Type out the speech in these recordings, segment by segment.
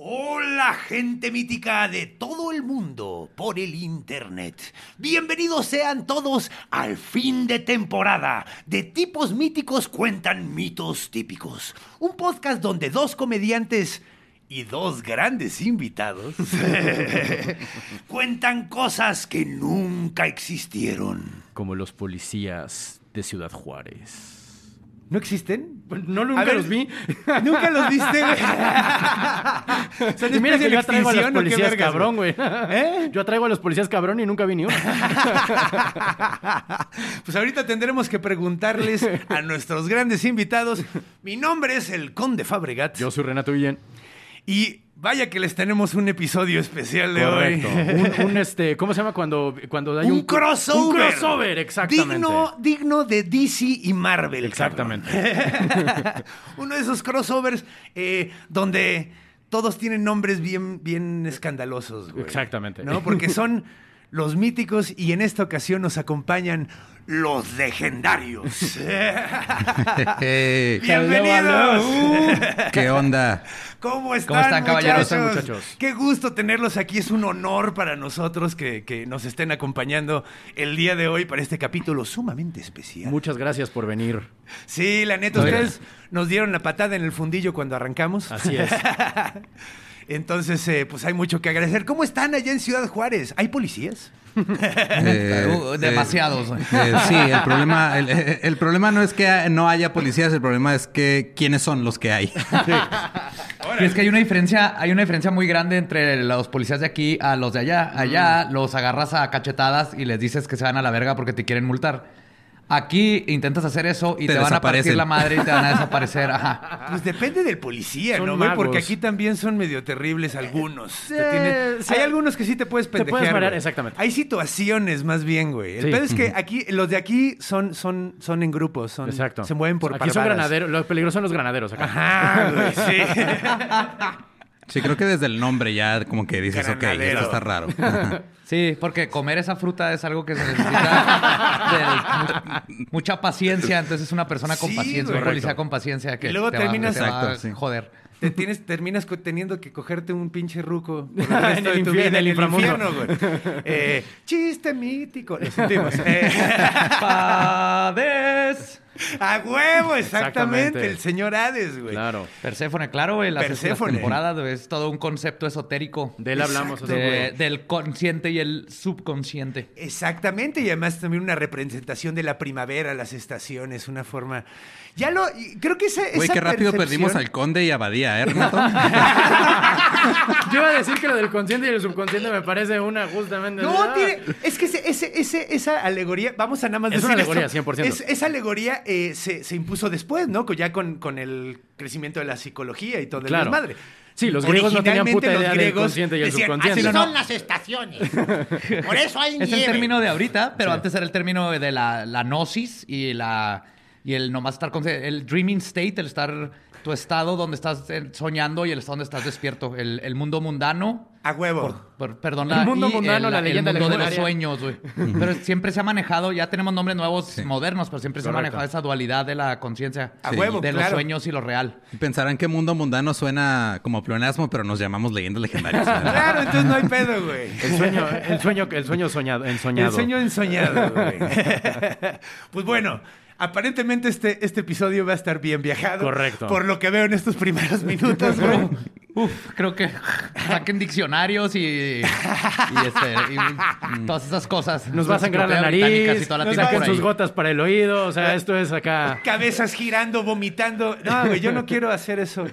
Hola gente mítica de todo el mundo por el internet. Bienvenidos sean todos al fin de temporada de Tipos Míticos Cuentan Mitos Típicos. Un podcast donde dos comediantes y dos grandes invitados cuentan cosas que nunca existieron. como los policías de Ciudad Juárez. ¿No existen? No, nunca A ver, los vi. Nunca los viste, güey. Son Y mira especies que yo en atraigo a los extinción, ¿o qué policías vergas, cabrón, güey. ¿Eh? Yo atraigo a los policías cabrón y nunca vi ni uno. Pues ahorita tendremos que preguntarles a nuestros grandes invitados. Mi nombre es el Conde Fabregat. Yo soy Renato Guillén. Y vaya que les tenemos un episodio especial de Correcto. hoy. Un, un, este, ¿cómo se llama cuando, cuando hay un, un crossover. Un crossover, exactamente. Digno, digno de DC y Marvel. Exactamente. cabrón. Uno de esos crossovers eh, donde todos tienen nombres bien, bien escandalosos, güey. Exactamente. ¿No? Porque son los míticos y en esta ocasión nos acompañan los legendarios. Hey, ¡Bienvenidos! ¿Qué onda? ¿Cómo están, ¿Cómo están, caballeros? muchachos? ¿Cómo están, muchachos? Qué gusto tenerlos aquí. Es un honor para nosotros que, que nos estén acompañando el día de hoy para este capítulo sumamente especial. Muchas gracias por venir. Sí, la neta, Muy ustedes nos dieron la patada en el fundillo cuando arrancamos. Así es. Entonces, eh, pues hay mucho que agradecer. ¿Cómo están allá en Ciudad Juárez? ¿Hay policías? Eh, Uh, eh, demasiados. eh, sí, el problema, el, eh, el problema no es que ha- no haya policías, el problema es que quiénes son los que hay. Y es que hay una diferencia, hay una diferencia muy grande entre los policías de aquí a los de allá. Allá Mm. los agarras a cachetadas y les dices que se van a la verga porque te quieren multar. Aquí intentas hacer eso y Te te, van a desaparecen. partir la madre y te van a desaparecer. Ajá. Pues depende del policía, Son ¿no, güey? magos. Porque aquí también son medio terribles algunos. Te eh, tienen- o sea, Hay algunos que sí te puedes puedes pendejear. variar, güey. exactamente. Hay situaciones más bien, güey. El Sí. pedo es que aquí, los de aquí son, son, son en grupos, son, Exacto. se mueven por Aquí son parvadas. granaderos. Los peligrosos son los granaderos acá. Ajá, güey, sí. Sí, creo que desde el nombre ya como que dices, ok, Granadero. esto está raro. Ajá. Sí, porque comer esa fruta es algo que se necesita de mu- mucha paciencia. Entonces es una persona con Sí, paciencia, un correcto. policía con paciencia que Y luego te va- terminas- te va a Exacto, sí. joder. Te tienes, terminas co- teniendo que cogerte un pinche ruco por el En resto el de tu infierno, vida en el inframundo. infierno, güey. Eh, chiste mítico. Lo sentimos. Eh, Pades. a huevo, exactamente. Exactamente. El señor Hades, güey. Claro. Perséfone, claro, güey. Las, Perséfone. las temporadas, güey, Es todo un concepto esotérico. De él hablamos. De- hace un huevo. del consciente y el subconsciente. Exactamente, y además también una representación de la primavera, las estaciones, una forma. Ya lo. y Creo que esa. Güey, esa qué rápido percepción- perdimos al conde y abadía, ¿eh, Renato? Yo iba a decir que lo del consciente y el subconsciente me parece una justamente. No, tiene- es que ese, ese- ese- esa alegoría, vamos a nada más Es una decir alegoría, esto. 100%. Es- esa alegoría eh, se, se impuso después, ¿no? Con- Ya con, con el crecimiento de la psicología y todo Claro. el desmadre. Sí, los griegos no tenían Originalmente puta idea los del griegos consciente y el decían, "Ah, subconsciente. "Así No, son no. las estaciones. Por eso hay Es nieve. el término de ahorita, pero antes era el término de la, la gnosis y la y el nomás estar con el dreaming state, el estar tu estado donde estás eh, soñando y el estado donde estás despierto, el, el mundo mundano. A huevo. Por- perdón, la- El mundo y mundano, la leyenda el mundo de los legendaria. sueños, güey. Pero siempre se ha manejado, ya tenemos nombres nuevos modernos, pero siempre se ha Correcto. manejado esa dualidad de la conciencia, A huevo, de los claro. sueños y lo real. Pensarán que mundo mundano suena como pleonasmo, pero nos llamamos leyendas legendarias. ¿verdad? Claro, entonces no hay pedo, güey. El sueño, el sueño, el sueño soñado, ensoñado. El sueño ensoñado, güey. pues bueno. Aparentemente este, este episodio va a estar bien viajado. Correcto. Por lo que veo en estos primeros minutos, güey. Uf, creo que saquen diccionarios y, y, este, y todas esas cosas. Nos va a sangrar la nariz, la nos tienen sacan por sus gotas. gotas para el oído, o sea, esto es acá. Cabezas girando, vomitando. No, güey, yo no quiero hacer eso.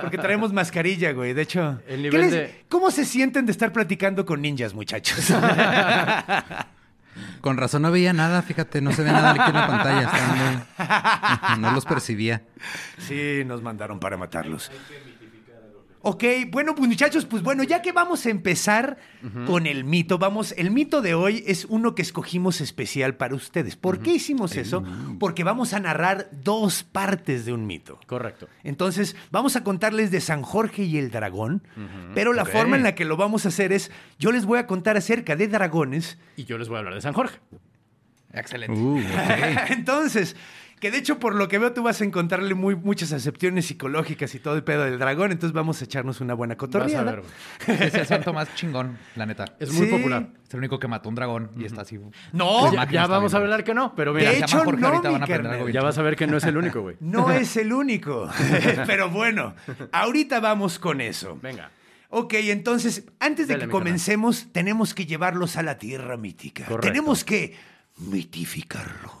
Porque traemos mascarilla, güey. De hecho, El ¿qué nivel les- de- ¿cómo se sienten de estar platicando con ninjas, muchachos? Con razón no veía nada, fíjate, no se ve nada aquí en la pantalla. estaba muy- No los percibía. Sí, nos mandaron para matarlos. Ok, bueno, pues muchachos, pues bueno, ya que vamos a empezar con el mito, vamos, el mito de hoy es uno que escogimos especial para ustedes. ¿Por qué hicimos eso? Porque vamos a narrar dos partes de un mito. Correcto. Entonces, vamos a contarles de San Jorge y el dragón, pero la forma en la que lo vamos a hacer es, yo les voy a contar acerca de dragones, Y yo les voy a hablar de San Jorge. Excelente. Uh, ok. Entonces, que de hecho por lo que veo tú vas a encontrarle muy, muchas acepciones psicológicas y todo el pedo del dragón, entonces vamos a echarnos una buena Vas a cotorreada. ver, güey. Es el santo más chingón, la neta. Es muy Sí. popular. Es el único que mató un dragón y está así. No, Las Ya, máquinas ya vamos a también. hablar que no, pero de mira, llama hecho Jorge, no, ahorita mi van a aprender algo carnal. bien. ya vas a ver que no es el único, güey. No es el único. Pero bueno, ahorita vamos con eso. Venga. Ok, entonces, antes de Dale, que mi carnal. comencemos, tenemos que llevarlos a la tierra mítica. Correcto. Tenemos que mitificarlos.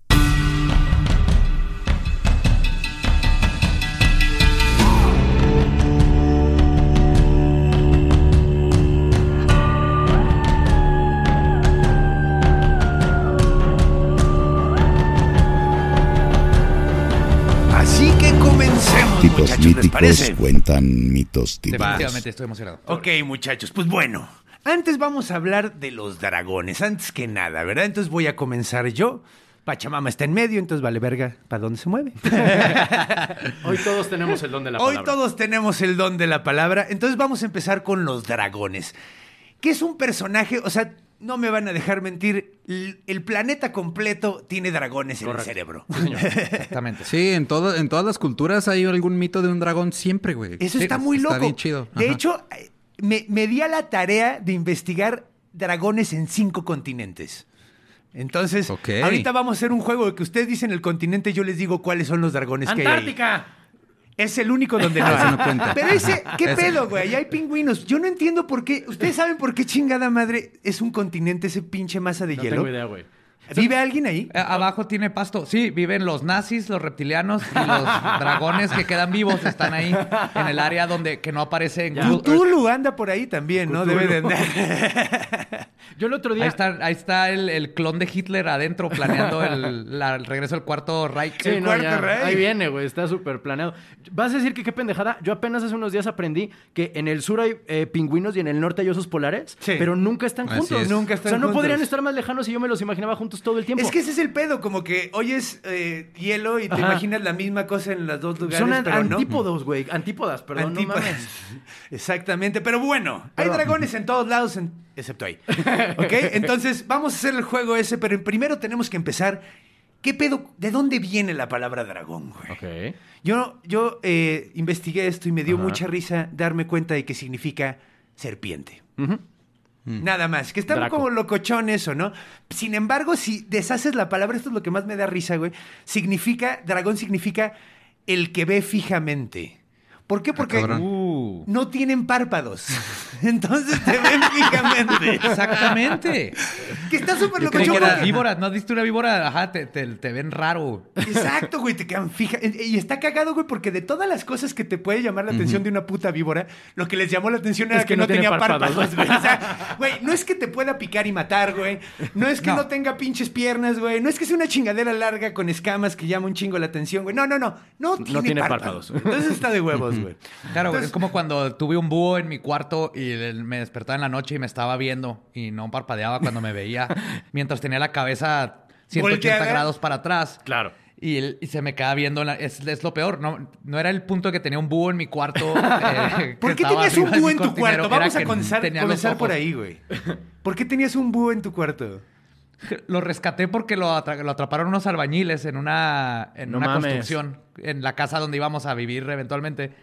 Así que comencemos, Tipos muchachos, ¿les míticos parece? cuentan mitos típicos. Definitivamente estoy emocionado. Ok, muchachos, pues bueno, antes vamos a hablar de los dragones, antes que nada, ¿verdad? Entonces voy a comenzar yo. Pachamama está en medio, entonces vale verga, ¿para dónde se mueve? Hoy todos tenemos el don de la Hoy palabra. todos tenemos el don de la palabra, entonces vamos a empezar con los dragones, que es un personaje, o sea, no me van a dejar mentir, l- el planeta completo tiene dragones en el Correcto. cerebro. Exactamente. Sí, en, todo, en todas las culturas hay algún mito de un dragón siempre, güey. Eso Sí, está muy loco. Está bien chido. De Ajá. hecho, eh, me, me di a la tarea de investigar dragones en cinco continentes. Entonces, Ok. ahorita vamos a hacer un juego de que ustedes dicen el continente, yo les digo cuáles son los dragones que hay. ahí. ¡Antártica! Es el único donde no, Ese hay. no cuenta. Pero ese, ¿qué Ese- pedo, güey? Ahí hay pingüinos. Yo no entiendo por qué. ¿Ustedes saben por qué chingada madre es un continente ese pinche masa de No hielo? tengo idea, güey. ¿Vive alguien ahí? Eh, Abajo tiene pasto. Sí, viven los nazis, los reptilianos y los dragones que quedan vivos. Están ahí en el área donde que no aparece en Google Earth. Cthulhu anda por ahí también, ¿no? Debe de andar. Yo el otro día... Ahí está, ahí está el, el clon de Hitler adentro planeando el, la- el regreso del cuarto Reich. Sí, El no, cuarto ya, rey. Ahí viene, güey. Está súper planeado. Vas a decir que qué pendejada. Yo apenas hace unos días aprendí que en el sur hay eh, pingüinos y en el norte hay osos polares, Sí. pero nunca están Así juntos. es. Nunca O están sea, no juntos. podrían estar más lejanos y yo me los imaginaba juntos todo el tiempo. Es que ese es el pedo, como que oyes eh, hielo y te Ajá. imaginas la misma cosa en los dos lugares, son an- pero no. antípodos, güey. Antípodas, perdón. Antípodas. No mames. Exactamente, pero bueno, hay dragones en todos lados, en- excepto ahí. ¿Ok? Entonces, vamos a hacer el juego ese, pero primero tenemos que empezar. ¿Qué pedo? ¿De dónde viene la palabra dragón, güey? Ok. Yo, yo eh, investigué esto y me dio Ajá. mucha risa darme cuenta de que significa serpiente. Ujú. Mm. Nada más, que están Draco. como locochón eso, ¿no? Sin embargo, si deshaces la palabra, esto es lo que más me da risa, güey. Significa, dragón significa el que ve fijamente. ¿Por qué? Porque Ah, cabrón. Uh, no tienen párpados. Entonces te ven fijamente. exactamente. Que está súper Yo locochón. creí que porque- era- Víbora, ¿no has visto una víbora? Ajá, te, te- te ven raro. Exacto, güey, te quedan fija. Y está cagado, güey, porque de todas las cosas que te puede llamar la atención de una puta víbora, lo que les llamó la atención era Es que, que no, no tiene tenía párpados, párpados. güey. O sea, güey, no es que te pueda picar y matar, güey. No es que no, No. tenga pinches piernas, güey. No es que sea una chingadera larga con escamas que llama un chingo la atención, güey. No, no, no. No tiene, tiene párpados. párpados. Entonces está de huevos, güey. Claro, güey, Entonces- es como cuando tuve un búho en mi cuarto y el- me despertaba en la noche y me estaba viendo y no parpadeaba cuando me veía, mientras tenía la cabeza 180 Volteada. grados para atrás. Claro. Y, él- y se me quedaba viendo, en la- es, es lo peor, no, no era el punto de que tenía un búho en mi cuarto. eh, ¿Por que qué estaba tenías un arriba de búho mi en tu cortinero, cuarto? era Vamos a que comenzar, tenía los comenzar por ojos. ahí, güey. ¿Por qué tenías un búho en tu cuarto? Lo rescaté porque lo, atra- lo atraparon unos albañiles en una, en No una mames. construcción, en la casa donde íbamos a vivir eventualmente.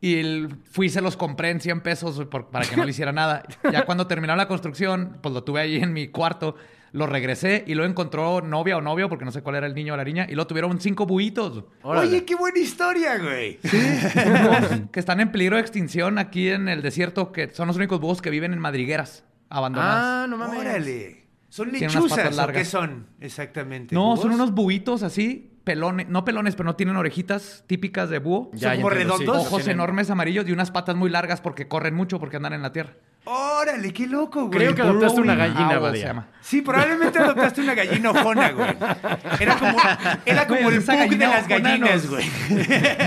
Y el- fui y se los compré en 100 pesos por- para que no le hiciera nada. Ya cuando terminaron la construcción, pues lo tuve ahí en mi cuarto, lo regresé y lo encontró novia o novio, porque no sé cuál era el niño o la niña, y lo tuvieron cinco buitos Órale. Oye, qué buena historia, güey. que están en peligro de extinción aquí en el desierto, que son los únicos búhos que viven en madrigueras abandonadas. Ah, no mames. Órale. Son Tienen unas patas lechuzas, ¿o largas. qué son? Exactamente. No, ¿Búhos? son unos buitos así, pelones, no pelones, pero no tienen orejitas típicas de búho. Ya, como entiendo, sí. redondos. Ojos enormes amarillos y unas patas muy largas porque corren mucho porque andan en la tierra. Órale, qué loco, güey. Creo que adoptaste una Blowing gallina, owl Badía. se llama. Sí, probablemente adoptaste una gallina ojona, güey. Era como, era como Güey, el esa pug de gallina las ojona gallinas, nos- güey.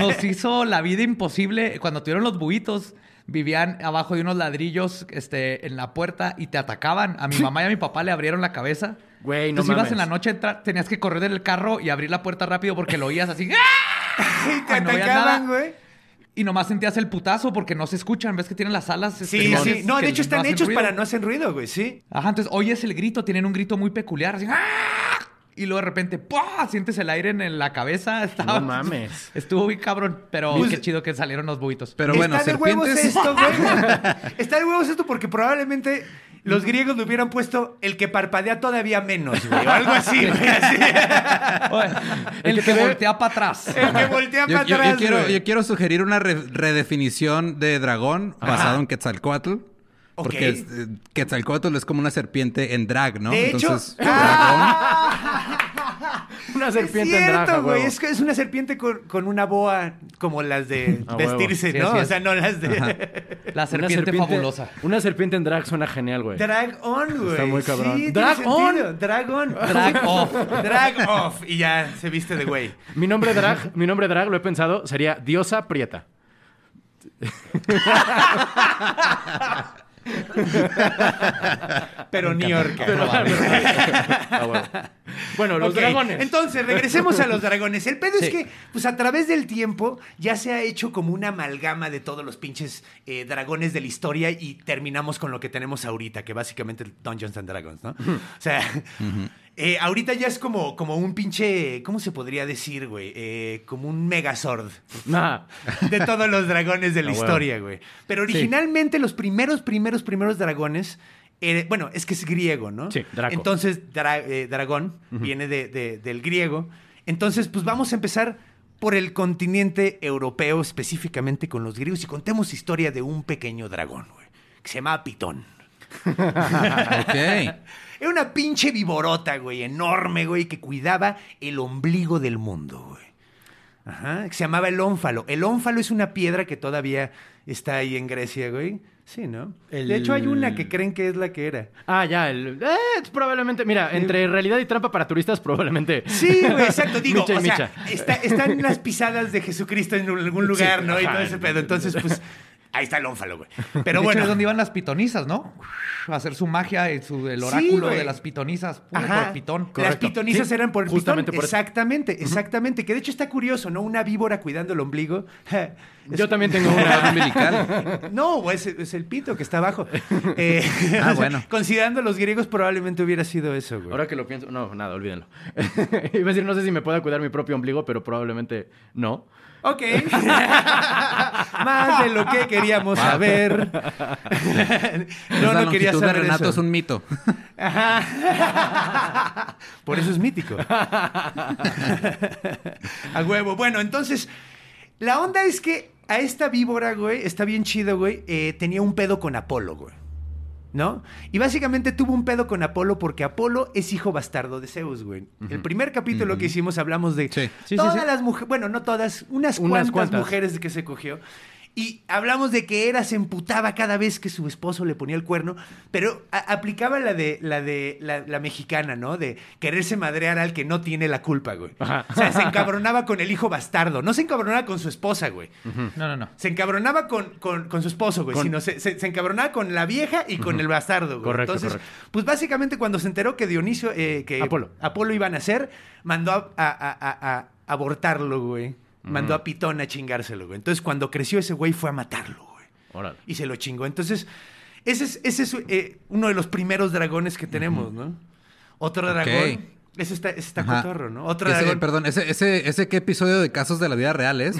Nos hizo la vida imposible. Cuando tuvieron los buitos, vivían abajo de unos ladrillos este, en la puerta y te atacaban. A mi mamá y a mi papá le abrieron la cabeza. Güey, no Entonces mames. ibas en la noche, entra- tenías que correr del carro y abrir la puerta rápido porque lo oías así. ¡Ah! Y te Ay, no veas atacaban, nada. güey. Y nomás sentías el putazo porque no se escuchan. ¿Ves que tienen las alas? Sí, estrellones sí. No, que de hecho están hacen hechos ruido? para no hacer ruido, güey, sí. Ajá, entonces oyes el grito, tienen un grito muy peculiar, así, ¡ah! Y luego de repente, ¡pua! Sientes el aire en, en la cabeza. Estaba- No mames. Estuvo bien cabrón, pero qué chido que salieron los buitos. Pero bueno, Está de huevos serpientes. esto, güey. Está de huevos esto porque probablemente los griegos le hubieran puesto el que parpadea todavía menos, güey. O algo así, güey. así. Oye, el que voltea para atrás. El que voltea Yo, para yo- yo atrás, quiero, güey. yo quiero sugerir una re- redefinición de dragón basado en Quetzalcoatl. Porque Ok. es- eh, Quetzalcoatl es como una serpiente en drag, ¿no? De hecho, ¡Ah! Entonces, Una Es serpiente en cierto, draja, güey. huevo. Es, que es una serpiente con, con una boa como las de A huevo. vestirse, Sí, ¿no? así O es. sea, no las de... La Una serpiente, fabulosa. Una serpiente en drag suena genial, güey. Drag on, güey. muy cabrón. Sí, Drag tiene on. sentido. Drag on. Drag off. Drag off. Y ya se viste de güey. Mi nombre drag, mi nombre drag, lo he pensado, sería Diosa Prieta. Pero New York. Ah, bueno. Bueno, los Ok, dragones. Entonces, regresemos a los dragones. El pedo es Sí. que, pues a través del tiempo, ya se ha hecho como una amalgama de todos los pinches eh, dragones de la historia y terminamos con lo que tenemos ahorita, que básicamente es Dungeons and Dragons, ¿no? O sea, eh, ahorita ya es como, como un pinche, ¿cómo se podría decir, güey? Eh, como un megazord Nah. de todos los dragones de la Ah, huevo. historia, güey. Pero originalmente los primeros, primeros, primeros dragones, eh, bueno, es que es griego, ¿no? Sí, Draco. Entonces, dra- eh, dragón viene de- de- del griego. Entonces, pues vamos a empezar por el continente europeo, específicamente con los griegos, y contemos historia de un pequeño dragón, güey, que se llama Pitón. ok. Era una pinche viborota, güey, enorme, güey, que cuidaba el ombligo del mundo, güey. Ajá, que se llamaba el ónfalo. El ónfalo es una piedra que todavía está ahí en Grecia, güey. Sí, ¿no? El- De hecho, hay una que creen que es la que era. Ah, ya, el, eh, probablemente, mira, entre realidad y trampa para turistas, probablemente. Eh. Sí, güey, exacto. Digo, Micha y o sea, eh, Micha. está- están las pisadas de Jesucristo en algún lugar, ¿no? Y todo ese pedo. Entonces, pues, ahí está el ónfalo, güey. Pero De hecho, bueno. es donde iban las pitonizas, ¿no? A hacer su magia y su, el Sí, oráculo güey. de las pitonizas. puro Ajá. por pitón. Las pitonizas Sí, eran por el justamente pitón. por eso. exactamente, exactamente. Que de hecho está curioso, ¿no? Una víbora cuidando el ombligo. Yo también tengo una. Umbilical. No, güey, es, es el pito que está abajo. Eh, Ah, bueno. Considerando los griegos, probablemente hubiera sido eso, güey. Ahora que lo pienso, no, nada, olvídenlo. Iba a decir, no sé si me pueda cuidar mi propio ombligo, pero probablemente no. Ok. Más de lo que queríamos saber. Entonces, no, la no quería longitud de saber Renato eso. es un mito. Ajá. Por eso es mítico. a huevo. Bueno, entonces, la onda es que a esta víbora, güey, está bien chido, güey, eh, tenía un pedo con Apolo, güey. ¿No? Y básicamente tuvo un pedo con Apolo porque Apolo es hijo bastardo de Zeus, güey. El primer capítulo que hicimos hablamos de Sí. Sí, sí, todas sí. las mujeres, bueno, no todas, unas, Unas cuantas, cuantas. mujeres que se cogió. Y hablamos de que era, se emputaba cada vez que su esposo le ponía el cuerno, pero a- aplicaba la de, la de, la, la mexicana, ¿no? De quererse madrear al que no tiene la culpa, güey. Ajá. O sea, se encabronaba con el hijo bastardo. No se encabronaba con su esposa, güey. No, no, no. Se encabronaba con, con- con su esposo, güey, sino se, se- se encabronaba con la vieja y con el bastardo, güey. Correcto, Entonces, correcto. pues básicamente cuando se enteró que Dionisio, eh, que Apolo. iba a nacer, mandó a, a- a- a- a abortarlo, güey. Mandó a Pitón a chingárselo, güey. Entonces, cuando creció ese güey, fue a matarlo, güey. Órale. Y se lo chingó. Entonces, ese es, ese es eh, uno de los primeros dragones que tenemos, ¿no? Otro Ok. dragón. Ese está, ese está Ajá. cotorro, ¿no? Otro Ese- dragón. Perdón, ese, ese, ese qué episodio de casos de la vida real es.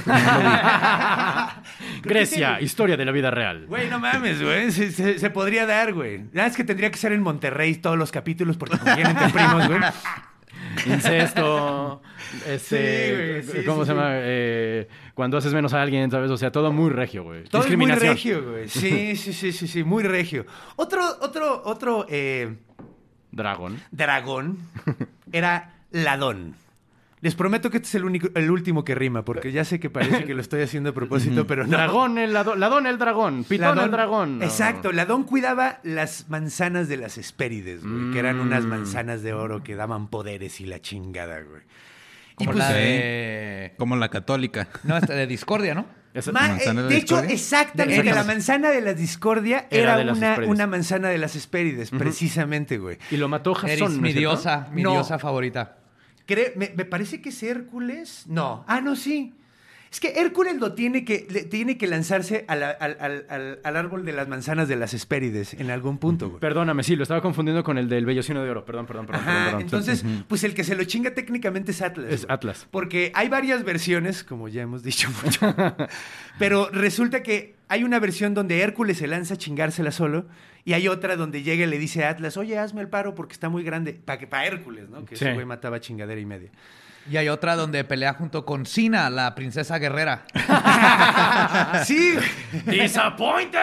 Grecia, historia de la vida real. Güey, no mames, güey. Se, se- se podría dar, güey. Nada es que tendría que ser en Monterrey todos los capítulos porque conviene entre primos, güey. Incesto. Sí, Este, güey, sí, ¿Cómo sí, se sí. llama? Eh, cuando haces menos a alguien, ¿sabes? O sea, todo muy regio, güey. Todo es muy Discriminación. regio, güey. Sí, sí, sí, sí, sí, muy regio. Otro, otro, otro eh, Dragón. Dragón era ladón. Les prometo que este es el, único, el último que rima, porque ya sé que parece que lo estoy haciendo a propósito, pero no. Dragón, el ladón, ladón el dragón, pitón Ladón- el dragón. No, Exacto, Ladón cuidaba las manzanas de las Hespérides, güey, que eran Mm. unas manzanas de oro que daban poderes y la chingada, güey. Y Como pues, la de... Como la católica. No, esta de Discordia, ¿no? Esa- ma- manzana eh, de de la hecho, discordia? exactamente, De- la manzana de la discordia Era era, de las una, Hespérides. una manzana de las Hespérides, precisamente, güey. Y lo mató Jason. Eris, ¿no es mi cierto? diosa, mi No. diosa favorita. Cre- me, me parece que es Hércules. No. Ah, no, sí. Es que Hércules lo tiene que, le- tiene que lanzarse a la- al, al- al- al árbol de las manzanas de las Hespérides en algún punto, güey. Perdóname, sí, lo estaba confundiendo con el del Bellocino de Oro. Perdón, perdón, perdón. Ajá, perdón, perdón. entonces, pues el que se lo chinga técnicamente es Atlas. Es güey. Atlas. Porque hay varias versiones, como ya hemos dicho mucho. pero resulta que hay una versión donde Hércules se lanza a chingársela solo. Y hay otra donde llega y le dice a Atlas, oye, hazme el paro porque está muy grande. Para que para Hércules, ¿no? Que Sí. ese güey mataba chingadera y media. Y hay otra donde pelea junto con Sina, la princesa guerrera. Ah, sí, ¡Disappointed!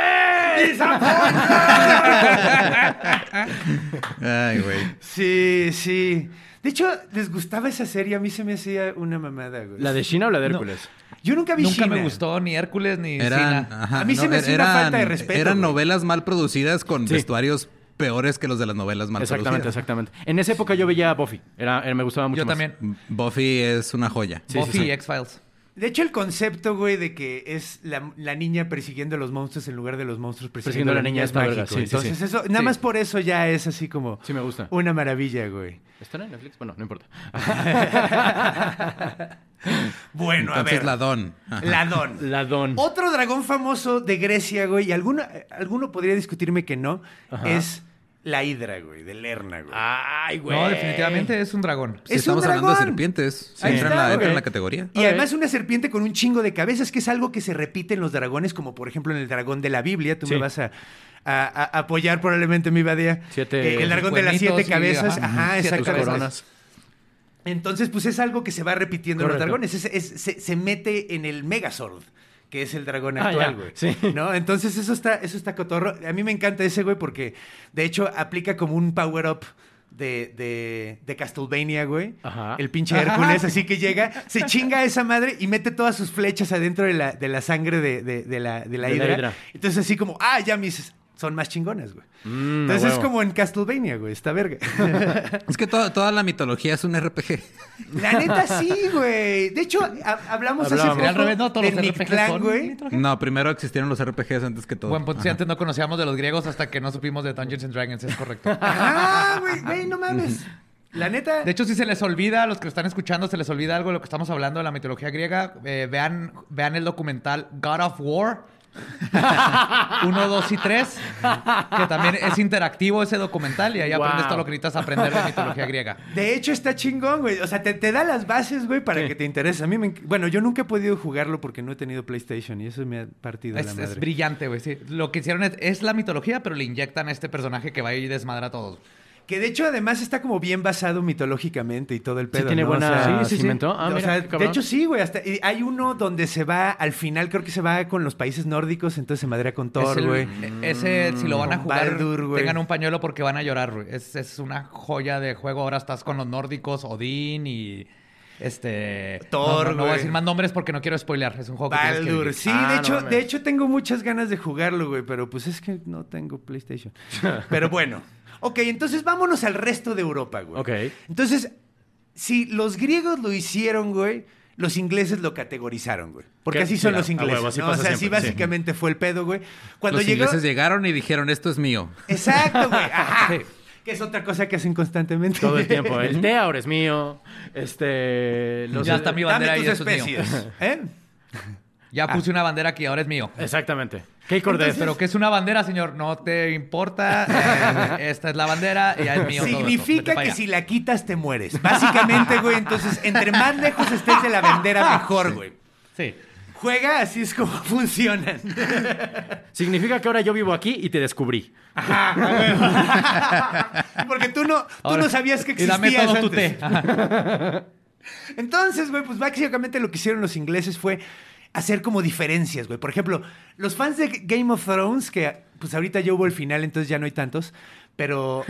Ay, güey. sí, sí. De hecho, les gustaba esa serie. A mí se me hacía una mamada, güey. ¿La de China o la de Hércules? Yo nunca vi Nunca me China. gustó ni Hércules ni Eran, Sina. ajá, er, A mí se er, me hace una falta de respeto, Eran güey. novelas mal producidas con Sí. vestuarios peores que los de las novelas mal Exactamente, producidas. exactamente. En esa época yo veía a Buffy. Era, era- me gustaba mucho Yo más. también. Buffy es una joya. Sí, sí, Buffy sí. y X-Files. De hecho, el concepto, güey, de que es la, la niña persiguiendo a los monstruos en lugar de los monstruos persiguiendo, a la niña es está mágico. verga, sí, sí, Entonces, sí. eso, nada Sí. más por eso ya es así como Sí, me gusta. una maravilla, güey. ¿Están en Netflix? Bueno, no importa. Bueno, Entonces, a ver. la Don. Ajá. Ladón. Ladón. Otro dragón famoso de Grecia, güey, y alguno, alguno podría discutirme que no, es la hidra, güey, de Lerna, Ah, güey. Ay, güey. No, definitivamente es un dragón. Si es un estamos hablando de dragón. serpientes. Ahí entra, en está, la, entra en güey. la categoría. Y Ok. además una serpiente con un chingo de cabezas, que es algo que se repite en los dragones, como por ejemplo en el dragón de la Biblia. Tú Sí. me vas a, a- a apoyar probablemente mi badea. Siete- Que el dragón de las siete Cuernitos y- cabezas. ajá, Ajá, siete exactamente. coronas. Entonces, pues es algo que se va repitiendo Correcto. en los dragones. Es- es- se, se mete en el Megazord, que es el dragón Ah, ya. actual, güey. Sí. ¿No? Entonces, eso está, eso está cotorro. A mí me encanta ese, güey, porque de hecho aplica como un power up. De, de, de Castlevania, güey. Ajá. El pinche Hércules, así que llega, se chinga a esa madre y mete todas sus flechas adentro de la, de la sangre de, de- de la, de la De la hidra. hidra. Entonces, así como, ah, ya mis son más chingonas, güey. Mm, a Entonces, es huevo. como en Castlevania, güey, esta verga. Es que to- toda la mitología es un RPG. La neta sí, güey. De hecho, ha- hablamos hace poco Hablábamos. Sería al revés, ¿no? Todos del los RPGs Mictlán, son güey. mitología. No, primero existieron los RPGs antes que todo. Buen punto. Sí, antes no conocíamos de los griegos hasta que no supimos de Dungeons and Dragons, es correcto. Ah, güey, güey, no mames. La neta. De hecho, si se les olvida, a los que lo están escuchando, se les olvida algo de lo que estamos hablando de la mitología griega, eh, vean, vean el documental God of War. 1, 2 y 3, que también es interactivo ese documental y ahí Wow. aprendes todo lo que necesitas aprender de mitología griega. de hecho, está chingón, güey. O sea, te, te da las bases, güey, para que te interese. A mí me... enc- Bueno, yo nunca he podido jugarlo porque no he tenido PlayStation y eso me ha partido la Es, madre. es brillante, güey. sí. Lo que hicieron es, es la mitología, pero le inyectan a este personaje que va a ir y desmadra a todos. Que de hecho, además, está como bien basado mitológicamente y todo el pedo, tiene ¿no? buena- O sea, Sí, sí, sí. cimento. Ah, O mira, sea, qué de cabrón. hecho, sí, güey. Hasta, y hay uno donde se va, al final, creo que se va con los países nórdicos, entonces se madrea con Es Thor, el- e-, güey. Ese, si lo van a Con jugar, Baldur, güey. tengan un pañuelo porque van a llorar, güey. Es, es una joya de juego. Ahora estás con los nórdicos, Odín y. Este. Thor, no, no, no voy a güey. decir más nombres porque no quiero spoilear. Es un juego que tienes que Baldur, vivir. sí, Ah, de no hecho, mames. de hecho tengo muchas ganas de jugarlo, güey, pero pues es que no tengo PlayStation. pero bueno. Ok, entonces vámonos al resto de Europa, güey. Ok. Entonces, si los griegos lo hicieron, güey, los ingleses lo categorizaron, güey. Porque ¿Qué? así son Sí, los a ingleses. huevo, así ¿no? pasa o sea, así siempre, sí. básicamente fue el pedo, güey. Cuando los llegó. ingleses llegaron y dijeron, esto es mío. Exacto, güey. Ajá. Que es otra cosa que hacen constantemente. Todo el tiempo. El té ahora es mío. Este. los- Ya está mi bandera Dame y tus eso es mío. especies. Ah. ¿Eh? Ya puse una bandera que ahora es mío. Exactamente. Key Cordes. Pero que es una bandera, señor, no te importa. Eh, esta es la bandera y ya es mío. todo esto. Vete Significa para que allá. si la quitas te mueres. Básicamente, güey. Entonces, entre más lejos estés de la bandera, mejor, güey. Sí. Juega, así es como funcionan. Significa que ahora yo vivo aquí y te descubrí. Porque tú no, tú Ahora- no sabías que Y existías dame todo tu antes. té. Entonces, güey, pues básicamente lo que hicieron los ingleses fue hacer como diferencias, güey. Por ejemplo, los fans de Game of Thrones, que pues ahorita ya hubo el final, entonces ya no hay tantos, pero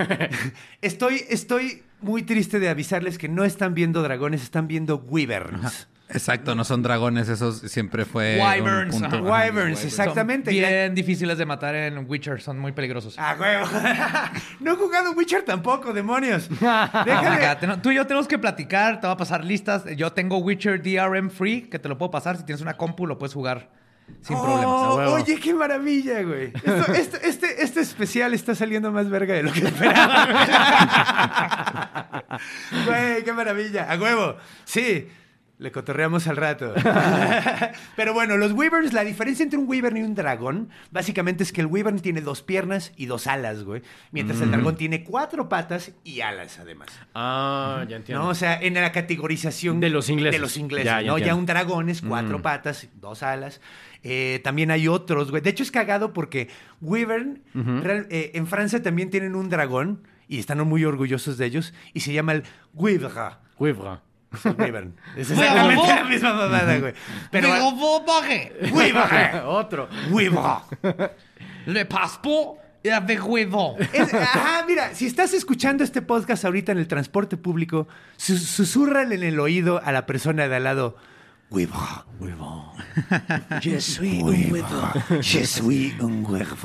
estoy, estoy muy triste de avisarles que no están viendo dragones, están viendo wyverns. Exacto, no son dragones, eso siempre fue. un Eh, Wyverns, punto. ajá. Ajá, Wyverns, exactamente. Son Y la- bien difíciles de matar en Witcher, son muy peligrosos. Ah, huevo. no he jugado Witcher tampoco, demonios. Acá, Déjame. te- tú y yo tenemos que platicar, te voy a pasar listas. Yo tengo Witcher DRM Free, que te lo puedo pasar. Si tienes una compu, lo puedes jugar sin Oh, problemas. oye, qué maravilla, güey. Esto- esto- este, este especial está saliendo más verga de lo que esperaba. güey, qué maravilla. A huevo. Sí, le cotorreamos al rato. Pero bueno, los wyverns, la diferencia entre un wyvern y un dragón, básicamente es que el wyvern tiene dos piernas y dos alas, güey. Mientras Mm. el dragón tiene cuatro patas y alas, además. Ah, ya entiendo. No, o sea, en la categorización De los ingleses. De los ingleses, Ya, Mm. ya ¿no? Ya entiendo. un dragón es cuatro patas, dos alas. Eh, también hay otros, güey. De hecho, es cagado porque Wyvern, real- eh, en Francia también tienen un dragón y están muy orgullosos de ellos y se llama el Wyvre. Cuivra. Es el Wyvern. Es exactamente la misma mamada, güey. Pero. Digo, vos, baje. Wyvre. Otro. Wyvre. Le paspo y avec huevo. Es- ajá, mira, si estás escuchando este podcast ahorita en el transporte público, su- susurrale en el oído a la persona de al lado. Huevo, huevo. Je suis un huevo. Je suis un huevo.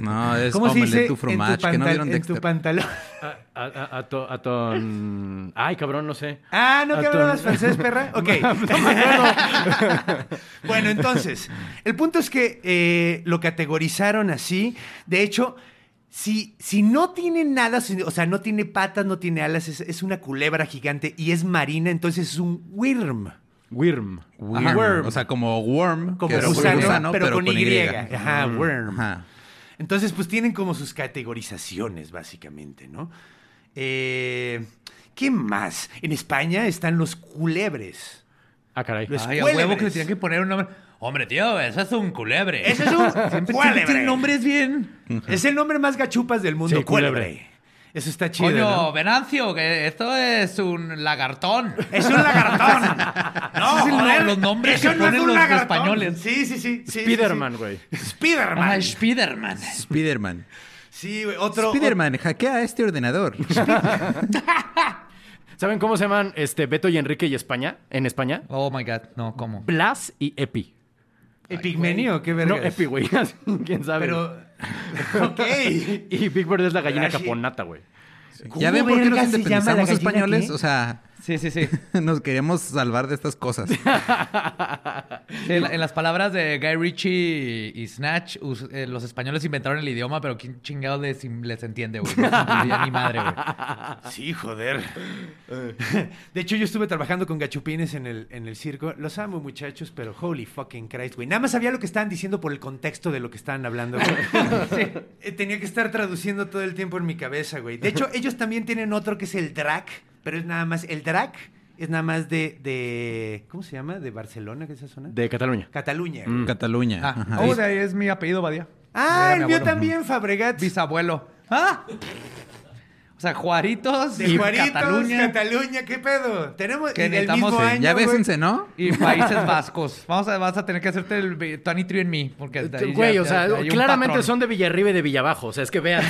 No, es ¿Cómo se dice omelette tu en, tu fromage, que no pantal- vieron en tu Dexter. pantalón? A, a, a, a to- a ton- Ay, cabrón, no sé. Ah, ¿no que Atún. hablabas francés, perra? Ok. bueno, entonces, el punto es que eh, lo categorizaron así. De hecho, si, si no tiene nada, si- o sea, no tiene patas, no tiene alas, es, es una culebra gigante y es marina, entonces es un worm. Worm. Worm, O sea, como worm, Como que es un gusano, pero, pero con, Y. Mm, Ajá, worm. Ajá. Entonces, pues tienen como sus categorizaciones, básicamente, ¿no? Eh, ¿Qué más? En España están los culebres. Ah, caray. Lo es- Ay, a huevo que le Culebres. tenían que poner un nombre. Hombre, tío, eso es un culebre. pues. Ese es un Siempre- culebre. siempre nombres bien. Es el nombre más gachupas del mundo, Sí, culebre. culebre. Eso está chido. Coño, ¿no? Venancio, que esto es un lagartón. Es un lagartón. no, Ese es el joder, no- los nombres eso que no es ponen un los lagartón. españoles. Sí, sí, sí. sí, Spiderman, sí, güey. sí. Spiderman. Ah, Spiderman. Spiderman. sí, güey. Otro. Spiderman, hackea este ordenador. ¿Saben cómo se llaman este, Beto y Enrique y España? En España. Oh my God, no, ¿cómo? Blas y Epi. Epigmenio, qué verga. No, Epi, güey. ¿Quién sabe? Pero. Ok. Y Big Bird es la gallina Rashi. caponata, güey. ¿Ya ven por qué verga se nos llama la independizamos gallina españoles? qué? O sea, Sí, sí, sí. nos queríamos salvar de estas cosas. Sí, en, en las palabras de Guy Ritchie y, y Snatch, us- eh, los españoles inventaron el idioma, pero ¿quién chingado les, les entiende, güey? No se entendía ni madre, güey. Ah, Sí, joder. Ah. De hecho, yo estuve trabajando con gachupines en el, en el circo. Los amo, muchachos, pero holy fucking Christ, güey. Nada más sabía lo que estaban diciendo por el contexto de lo que estaban hablando, güey. Eh, Tenía que estar traduciendo todo el tiempo en mi cabeza, güey. De hecho, ellos también tienen otro que es el drag, pero es nada más. El drag es nada más de. de ¿Cómo se llama? ¿De Barcelona, que es esa zona? De Cataluña. Cataluña. güey. Cataluña. Ah, Ajá. oh, de ahí es mi apellido, Badía. Ah, Era el mi mío abuelo. también, Fabregat. Bisabuelo. ¡Ah! O sea, Juaritos De y Juaritos, Cataluña. Cataluña ¿qué pedo? Tenemos Que y del necesitamos, mismo eh, año, Este, ya güey. bésense, ¿no? y Países Vascos. Vamos a, vas a tener que hacerte el vi- 23 en mí, porque de ahí ya- Güey, o ya- sea, ya hay un claramente patrón. son de Villarriba y de Villabajo. O sea, es que vean.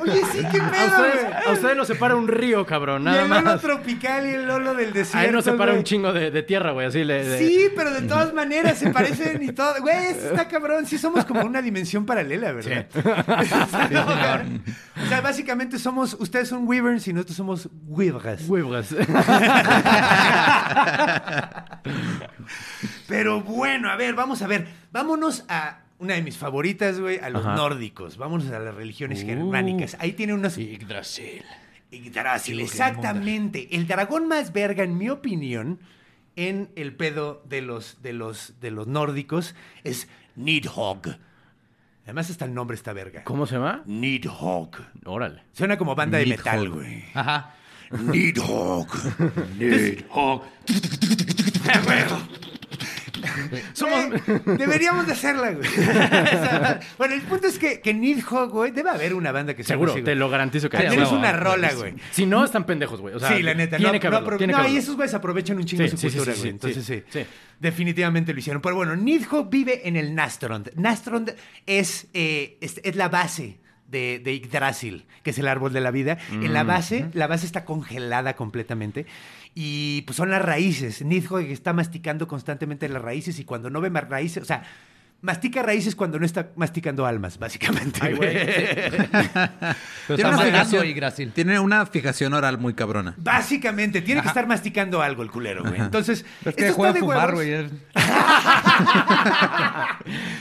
Oye, sí, qué a, pedo, ustedes, güey. a ustedes los separa un río, cabrón. Nada y el Lolo más. tropical y el Lolo del desierto. A él nos separa güey. un chingo de, de tierra, güey. Así le. de- Sí, pero de todas maneras se parecen y todo. Güey, eso está cabrón. Sí, somos como una dimensión paralela, ¿verdad? o sea, básicamente somos. Ustedes son Wyverns y nosotros somos Wyverns. Huevas. Pero bueno, a ver, vamos a ver. Vámonos a una de mis favoritas, güey, a los Ajá. Uh. nórdicos. Vámonos a las religiones germánicas. Ahí tiene unos. Yggdrasil. Yggdrasil, Digo que exactamente. El dragón más verga, en mi opinión, en el pedo de los, de los, de los nórdicos es Nidhogg. Además, hasta el nombre está verga. ¿Cómo se llama? Nidhogg. Órale. Suena como banda de Nidhogg. metal, güey. Ajá. Nidhogg. Nidhogg. Somos- Güey, Eh, deberíamos de hacerla, güey. O sea, bueno, el punto es que, que Nidhogg, güey, debe haber una banda que se llame Seguro, así, güey. te lo garantizo que Al hay. menos Huevo, una huevo, rola, huevo. güey. Si no, están pendejos, güey. O sea, sí, la neta. Tiene no, que no haberlo, apro- tiene que no, y haberlo. esos güeyes aprovechan un chingo Sí, su sí, sí, cultura, sí, güey. sí, Entonces, sí, sí. Definitivamente lo hicieron. Pero bueno, Nidhogg vive en el Nastrond. Nastrond es, eh, es, es la base de, de Yggdrasil, que es el árbol de la vida. En Mm, la base, la base está congelada completamente. Y pues son las raíces. Nidhogg está masticando constantemente las raíces y cuando no ve más raíces, o sea, mastica raíces cuando no está masticando almas, básicamente. güey. está una matando fijación- y Grasil. Tiene una fijación oral muy cabrona. Básicamente, tiene que estar masticando algo el culero, güey. Entonces, Es que esto dejó de está de fumar, huevos. güey. Es-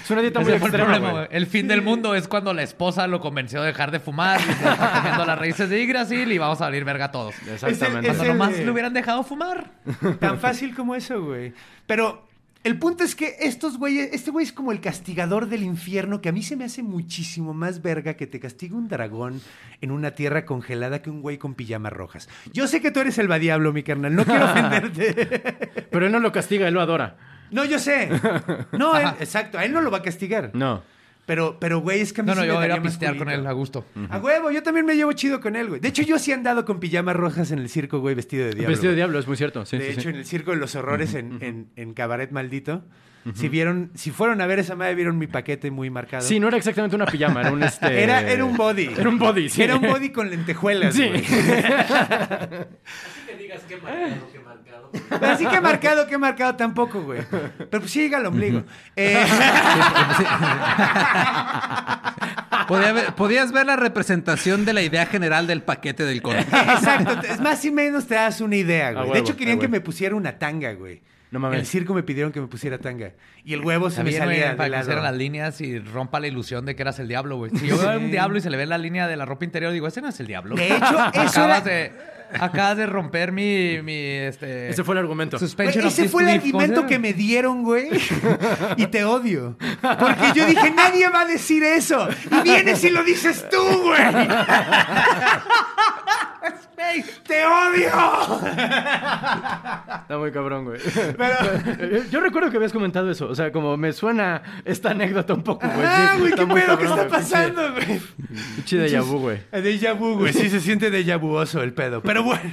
Es una dieta muy Ese fue el extrema, problema, güey. güey. El fin del mundo es cuando la esposa lo convenció de dejar de fumar y se está comiendo las raíces de Yggdrasil y vamos a salir verga a todos. Exactamente. Es Cuando el- nomás eh, le hubieran dejado fumar. Tan fácil como eso, güey. Pero el punto es que estos güeyes, este güey es como el castigador del infierno, que a mí se me hace muchísimo más verga que te castigue un dragón en una tierra congelada que un güey con pijamas rojas. Yo sé que tú eres el diablo, mi carnal, no quiero ofenderte. Pero él no lo castiga, él lo adora. No, yo sé. No, él- exacto, a él no lo va a castigar. No. Pero, pero güey, es que a mí No, sí no, me yo voy a ir daría a más pistear con culito. él a gusto. A huevo, yo también me llevo chido con él, güey. De hecho, yo sí he andado con pijamas rojas en el circo, güey, vestido de diablo. Vestido güey. de diablo, es muy cierto. Sí, de sí, hecho, sí. en el circo de los horrores en, en- en Cabaret Maldito, si vieron, si fueron a ver esa madre, vieron mi paquete muy marcado. Sí, no era exactamente una pijama, era un este... Era, era un body. Era un body, sí. Era un body con lentejuelas. Sí. güey. Así que marcado, que marcado tampoco, güey. Pero pues sí llega al ombligo. Eh, Podía ver- podías ver la representación de la idea general del paquete del cono. exacto. Es más y menos te das una idea, güey. A de huevo, hecho, querían a que huevo. me pusiera una tanga, güey. No mames. En el circo me pidieron que me pusiera tanga. Y el huevo se Está me bien, güey, salía de para que pusieran lado. las líneas y rompa la ilusión de que eras el diablo, güey. Si yo veo a un diablo y se le ve la línea de la ropa interior, digo, ese no es el diablo. De hecho, eso era- acabas, de, acabas de romper mi, mi este... Ese fue el argumento. Güey, suspension of ese fue el disbelief, ¿cómo se argumento llama? que me dieron, güey. Y te odio. Porque yo dije, nadie va a decir eso. Y vienes y lo dices tú, güey. Ey, ¡Te odio! Está muy cabrón, güey. Yo recuerdo que habías comentado eso. O sea, como me suena esta anécdota un poco, güey. Ah, Pues Sí, güey, está qué muy pedo que cabrón, está güey. pasando, güey. Sí, Chida Yabu, güey. Deja Eh, vu, güey. Sí, se siente deja vuoso el pedo. Pero bueno.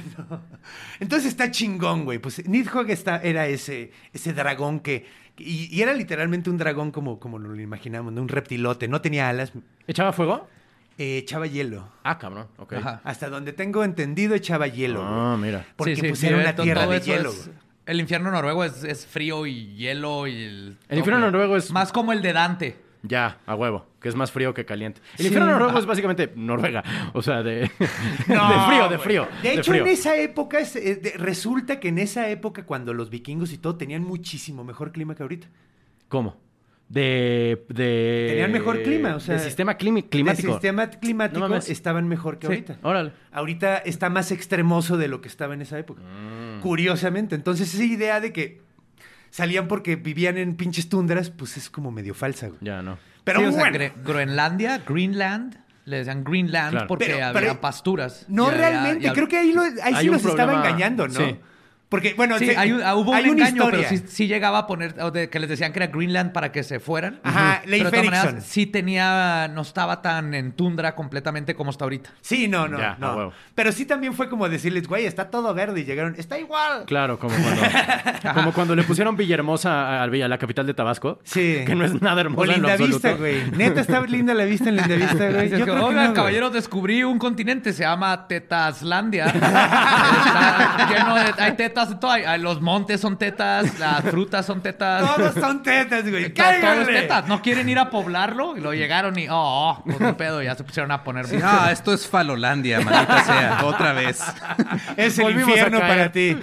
Entonces está chingón, güey. Pues Nidhogg está, era ese, ese dragón que. Y, y era literalmente un dragón como, como lo imaginamos, ¿no? un reptilote. No tenía alas, ¿Echaba fuego? eh, echaba hielo. Ah, cabrón. Ok. Ajá. Hasta donde tengo entendido, echaba hielo. güey. Ah, mira. Porque Sí, sí, pues sí, era ve, una to- tierra todo de eso hielo. es- güey. el infierno noruego es, es frío y hielo y... El, El infierno noruego es- Más como el de Dante. Ya, a huevo, que es más frío que caliente. El Sí. infierno noruego es básicamente Noruega, o sea, de, No, de frío, de güey. frío. De hecho, frío. en esa época, es- eh, de- resulta que en esa época, cuando los vikingos y todo tenían muchísimo mejor clima que ahorita. ¿Cómo? De, de... Tenían mejor clima, o sea, De Eh, sistema climi- climático. El sistema climático No mames. estaban mejor que Sí, Oh. ahorita. órale. Ahorita está más extremoso de lo que estaba en esa época. Mm. Curiosamente. Entonces, esa idea de que salían porque vivían en pinches tundras, pues es como medio falsa, güey. Ya, no. Pero Sí, o bueno. sea, Gre- Groenlandia, Greenland, le decían Greenland Claro. porque Pero- había pero- pasturas. No Y había- realmente, y hab- creo que ahí, lo, ahí Hay sí un los estaba problema- engañando, ¿no? sí. Porque, bueno, Sí, se- hay un- ah, hubo hay un una engaño, historia. pero sí, sí llegaba a poner, o de- que les decían que era Greenland para que se fueran. Ajá, Ujú. Leif Pero de todas maneras, Erikson. sí tenía, no estaba tan en tundra completamente como está ahorita. Sí, no, no, Ya, a no. huevo. Pero sí también fue como decirles, güey, está todo verde. Y llegaron, está igual. Claro, como cuando, como cuando le pusieron Villahermosa a, a Villa, la capital de Tabasco. Sí. Que no es nada hermosa O en lo linda absoluto. vista, güey. Neta, está linda la vista en linda vista, güey. Dices Yo que, creo que "Oigan, "Oh, no, güey". caballeros, descubrí un continente, se llama Tetaslandia. Está lleno de- hay tetas de todo. hay- hay- Los montes son tetas, las frutas son tetas. Todos son tetas, güey. To- Todo es ¡Cáiganle! tetas. No quieren ir a poblarlo. Y lo llegaron y, oh, pues un pedo, ya se pusieron a poner. Ah. No, esto es Falolandia, maldita sea. Otra vez. Es el Volvimos a infierno caer. para ti.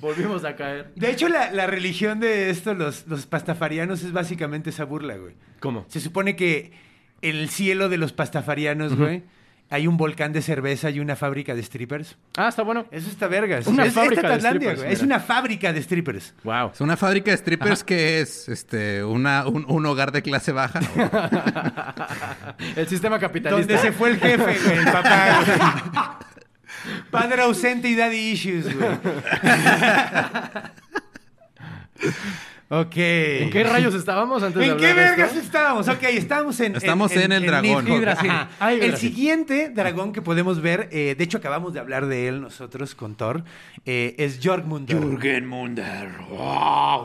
Volvimos a caer. De hecho, la, la religión de esto, los, los pastafarianos, es básicamente esa burla, güey. ¿Cómo? Se supone que en el cielo de los pastafarianos, güey, hay un volcán de cerveza y una fábrica de strippers. Ah, está bueno. Eso está vergas. Una es, fábrica de Tatlandia, strippers, güey. Es mira. una fábrica de strippers. Wow. Es una fábrica de strippers que es este una, un, un hogar de clase baja. El sistema Donde capitalista. se fue el jefe, güey, el papá, güey. Padre ausente y daddy issues, güey. Ok. ¿En qué rayos estábamos antes de Eh, ¿En hablar qué de esto? vergas estábamos? Ok, estábamos en. Estamos en el dragón. Nidhogg. Brasil. Ajá. Ay, el Brasil. siguiente dragón que podemos ver, eh, de hecho acabamos de hablar de él nosotros con Thor, eh, es Jormungandr. Ah,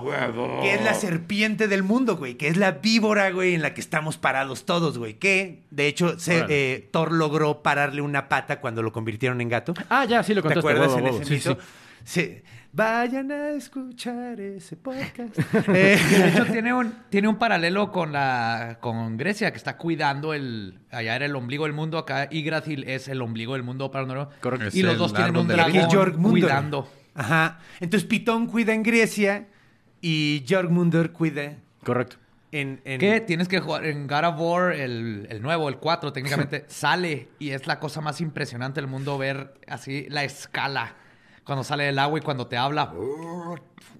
Que es la Oh. serpiente del mundo, güey. Que es la víbora, güey, en la que estamos parados todos, güey. Que, de hecho, se- Órale. eh, Thor logró pararle una pata cuando lo convirtieron en gato. Ah, ya, sí lo ¿Te contaste. acuerdas huevo, en huevo. ese Sí, mito? sí. Sí. Vayan a escuchar ese podcast. Eh, De hecho, tiene un, tiene un paralelo con la con Grecia, que está cuidando el. Allá era el ombligo del mundo, acá Yggdrasil es el ombligo del mundo para no- Correcto. Y Es los el dos tienen árbol un de la vida. Aquí dragón Jormungandr. cuidando. Ajá. Entonces Pitón cuida en Grecia y Jormungandr cuida Correcto. en... en- Que tienes que jugar en God of War, el, el nuevo, el 4, técnicamente, sale y es la cosa más impresionante del mundo ver así la escala cuando sale del agua y cuando te habla.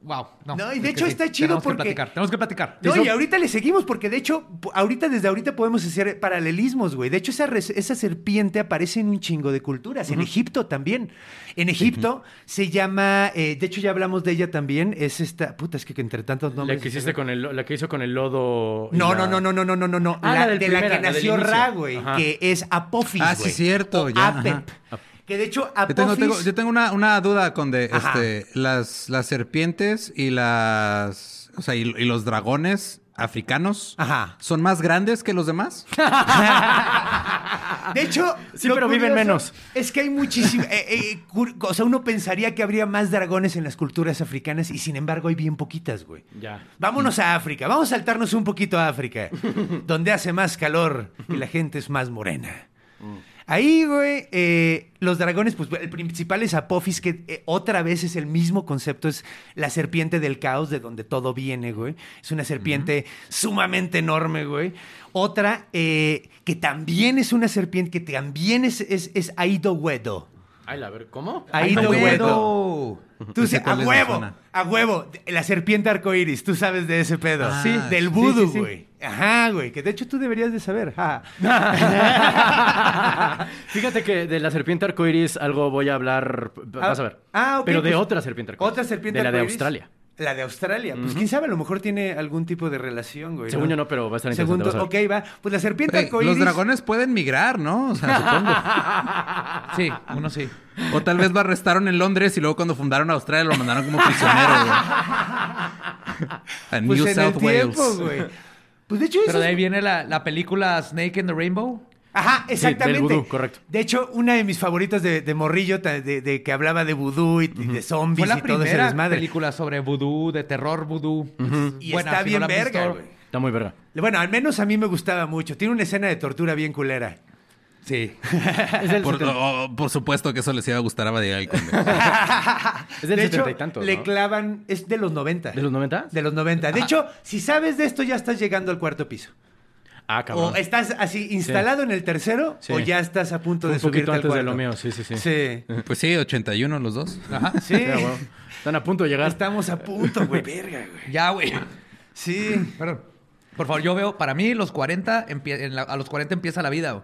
Wow. No, No, y de es que hecho está chido tenemos porque- Que platicar, tenemos que platicar. No, y ahorita le seguimos porque de hecho, p- ahorita desde ahorita podemos hacer paralelismos, güey. De hecho, esa, res- esa serpiente aparece en un chingo de culturas, en Egipto también. En Egipto se llama, eh, de hecho ya hablamos de ella también, es esta, puta, es que entre tantos La nombres... que, hiciste con el, lo- la que hizo con el lodo. y No, la- no, no, no, no, no, no, no, no. Ah, la, la del de la primera, que la del nació inicio. Ra, güey, Ajá. que es Apophis, Ah, güey. sí, cierto, O ya, Apep. ajá. Que de hecho Yo Apophis... tengo, tengo- yo tengo una, una duda con de, Ajá. este, las, las serpientes y las o sea, y, y los dragones africanos Ajá. son más grandes que los demás. De hecho, Sí, lo pero viven curioso menos. Es que hay muchísimo. eh, eh, cur- o sea, uno pensaría que habría más dragones en las culturas africanas y sin embargo hay bien poquitas, güey. Ya. Vámonos a África. Vamos a saltarnos un poquito a África, donde hace más calor y la gente es más morena. Ahí, güey, eh, los dragones, pues el principal es Apophis, que eh, otra vez es el mismo concepto, es la serpiente del caos, de donde todo viene, güey. Es una serpiente sumamente enorme, güey. Otra, eh, que también es una serpiente, que también es, es, es Aidowedo. Ay, la ver, ¿cómo? Aidowedo. Tú Ese dices, a cuál es, me huevo, suena. a huevo, la serpiente arcoiris, tú sabes de ese pedo. Ah, sí, del sí, vudú, sí, sí. güey. Ajá, güey, que de hecho tú deberías de saber. ja. Fíjate que de la serpiente arcoiris algo voy a hablar. p- p- Ah, Vas a ver. Ah, ok, Pero de pues, otra serpiente arcoiris. Otra serpiente De la de arcoíris. Australia. La de Australia. Pues quién sabe, a lo mejor tiene algún tipo de relación, güey. Según yo no, pero va a estar Según interesante. tú- vas a ver. ok, va. Pues la serpiente Ey, arcoíris. los dragones pueden migrar, ¿no? O, sea, supongo. Sí, uno sí. O tal vez lo arrestaron en Londres y luego cuando fundaron Australia lo mandaron como prisionero. güey. A Pues New en South el Wales. tiempo, güey. Pues de hecho eso Pero de ahí viene la, la película Snake and the Rainbow. Ajá, exactamente. del vudú, correcto. De hecho, una de mis favoritas de, de Morrillo, ta- de, de que hablaba de vudú y, y de zombies Fue la y todo ese primera desmadre. película sobre vudú, de terror vudú. Y Buena, está si no bien la han verga, visto. güey. Está muy verga. Bueno, al menos a mí me gustaba mucho. Tiene una escena de tortura bien culera. Sí. Es del, Por, 70 oh, por supuesto que eso les iba a gustar a Badía es del de 70 hecho, y tantos. le ¿no? clavan... Es de los 90. ¿De los 90? De los 90. De hecho, si sabes de esto, ya estás llegando al cuarto piso. Ah, cabrón. O estás así instalado en el tercero Sí. o ya estás a punto Fue de un poquito subirte al antes de cuarto. lo mío, sí, sí, Ah, sí. Sí. Pues sí, 81 los dos. Sí. Ya, huevo. Están a punto de llegar. Estamos a punto, güey. Verga, güey. Ya, güey. Sí. Perdón. Por favor, yo veo, para mí, los 40, empie- en la- a los 40 empieza la vida. güey.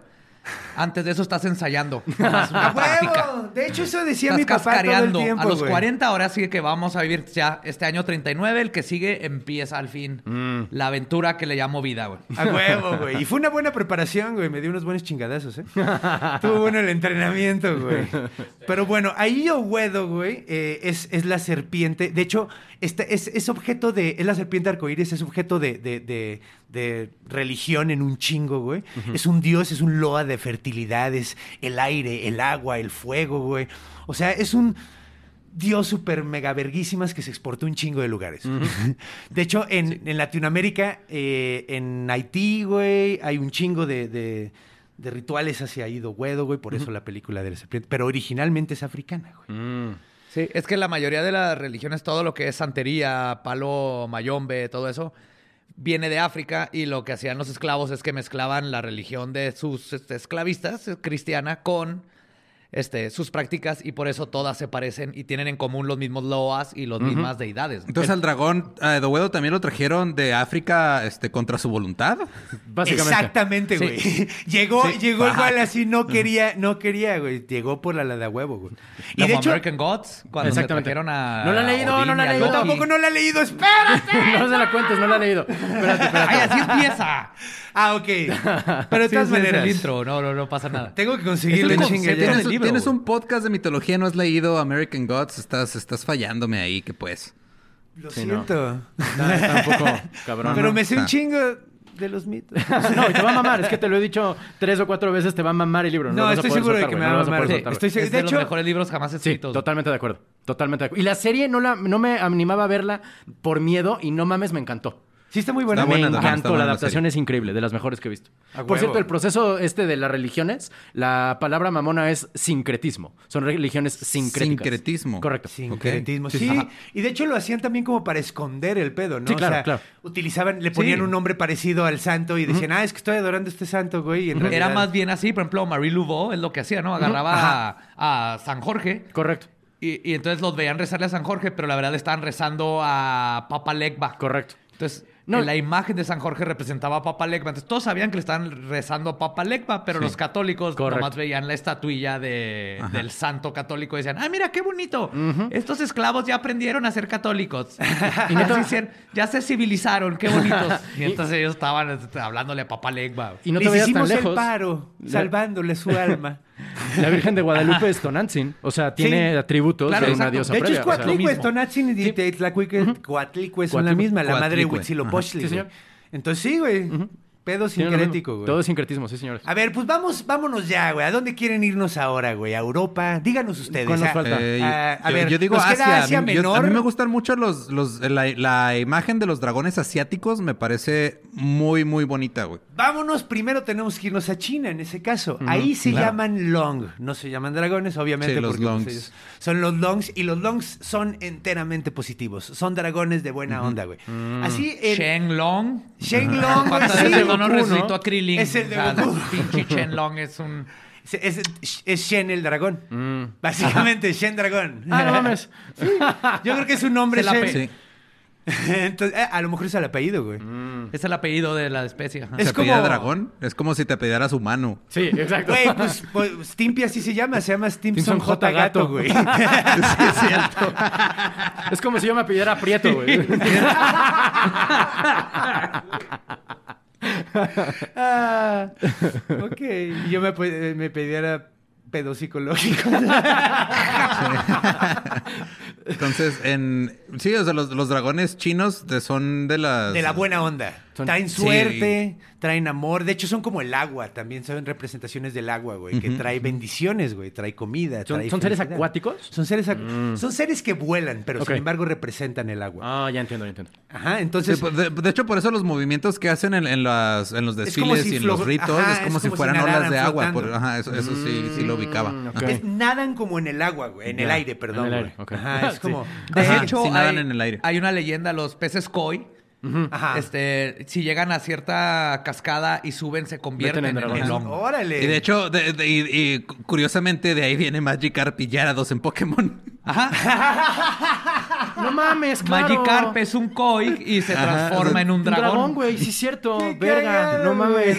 Antes de eso estás ensayando. Más una ¡A práctica. huevo! De hecho, eso decía Estás mi papá todo el cascareando. tiempo, a los güey. 40 ahora sí que vamos a vivir ya este año 39, el que sigue empieza al fin la aventura que le llamo vida, güey. A huevo, güey. Y fue una buena preparación, güey. Me dio unos buenos chingadazos, ¿eh? Estuvo bueno el entrenamiento, güey. Pero bueno, ahí Owedo, güey, eh, es, es la serpiente. De hecho, esta- es, es objeto de. Es la serpiente arcoíris, es objeto de, de- de- de religión en un chingo, güey. Es un dios, es un loa de fertilidades, el aire, el agua, el fuego, güey. O sea, es un dios super mega verguísimas que se exportó a un chingo de lugares. De hecho, en, en Latinoamérica, eh, en Haití, güey, hay un chingo de, de- de rituales hacia Ido Güedo, güey, por eso la película de la serpiente. Pero originalmente es africana, güey. Mm. Sí, es que la mayoría de las religiones, todo lo que es santería, palo, mayombe, todo eso, viene de África y lo que hacían los esclavos es que mezclaban la religión de sus este, esclavistas eh, cristiana con este, sus prácticas y por eso todas se parecen y tienen en común los mismos loas y las mismas deidades. Entonces al dragón eh, de huevo también lo trajeron de África este, contra su voluntad. Básicamente. Exactamente, güey. Llegó, llegó igual así, no quería, no quería, güey. Llegó por la, la de a huevo, güey. Y Como de hecho, American Gods, cuando se Exactamente. trajeron a. No la he leído, Odín no la y he a leído. yo Loki. tampoco no la he leído. ¡Espérate! No se la cuentes, no la he leído. Espérate, ¡Ay, espérate. así empieza! Ah, ok. Pero de todas Sí, sí, es maneras, el intro, no, no, no pasa nada. tengo que Es conseguir un el concepto chingue- del ¿Tienes, libro, tienes güey. un podcast de mitología, no has leído American Gods, estás, estás fallándome ahí, que pues. Lo Sí, no. siento. No, Ah, está un poco cabrón. Ah. Pero no, me sé no. un chingo de los mitos. No, y te va a mamar. Es que te lo he dicho tres o cuatro veces, te va a mamar el libro. No, No, lo vas a estoy poder seguro de soltar, que güey, me no va a lo vas mamar. poder güey. soltar, Estoy Es de, seguro. De los hecho, mejores libros jamás Sí, escritos. totalmente de acuerdo. Totalmente de acuerdo. Y la serie no, la, no me animaba a verla por miedo y no mames, me encantó. sí está muy buena. Está me buena, encantó, está la, buena la adaptación es increíble, de las mejores que he visto. A Por huevo. cierto, el proceso este de las religiones, la palabra mamona es sincretismo. Son religiones sincréticas. Sincretismo. Correcto. Sincretismo. Ok. Sí, y de hecho lo hacían también como para esconder el pedo, ¿no? Sí, claro, o sea, claro. utilizaban, le ponían Sí. un nombre parecido al santo y decían, ah, es que estoy adorando a este santo, güey. y en Era realidad- más bien así, por ejemplo, Marie Laveau es lo que hacía, ¿no? Agarraba a, a San Jorge Correcto. y, y entonces los veían rezarle a San Jorge, pero la verdad le estaban rezando a Papa Legba. Correcto. Entonces, No. en la imagen de San Jorge representaba a Papa Legba. Entonces, todos sabían que le estaban rezando a Papa Legba, pero los católicos Correcto. nomás veían la estatuilla de, del santo católico y decían, ¡ah, mira qué bonito! Estos esclavos ya aprendieron a ser católicos. y ya, se hicieron- ya se civilizaron, qué bonitos. y entonces ellos estaban este, hablándole a Papa Legba. Y no te Les vayas tan hicimos el lejos. paro, salvándole su alma. La Virgen de Guadalupe es Tonantzin. O sea, tiene Sí. atributos Claro, de una exacto. diosa De hecho, es previa, o sea, lo Coatlicue, mismo. Tonatzin y Tlacuique, Coatlicue son la Coatlicue. misma, la madre de Coatlicue. Huitzilopochtli. Sí, señor. güey. Entonces, sí, güey. Pedo tiene lo mismo. sincrético, güey. Todo es sincretismo, sí, señores. A ver, pues vamos, vámonos ya, güey. ¿A dónde quieren irnos ahora, güey? ¿A Europa? Díganos ustedes. ¿Cuál nos Ah, falta? Eh, ah, a yo, ver, yo digo nos queda Asia. Asia a, mí, yo- a menor. mí me gustan mucho los, los, la, la imagen de los dragones asiáticos, me parece muy, muy bonita, güey. Vámonos, primero tenemos que irnos a China en ese caso. Ahí se llaman long, no se llaman dragones, obviamente, Sí, los porque pues, longs. ellos son los longs y los longs son enteramente positivos. Son dragones de buena onda, güey. Así, el Shen Long. Shen Long, güey, ¿Cuántas sí. veces no nos Goku, ¿no? resucitó a Krillin? Es el de O sea, Goku. Pinche Shen Long es un... Es, es- es Shen el dragón. Básicamente, Shen dragón. Ah, no mames. Yo creo que es un nombre Se la Shen. pe- Sí. Entonces, eh, a lo mejor es el apellido, güey. Es el apellido de la especie. ajá. Es Se apellida como- dragón, es como si te apellidaras humano. Sí, exacto. Güey, pues, pues, Stimpy así se llama, se llama Stimpson Stimpson J. Gato, Gato. güey. Es como si yo me apellidara Prieto, güey. Ah, ok. Y yo me, pe- eh, me pidiera pedo psicológico. Entonces, en sí, o sea, los, los dragones chinos de- son de las De la buena onda. Son- Traen Sí. suerte, traen amor. De hecho, son como el agua. También son representaciones del agua, güey. Que trae bendiciones, güey. Trae comida. ¿Son- trae son seres felicidad. acuáticos? Son seres, acu- son seres que vuelan, pero Ok. sin embargo representan el agua. Ah, ya entiendo, ya entiendo. Ajá, Sí, entonces... pues, de, de hecho, por eso los movimientos que hacen en, en las- en los Es como desfiles si y en los flor- ritos ajá, es, como es si como si fueran nadaran olas de agua. flotando. Mm, por- ajá, eso, eso sí, sí lo ubicaba. Mm, ok. Ajá. es- nadan como en el agua, güey. En el Ya. aire, perdón. En el güey. aire, ok. Ajá, es como. De Ajá, hecho, ah, si nadan hay, en el aire. hay una leyenda, los peces koi. Ajá. Este, si llegan a cierta cascada y suben, se convierten en, Meten en el dragones. hongo. Órale. Y de hecho, de- de- y, y curiosamente, de ahí viene Magikarp y Gyarados en Pokémon. Ah, No mames, claro. Magikarp es un koi y se transforma en un Un dragón. dragón, güey. Sí, es cierto. Qué Verga. cagado, No mames.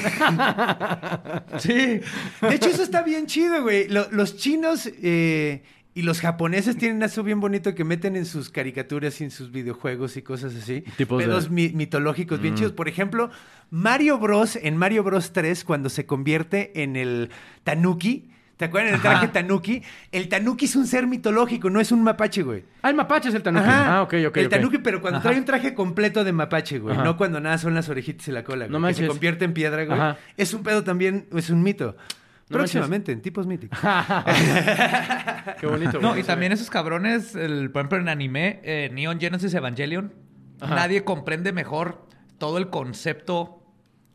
Sí. De hecho, eso está bien chido, güey. Lo- los chinos eh, y los japoneses tienen eso bien bonito que meten en sus caricaturas y en sus videojuegos y cosas así. Tipos de- Mm. Pedos mi- mitológicos bien chidos. Por ejemplo, Mario Bros. en Mario Bros. 3, cuando se convierte en el Tanuki. ¿Te acuerdas del traje Tanuki? El Tanuki es un ser mitológico, no es un mapache, güey. Ah, el mapache es el tanuki. Ajá. Ah, ok, ok. El ok. tanuki, pero cuando trae un traje completo de mapache, güey. Ajá. No cuando nada son las orejitas y la cola, güey. No que se manches. convierte en piedra, güey. Ajá. Es un pedo también, es un mito. No Próximamente, en tipos míticos. Qué bonito. No, güey. y también esos cabrones, el, por ejemplo, en anime, eh, Neon Genesis Evangelion, nadie comprende mejor todo el concepto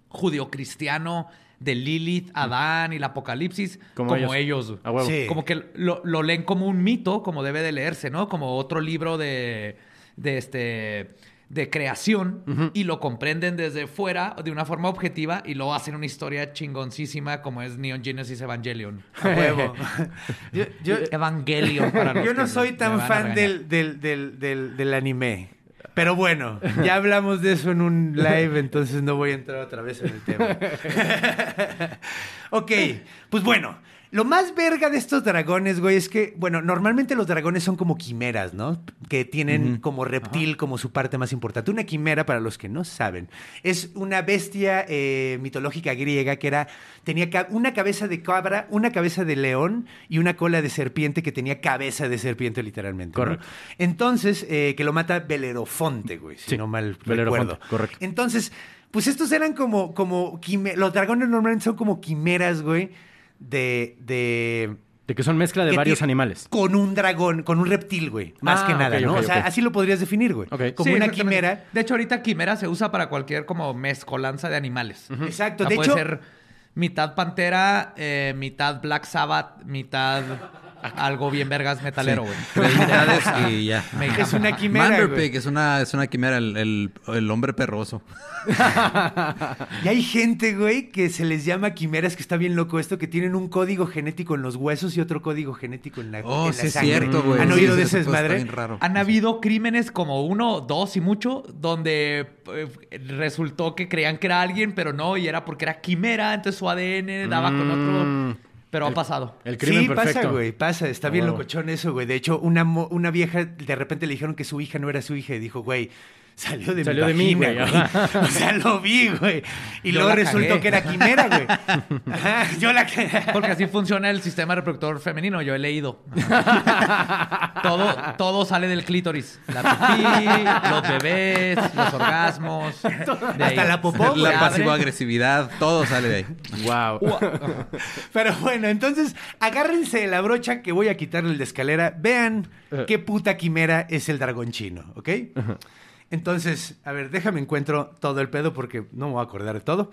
judio-cristiano de Lilith, Adán y el Apocalipsis Mm. Como como, ellos. ellos. A huevo. Sí. Como que lo, lo leen como un mito, como debe de leerse, ¿no? Como otro libro de, de este... de creación y lo comprenden desde fuera de una forma objetiva y lo hacen una historia chingoncísima como es Neon Genesis Evangelion. Yo, yo- Eh, Evangelion E-, para los yo que no soy me tan van a fan regañar. del, del, del, del, del anime. Pero bueno, ya hablamos de eso en un live, entonces no voy a entrar otra vez en el tema. ok, pues bueno. Lo más verga de estos dragones, güey, es que, bueno, normalmente los dragones son como quimeras, ¿no? Que tienen como reptil como su parte más importante. Una quimera, para los que no saben, es una bestia eh, mitológica griega que era, tenía ca- una cabeza de cabra, una cabeza de león y una cola de serpiente que tenía cabeza de serpiente, literalmente. ¿no? Correcto. Entonces, eh, que lo mata Belerofonte, güey, si Sí, no mal Belerofonte, recuerdo. correcto. Entonces, pues estos eran como, como quime- los dragones normalmente son como quimeras, güey, de, de De que son mezcla de que varios tiene- animales. Con un dragón, con un reptil, güey. Más Ah, que nada, ok, ¿no? ok, o sea, ok. así lo podrías definir, güey. Ok. Como Sí, una exactamente. quimera. De hecho, ahorita quimera se usa para cualquier como mezcolanza de animales. Exacto. Ah, O sea, de puede hecho, ser mitad pantera, eh, mitad Black Sabbath, mitad algo bien vergas metalero, güey. Deidades y ya. Me encanta. es una quimera. Manderpig güey. es una, es una quimera, el, el- el hombre perroso. Y hay gente, güey, que se les llama quimeras, que está bien loco esto, que tienen un código genético en los huesos y otro código genético en la, Oh, en la sí es sangre. Mm. cierto, güey. ¿Han Sí, oído sí, de esa ese cosa está desmadre? bien raro. Han habido crímenes como uno, dos y mucho, donde eh, resultó que creían que era alguien, pero no, y era porque era quimera, entonces su ADN daba con Mm. otro. Pero ha pasado. El crimen sí, perfecto. pasa, güey, pasa. Está bien locochón eso, güey. De hecho, una, mo- una vieja, de repente le dijeron que su hija no era su hija y dijo, güey, salió de Salió mi de mí, vagina, güey, güey. O sea, lo vi, güey. Y Yo luego la resultó cagué. que era quimera, güey. Ajá, yo la cagué. Porque así funciona el sistema reproductor femenino, yo he leído. todo, todo sale del clítoris. La pipí, los bebés, los orgasmos. de ahí. Hasta la popó, güey. la abre. pasivo-agresividad, todo sale de ahí. Wow. Pero bueno, entonces agárrense de la brocha que voy a quitarle el de escalera. Vean qué puta quimera es el dragón chino, ¿ok? Entonces, a ver, déjame encuentro todo el pedo porque no me voy a acordar de todo.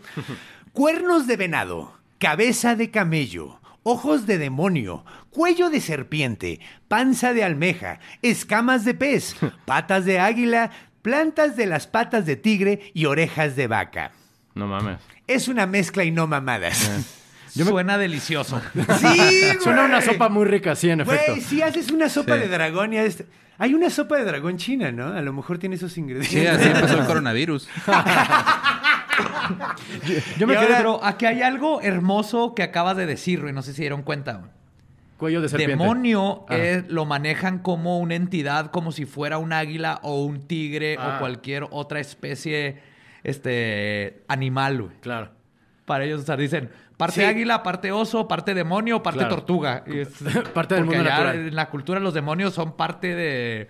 Cuernos de venado, cabeza de camello, ojos de demonio, cuello de serpiente, panza de almeja, escamas de pez, patas de águila, plantas de las patas de tigre y orejas de vaca. No mames. Es una mezcla y no mamadas. Suena delicioso. Sí, güey. Suena una sopa muy rica, sí, en efecto. Güey, si haces una sopa Sí. de dragón y haces- Hay una sopa de dragón china, ¿no? A lo mejor tiene esos ingredientes. Sí, así empezó el coronavirus. Yo me Y quedé, ahora- pero aquí hay algo hermoso que acabas de decir, y no sé si dieron cuenta. güey. Cuello de serpiente. Demonio Ah. eh, lo manejan como una entidad, como si fuera un águila o un tigre Ah. o cualquier otra especie este, animal, güey. Claro. Para ellos, o sea, dicen parte Sí. águila, parte oso, parte demonio, parte Claro. tortuga. Y es- Parte del porque mundo allá natural. En la cultura los demonios son parte de,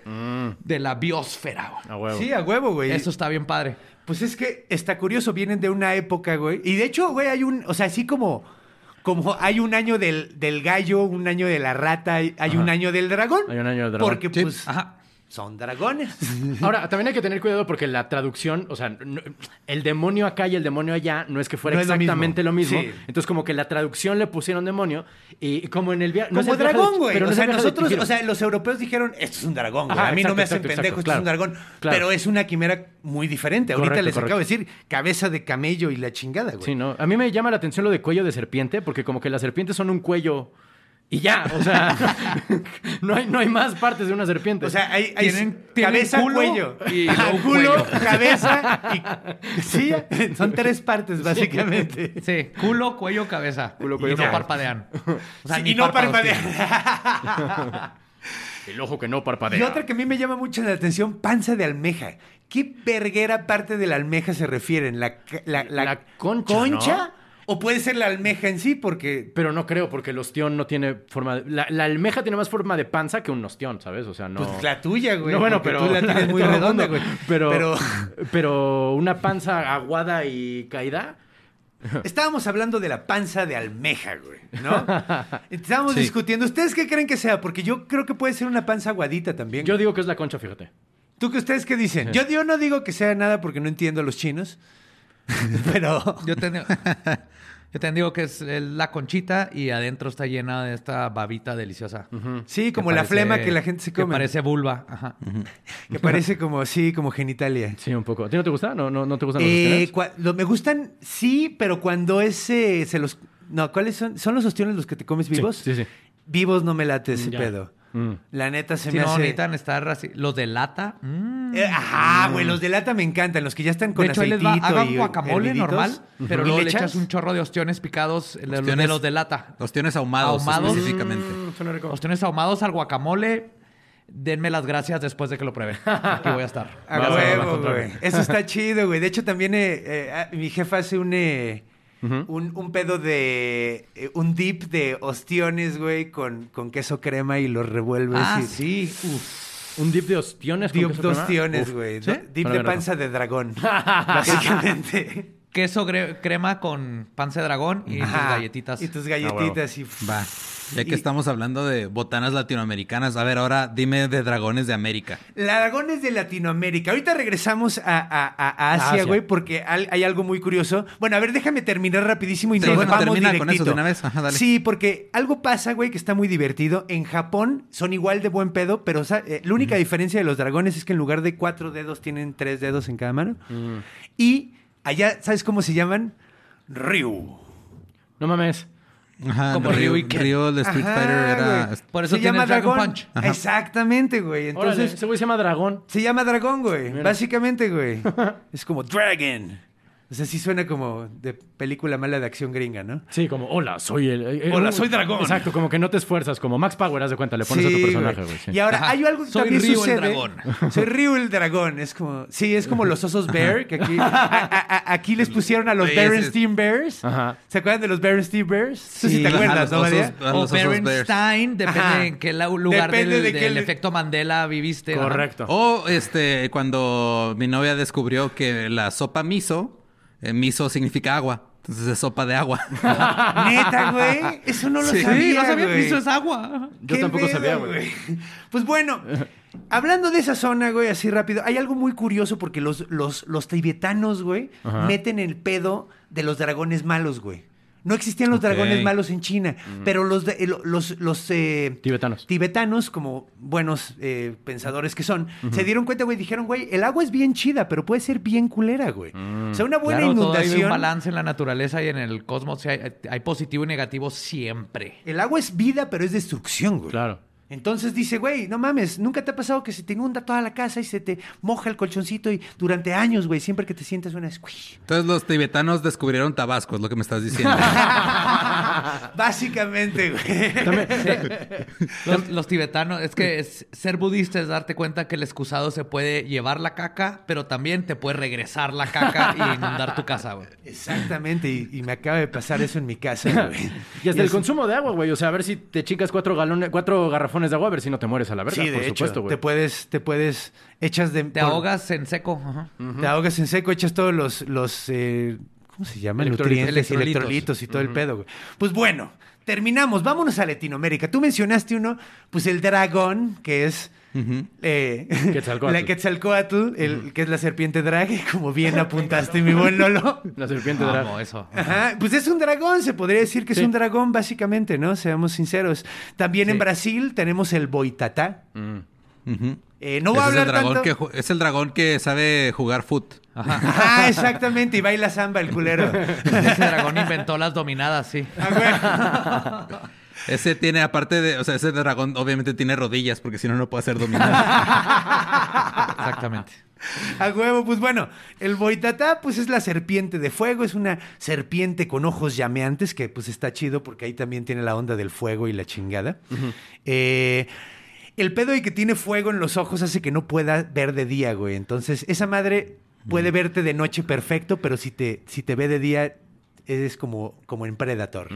de la biosfera. güey. A huevo. Sí, a huevo, güey. Eso está bien padre. Pues es que está curioso, vienen de una época, güey. Y de hecho, güey, hay un. O sea, así como. Como hay un año del, del gallo, un año de la rata, hay hay un año del dragón. Hay un año del dragón. Porque, Sí. pues, Ajá. son dragones. Ahora, también hay que tener cuidado porque la traducción, o sea, no- el demonio acá y el demonio allá no es que fuera No es lo exactamente lo mismo. mismo. Sí. Entonces, como que la traducción le pusieron demonio y como en el viaje. Como dragón, güey. o sea, nosotros, Pero no o es el viaje de sea, los europeos dijeron, esto es un dragón, güey. Ajá, a mí exacto, no me hacen exacto, pendejo, exacto, esto es un claro. dragón. Claro. Pero es una quimera muy diferente. Ahorita Correcto, les acabo de correcto. decir, cabeza de camello y la chingada, güey. Piquiro. Sí, no. A mí me llama la atención lo de cuello de serpiente porque como que las serpientes son un cuello y ya. O sea, no, hay, no hay más partes de una serpiente. O sea, hay, hay Tienen- tienen cabeza, culo cuello. y luego Ajá, un culo, cuello. cabeza y... Sí, son tres partes, básicamente. Sí, culo, cuello, cabeza. Culo, cuello, y no cabeza. parpadean. O sea, Sí, ni y no párpados parpadean. tienen. el ojo que no parpadea. Y otra que a mí me llama mucho la atención, panza de almeja. ¿Qué verguera parte de la almeja se refieren? ¿La, ca- la, La concha, ¿no? ¿O puede ser la almeja en sí? Porque... Pero no creo, porque el ostión no tiene forma de- La, la almeja tiene más forma de panza que un ostión, ¿sabes? O sea, no... Pues la tuya, güey. no, bueno, porque pero... Tú la tienes muy todo el redonda, mundo. güey. Pero, pero... una panza aguada y caída... Estábamos hablando de la panza de almeja, güey, ¿no? Estábamos Sí. discutiendo. ¿Ustedes qué creen que sea? Porque yo creo que puede ser una panza aguadita también. Yo digo que es la concha, fíjate. ¿Tú qué ustedes qué dicen? Yo, yo no digo que sea nada porque no entiendo a los chinos. Pero Yo, tenía- yo que te digo que es eh, la conchita y adentro está llena de esta babita deliciosa. Sí, Que como la parece- flema que la gente se Que come. parece vulva. Ajá. que parece como, sí, como genitalia. Sí, un poco. ¿A ti no te gusta? ¿No, no, no te gustan los Eh, ostiones? cua- lo- me gustan, sí, pero cuando ese se los. No, ¿cuáles son? ¿Son los ostiones los que te comes vivos? sí, sí. Vivos no me late ese Ya. pedo. Mm. La neta se Si me no, hace. necesitan estar así. Los de lata. mm. Eh, ajá, güey, los de lata me encantan, los que ya están con de hecho, ahí les aceitito va, hagan y guacamole herviditos. normal, pero ¿Y luego le echas un chorro de ostiones picados, de los- de Ostiones- los de lata. Ostiones ahumados, Ahumados. específicamente. Ostiones ahumados al guacamole. Denme las gracias después de que lo pruebe. Aquí voy a estar. A Vas a- vas a huevo, encontrar. güey. Eso está chido, güey. De hecho, también eh, eh, ah, mi jefa hace un, eh, un, un pedo de. eh, un dip de ostiones, güey, con, con queso crema y los revuelves. Ah, y- sí. Un dip de ostiones. con Dip queso de crema? ostiones, Uf. güey. ¿Sí? Do- Dip Bueno, de bueno. panza de dragón. básicamente. Queso gre- crema con panza de dragón y tus Ajá. galletitas. Ah, Y tus galletitas y. Va. Ya que Y- estamos hablando de botanas latinoamericanas, a ver, ahora dime de dragones de América. Dragones de Latinoamérica. Ahorita regresamos a, a- Ah, a Asia, Asia. güey, porque al- hay algo muy curioso. Bueno, a ver, déjame terminar rapidísimo y Sí, nos bueno, vamos termina con directito. eso de una vez. Ajá, dale. Sí, porque algo pasa, güey, que está muy divertido. En Japón son igual de buen pedo, pero o sea, eh, la única diferencia de los dragones es que en lugar de cuatro dedos tienen tres dedos en cada mano. Mm. Y allá, ¿sabes cómo se llaman? Ryu. No mames. Ajá, Como Ryu, Ryu y Ken. Ryu de Street Fighter era. Ah, este. güey. Por eso se tiene llama Dragon dragón. Punch. Exactamente, güey. Órale, Entonces, ese güey se llama Dragón. se llama dragón, güey. Básicamente, güey. es como Dragon. O sea, sí suena como de película mala de acción gringa, ¿no? Sí, como, hola, soy el... eh, eh, Hola, uh, soy dragón. Exacto, como que no te esfuerzas. Como Max Power, haz de cuenta, le pones a tu Sí, personaje, güey. güey. sí. Y ahora Ajá. hay algo que Soy también Ryu el sucede. dragón. Soy Ryu el dragón. Es como, sí, es como los osos bear, que aquí, a- a- a- aquí les pusieron a los Sí, Berenstein Bears. Ajá. ¿Se acuerdan de los Berenstein Bears? Sí, sí te Ajá, acuerdas, los ¿no, osos- María? a O los osos bears. Berenstein, depende Ajá. en qué la- lugar Depende de del, qué del le- efecto Mandela viviste. Ajá. Correcto. O este, cuando mi novia descubrió que la sopa miso, eh, miso significa agua. Entonces es sopa de agua. Neta, güey. Eso no lo Sí. sabía. Sí, no sabía que güey. eso es agua. Yo ¿Qué tampoco pedo, sabía, güey. Pues bueno, hablando de esa zona, güey, así rápido, hay algo muy curioso porque los, los, los tibetanos, güey, meten el pedo de los dragones malos, güey. No existían los Ok. dragones malos en China, pero los, de- eh, lo- los, los eh, Tibetanos. tibetanos, como buenos eh, pensadores que son, se dieron cuenta, güey, dijeron, güey, el agua es bien chida, pero puede ser bien culera, güey. Mm. O sea, una buena Claro, todo hay un inundación. balance en la naturaleza y en el cosmos. sí hay, hay positivo y negativo siempre. El agua es vida, pero es destrucción, güey. Claro. Entonces dice, güey, no mames, nunca te ha pasado que se te inunda toda la casa y se te moja el colchoncito y durante años, güey, siempre que te sientas una squish. Entonces los tibetanos descubrieron Tabasco, es lo que me estás diciendo. Básicamente, güey. Los, los tibetanos, es que es- ser budista es darte cuenta que el excusado se puede llevar la caca, pero también te puede regresar la caca y inundar tu casa, güey. Exactamente, y, y me acaba de pasar eso en mi casa, güey. Y hasta el así- consumo de agua, güey. O sea, a ver si te chicas cuatro galones, cuatro garrafones de agua, a ver si no te mueres a la verga. Sí, de por supuesto, hecho, güey. te puedes, te puedes, echas de... Te por- ahogas en seco. ajá. Te ahogas en seco, echas todos los, los eh, ¿cómo se llama? Electrolitos. Nutrientes, y Electrolitos. electrolitos y todo el pedo, güey. Pues bueno, terminamos. Vámonos a Latinoamérica. Tú mencionaste uno, pues el dragón, que es... eh, Quetzalcóatl. La Quetzalcoatl, el, que es la serpiente drag, como bien apuntaste, mi buen Lolo. La serpiente drag. Amo eso. Ajá, pues es un dragón, se podría decir que Sí. es un dragón, básicamente, ¿no? Seamos sinceros. También en Brasil tenemos el boitatá. Eh, no voy a Mm. Ese es, el hablar dragón tanto- que, ju- es el dragón que sabe jugar foot. Ajá, Ah, exactamente, y baila samba el culero. Ese dragón inventó las dominadas, sí. Ese tiene, aparte de, o sea, ese dragón obviamente tiene rodillas, porque si no, no puede ser dominado. Exactamente. A huevo, pues bueno, el boitatá pues es la serpiente de fuego, es una serpiente con ojos llameantes que pues está chido porque ahí también tiene la onda del fuego y la chingada. Eh, el pedo de que tiene fuego en los ojos hace que no pueda ver de día, güey. Entonces, esa madre puede verte de noche perfecto, pero si te, si te ve de día es como, como en Predator,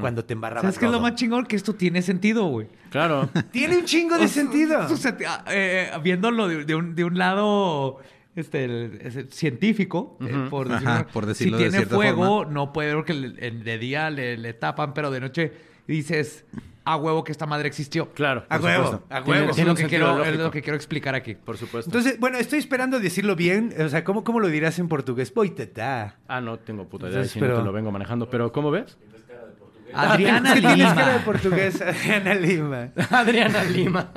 cuando te embarraba ¿Sabes qué es lo todo. más chingón? Que esto tiene sentido, güey. Claro. Tiene un chingo de sentido. eh, Su- su senti- ah, eh, viéndolo de, de un, de un lado este, el- ese científico, eh, por Ajá, decirlo, por decirlo si de tiene cierta fuego, no puede, porque le- el- de día le, le tapan, pero de noche dices, a huevo que esta madre existió. Claro. A por huevo, supuesto. a Tiene- huevo. Es, tiene lo un que sentido quiero, es lógico. lo que quiero explicar aquí. Por supuesto. Entonces, bueno, estoy esperando decirlo bien. O sea, ¿cómo, cómo lo dirás en portugués? Poitetá. ah, no tengo puta idea. Entonces, si no pero- te lo vengo manejando. Pero, ¿cómo ves? Ah, Adriana Es Ah, que tienes cara de Lima. portugués, Adriana Lima. Adriana Lima.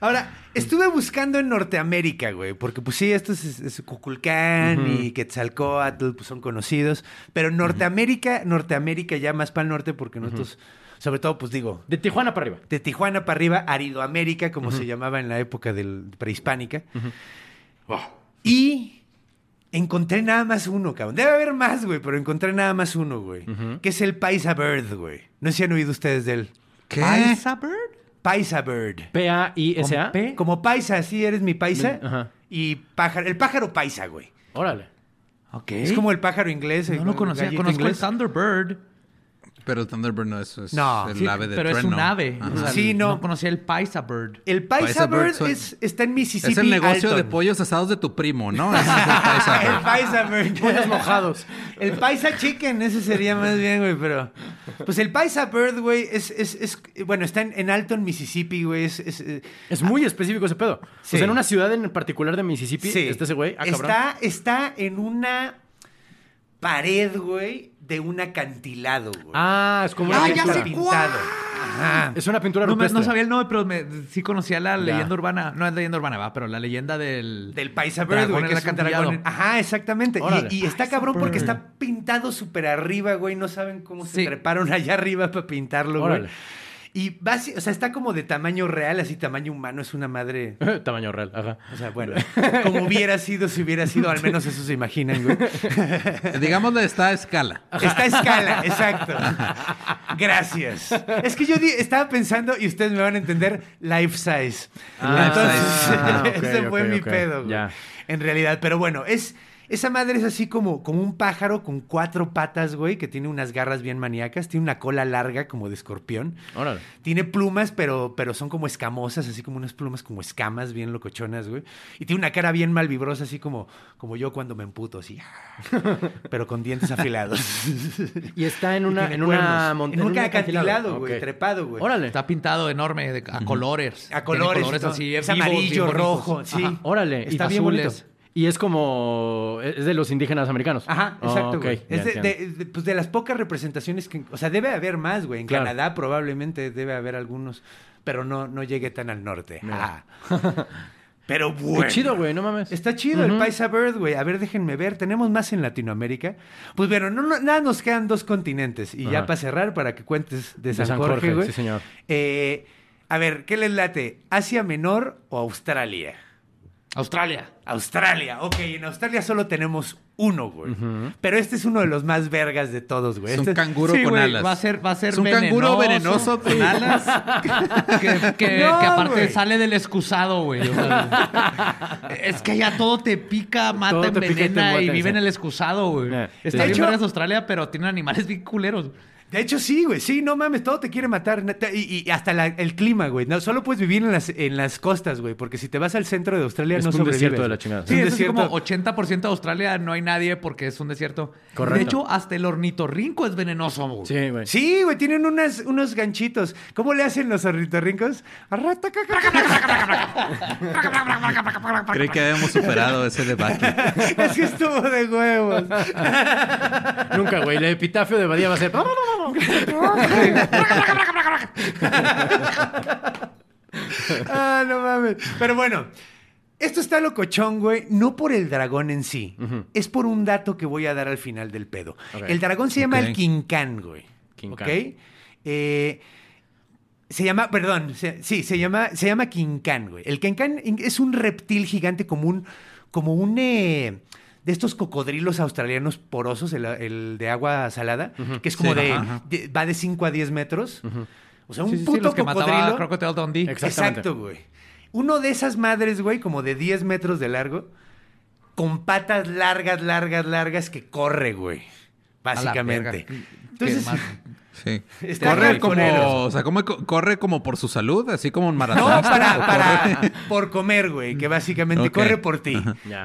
Ahora, estuve buscando en Norteamérica, güey, porque pues sí, estos es, es Cuculcán y Quetzalcóatl, pues son conocidos, pero Norteamérica, Norteamérica ya más para el norte porque nosotros, sobre todo, pues digo, De Tijuana para arriba. de Tijuana para arriba, Aridoamérica, como se llamaba en la época del prehispánica. Y encontré nada más uno, cabrón. Debe haber más, güey, pero encontré nada más uno, güey, que es el Paisa Bird, güey. No sé si han oído ustedes de él. ¿Qué? Paisa Bird. P-A-I-S-A. Como paisa, sí, eres mi paisa. Me- ajá. ¿Eh? Y pájaro, el pájaro paisa, güey. Órale. Ok. Es como el pájaro inglés. No el- lo el conocía. gallito Conozco inglés. el Thunderbird. Pero el Thunderbird no es, es No, el sí, ave de pero es trueno. un ave. Ajá. O sea, Sí, no. no conocía el Paisa Bird. El paisa, Paisa bird, bird son- es- está en Mississippi. Es el negocio Alton. de pollos asados de tu primo, ¿no? Ese es el paisa, Ah, el güey. paisa bird. Pollos mojados. El paisa chicken, ese sería más bien, güey, pero... Pues el paisa bird, güey, es, es, es- Bueno, está en, en Alton, Mississippi, güey. Es, es- eh, Es muy específico ese pedo. Sí. O sea, en una ciudad en particular de Mississippi, sí. está ese güey. Ah, cabrón. está, está en una pared, güey, de un acantilado, güey. Ah, es como una Ah, ya pintura. sé cuál. Ajá. Es una pintura No, me- rupestre. no sabía el nombre, pero me- sí conocía la leyenda Ya. urbana. No es leyenda urbana, va, pero la leyenda del... Del Paisa Bird, dragón güey, en que el es un acantilado. Ah, dragón. Ajá, exactamente. Y- Órale. Y, está Paisa cabrón porque Bird. está pintado súper arriba, güey. No saben cómo se Sí. treparon allá arriba para pintarlo, Órale. güey. Y basi- o sea, está como de tamaño real, así tamaño humano, es una madre. Tamaño real, ajá. O sea, bueno, como hubiera sido si hubiera sido, al menos eso se imaginan, güey. Digámosle, está a escala. Está a escala, exacto. Gracias. Es que yo di- estaba pensando, y ustedes me van a entender, life size. Ah, Entonces, life size. Ah, ese ok, fue ok, mi ok. pedo, güey. Ya. En realidad, pero bueno, es... Esa madre es así como, como un pájaro con cuatro patas, güey, que tiene unas garras bien maníacas, tiene una cola larga como de escorpión, Órale. tiene plumas, pero, pero son como escamosas, así como unas plumas como escamas, bien locochonas, güey. Y tiene una cara bien malvibrosa, así como, como yo cuando me emputo, así. Pero con dientes afilados. Y está en Y una, tiene en una cuernos. montaña. En un acantilado, güey, trepado, güey. Órale. Está pintado enorme, de- a colores. A Tiene colores. ¿no? así, es vivos, amarillo, bien bonitos. rojo, sí. Ajá. Órale. Está Y bien bonito. azules. Y es como. e-, Es de los indígenas americanos. Ajá, Oh, exacto, ok, güey. ya Es de, entiendo. de- de- pues de las pocas representaciones que... O sea, debe haber más, güey. En Claro. Canadá probablemente debe haber algunos, pero no, no llegué tan al norte. Ah. pero bueno. Qué chido, güey, no mames. Está chido el Paisa Bird, güey. A ver, déjenme ver. Tenemos más en Latinoamérica. Pues bueno, no, no- nada, nos quedan dos continentes. Y ya Ajá. para cerrar, para que cuentes de San, San Jorge, Jorge, güey. sí, señor. Eh, a ver, ¿qué les late? ¿Asia Menor o Australia? Australia. Australia, ok, en Australia solo tenemos uno, güey. Pero este es uno de los más vergas de todos, güey. Es un Este- canguro Sí, con güey, alas. Va a ser, va a ser Es un canguro venenoso con alas. que, que- No, que aparte güey. sale del excusado, güey. o sea, es que allá todo te pica, mata, Todo te pica y te envenena y, mata, vive en sí. el excusado, güey. Eh, de Está bien hecho- vergas Australia, pero tienen animales bien culeros. De hecho, sí, güey. Sí, no mames, todo te quiere matar. neta, Y, y hasta la- el clima, güey. No, solo puedes vivir en las, en las costas, güey. Porque si te vas al centro de Australia Es no un sobrevives. desierto de la chingada. Sí, Es un eso es como desierto. 80% de Australia no hay nadie porque es un desierto. Correcto. De hecho, hasta el ornitorrinco es venenoso, güey. Sí, güey. Sí, güey, tienen unas, unos ganchitos. ¿Cómo le hacen los ornitorrincos? Creí que habíamos superado ese debate. es que estuvo de huevos. Nunca, güey. El epitafio de Badía va a ser. Ah, no mames. Pero bueno, esto está locochón, güey. No por el dragón en sí. Es por un dato que voy a dar al final del pedo. Ok. El dragón se llama Ok. el Quincán, güey. Quincán. ¿Ok? Eh, se llama, perdón, se- sí, se llama, se llama Quincán, güey. El Quincán es un reptil gigante como un, como un, eh, de estos cocodrilos australianos porosos, el, el de agua salada, que es como Sí, de, ajá, ajá. de- va de 5 a 10 metros. O sea, un Sí, sí, sí, puto los que mataba cocodrilo. a Crocodile Dundee. Ex- Exactamente. Exacto, güey. Uno de esas madres, güey, como de 10 metros de largo, con patas largas, largas, largas que corre, güey. A la verga. Básicamente. Qué Entonces, más- Sí. Está Corre con él. como, o sea, como- corre como por su salud, así como un No, maratón. para, para, por comer, güey, que básicamente Ok. corre por ti. Ya.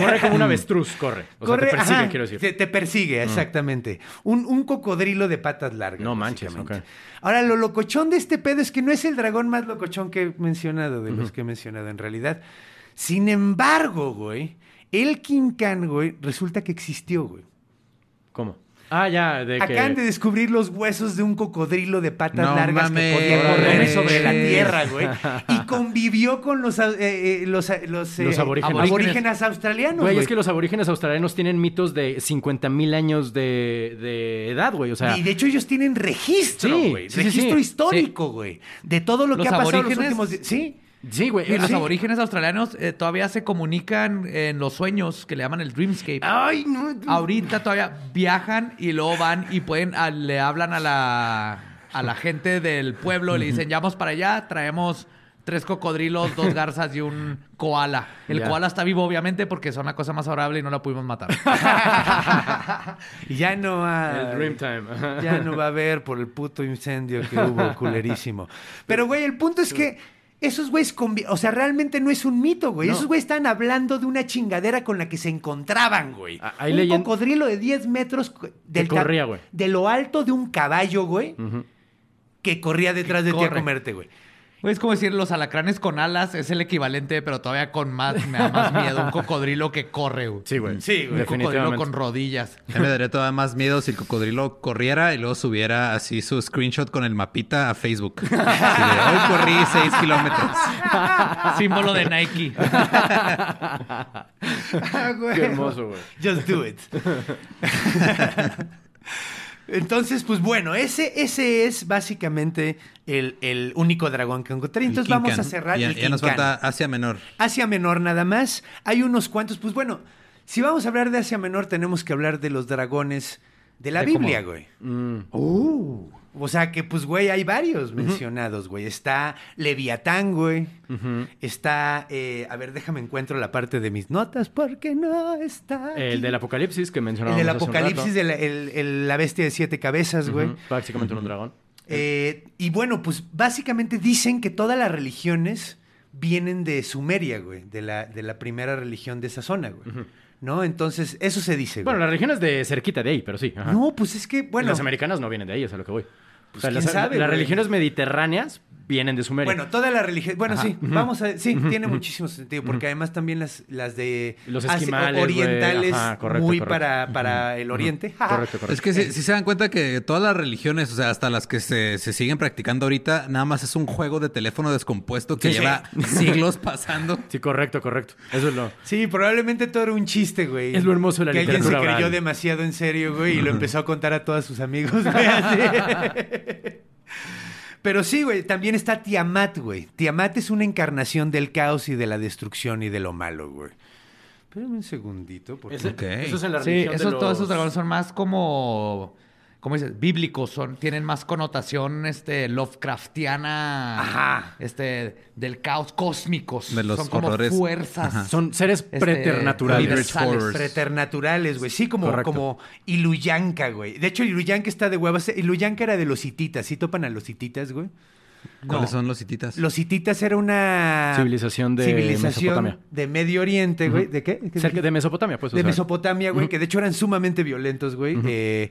Corre como un avestruz, corre. O sea, corre, te persigue, ajá, quiero decir. Te, te persigue, exactamente. Un, un cocodrilo de patas largas. No manches, básicamente. Ahora, lo locochón de este pedo es que no es el dragón más locochón que he mencionado, de los que he mencionado en realidad. Sin embargo, güey, el Kinkan, güey, resulta que existió, güey. ¿Cómo? Ah, ya, de que... Acaban de descubrir los huesos de un cocodrilo de patas No largas mames. que podía correr Órale. sobre la tierra, güey. Y convivió con los, au- eh, eh, los, eh, los, eh, Los aborígenes. aborígenes australianos, Güey, güey. es que los aborígenes australianos tienen mitos de 50.000 mil años de, de edad, güey. O sea, y de hecho ellos tienen registro, Sí, güey. sí, sí, registro sí. histórico, güey. De todo lo ¿Los que ha pasado en los aborígenes? últimos... di- Sí. sí, güey. Y los sí. aborígenes australianos eh, todavía se comunican en los sueños que le llaman el dreamscape. Ah, Ay, no. Ahorita todavía viajan y luego van y pueden a- le hablan a la a la gente del pueblo, le dicen, "Ya vamos para allá, traemos tres cocodrilos, dos garzas y un koala." El Ya. koala está vivo obviamente porque es una cosa más adorable y no la pudimos matar. ya no hay. El Dreamtime. ajá. Ya no va a haber por el puto incendio que hubo, culerísimo. Pero, güey, el punto es que esos güeyes, convi- o sea, realmente no es un mito, güey. Esos güeyes estaban hablando de una chingadera con la que se encontraban, güey. Ah, hay un leyen- cocodrilo de 10 metros cu- del Que ca- corría, güey. de lo alto de un caballo, güey, que corría detrás de ti a corre. comerte, güey. Güey, Es como decir, los alacranes con alas es el equivalente, pero todavía con más, me da más miedo un cocodrilo que corre. güey. Sí, güey. Sí, güey. Un cocodrilo Definitivamente. con rodillas. Ya me daría todavía más miedo si el cocodrilo corriera y luego subiera así su screenshot con el mapita a Facebook. Así de, Hoy corrí 6 kilómetros. Símbolo de Nike. Ah, güey. Qué hermoso, güey. Just do it. Entonces, pues bueno, ese, ese es básicamente el, el único dragón que encontré. El Entonces King vamos Can. a cerrar Ya, el ya nos King Can. falta Asia Menor. Asia Menor nada más. Hay unos cuantos. Pues bueno, si vamos a hablar de Asia Menor, tenemos que hablar de los dragones de la De cómo- Biblia, güey. Mm. Uh. O sea que, pues, güey, hay varios mencionados, güey. Está Leviatán, güey. Está. eh, a ver, déjame encuentro la parte de mis notas porque no está. El aquí. del apocalipsis que El mencionábamos del apocalipsis de la, el- el- la bestia de siete cabezas, güey. güey. Básicamente un dragón. Eh, y bueno, pues básicamente dicen que todas las religiones vienen de Sumeria, güey, de la, de la primera religión de esa zona, güey. ¿No? Entonces, eso se dice, güey. Bueno, la región es de cerquita de ahí, pero sí. ajá. No, pues es que, bueno. Pues, Las americanas no vienen de ahí, es a lo que voy. o sea, quién las, sabe, las güey. religiones mediterráneas vienen de Sumeria. Bueno, toda la religión. Bueno, sí, vamos a. Sí, tiene muchísimo sentido, porque además también las, las de. Los Asia- esquimales, güey. orientales, Ajá, correcto, muy correcto. para, para el oriente. Correcto, correcto. Es que si, si se dan cuenta que todas las religiones, o sea, hasta las que se, se siguen practicando ahorita, nada más es un juego de teléfono descompuesto que Sí, sí. lleva siglos pasando. Sí, correcto, correcto. Eso es lo... Sí, probablemente todo era un chiste, güey. Es lo hermoso de la Que alguien se literatura creyó oral. demasiado en serio, güey, y lo empezó a contar a todos sus amigos, güey. así. Pero sí, güey, también está Tiamat, güey. Tiamat es una encarnación del caos y de la destrucción y de lo malo, güey. Espérame un segundito, porque... Ese- Ok. Eso es en la Sí, religión esos, de los... todos esos dragones son más como, ¿cómo dices? Bíblicos, son, tienen más connotación este, Lovecraftiana, Ajá. este, del caos cósmicos. De los son como horrores. fuerza fuerzas. Son seres este, preternaturales. universales. Horrors. Preternaturales, güey. Sí, como, Correcto. como Iluyanka, güey. De hecho, Iluyanka está de huevas. Iluyanka era de los hititas. ¿Sí topan a los hititas, güey? ¿Cuáles son los hititas? Los hititas era una Civilización de civilización Mesopotamia. de Medio Oriente, güey. ¿De qué? ¿Qué Cerca dijiste? de Mesopotamia, pues. o De sea. Mesopotamia, güey, que de hecho eran sumamente violentos, güey. Eh,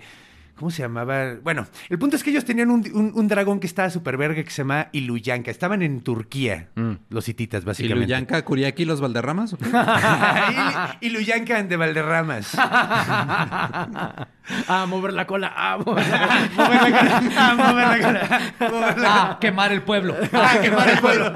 ¿Cómo se llamaba? Bueno, el punto es que ellos tenían un, un- un dragón que estaba súper verga que se llamaba Iluyanka. Estaban en Turquía, Mm. los hititas, ¿Y básicamente. Luyanka, Kuriaki y los Valderramas? ¿o qué? Ah, Ilu- Iluyanka de Valderramas. Ah, mover la cola. Ah, mover la cola. Mover la cola, ah, mover la cola, mover la Ah, quemar el pueblo. Ah, quemar el pueblo.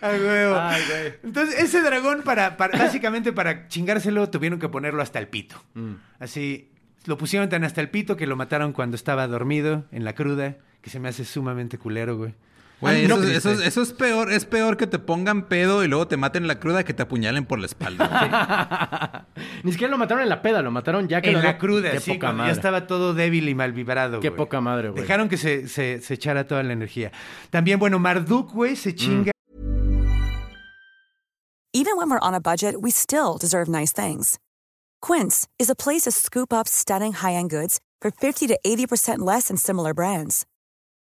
Ay, huevo. Ay, güey. Entonces, ese dragón, para, para- básicamente para chingárselo, tuvieron que ponerlo hasta el pito. Mm. Así, lo pusieron tan hasta el pito que lo mataron cuando estaba dormido, en la cruda, que se me hace sumamente culero, güey. Güey, Ay, no, pues, este eso, triste. eso es- eso es peor. Es peor que te pongan pedo y luego te maten la cruda que te apuñalen por la espalda. Ni siquiera lo mataron en la peda, lo mataron ya que lo En la había- cruda, Qué sí, poca cuando madre. ya estaba todo débil y mal vibrado. Qué güey. poca madre, güey. Dejaron que se, se- se echara toda la energía. También, bueno, Marduk, güey, Mm. se chinga Even when we're on a budget, we still deserve nice things. Quince is a place to scoop up stunning high end goods for 50 to 80% less than similar brands.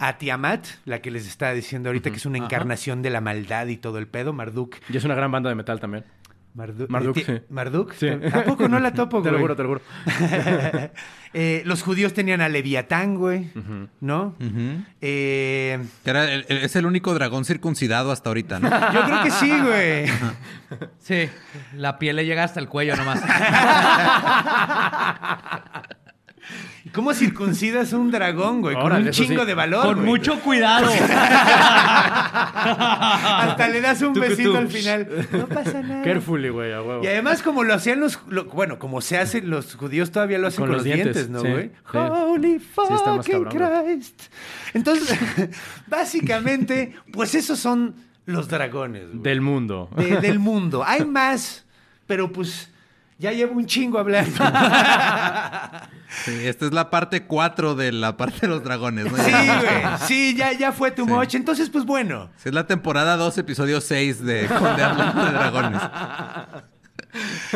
a Tiamat, la que les estaba diciendo ahorita, que es una encarnación de la maldad y todo el pedo, Marduk. Y es una gran banda de metal también. Marduk. Marduk, Ti- sí. Marduk. Sí. ¿A poco no la topo, Te güey? lo juro, te lo juro. Eh, los judíos tenían a Leviatán, güey, ¿no? Eh, Que era el- el- es el único dragón circuncidado hasta ahorita, ¿no? yo creo que sí, güey. Sí, la piel le llega hasta el cuello nomás. ¿Cómo circuncidas un dragón, güey? Con Órale, un eso sí. chingo de valor. Con güey. mucho cuidado. Hasta le das un Tucutú. besito al final. No pasa nada. Carefully, güey, a huevo. Eh. Y además, como lo hacían los. lo- bueno, como se hacen los judíos, todavía lo hacen con, los, dientes, ¿no, sí, güey? sí. Holy está fucking más cabrón, Christ. Entonces, básicamente, pues esos son los dragones, güey. Del mundo. de- del mundo. Hay más, pero pues ya llevo un chingo hablando. Sí, esta es la parte 4 de la parte de los dragones, ¿no? Sí, güey. Sí, ya, ya fue tu moche. Entonces, pues bueno. Sí, es la temporada 2, episodio 6 de Conde Hablando de Dragones.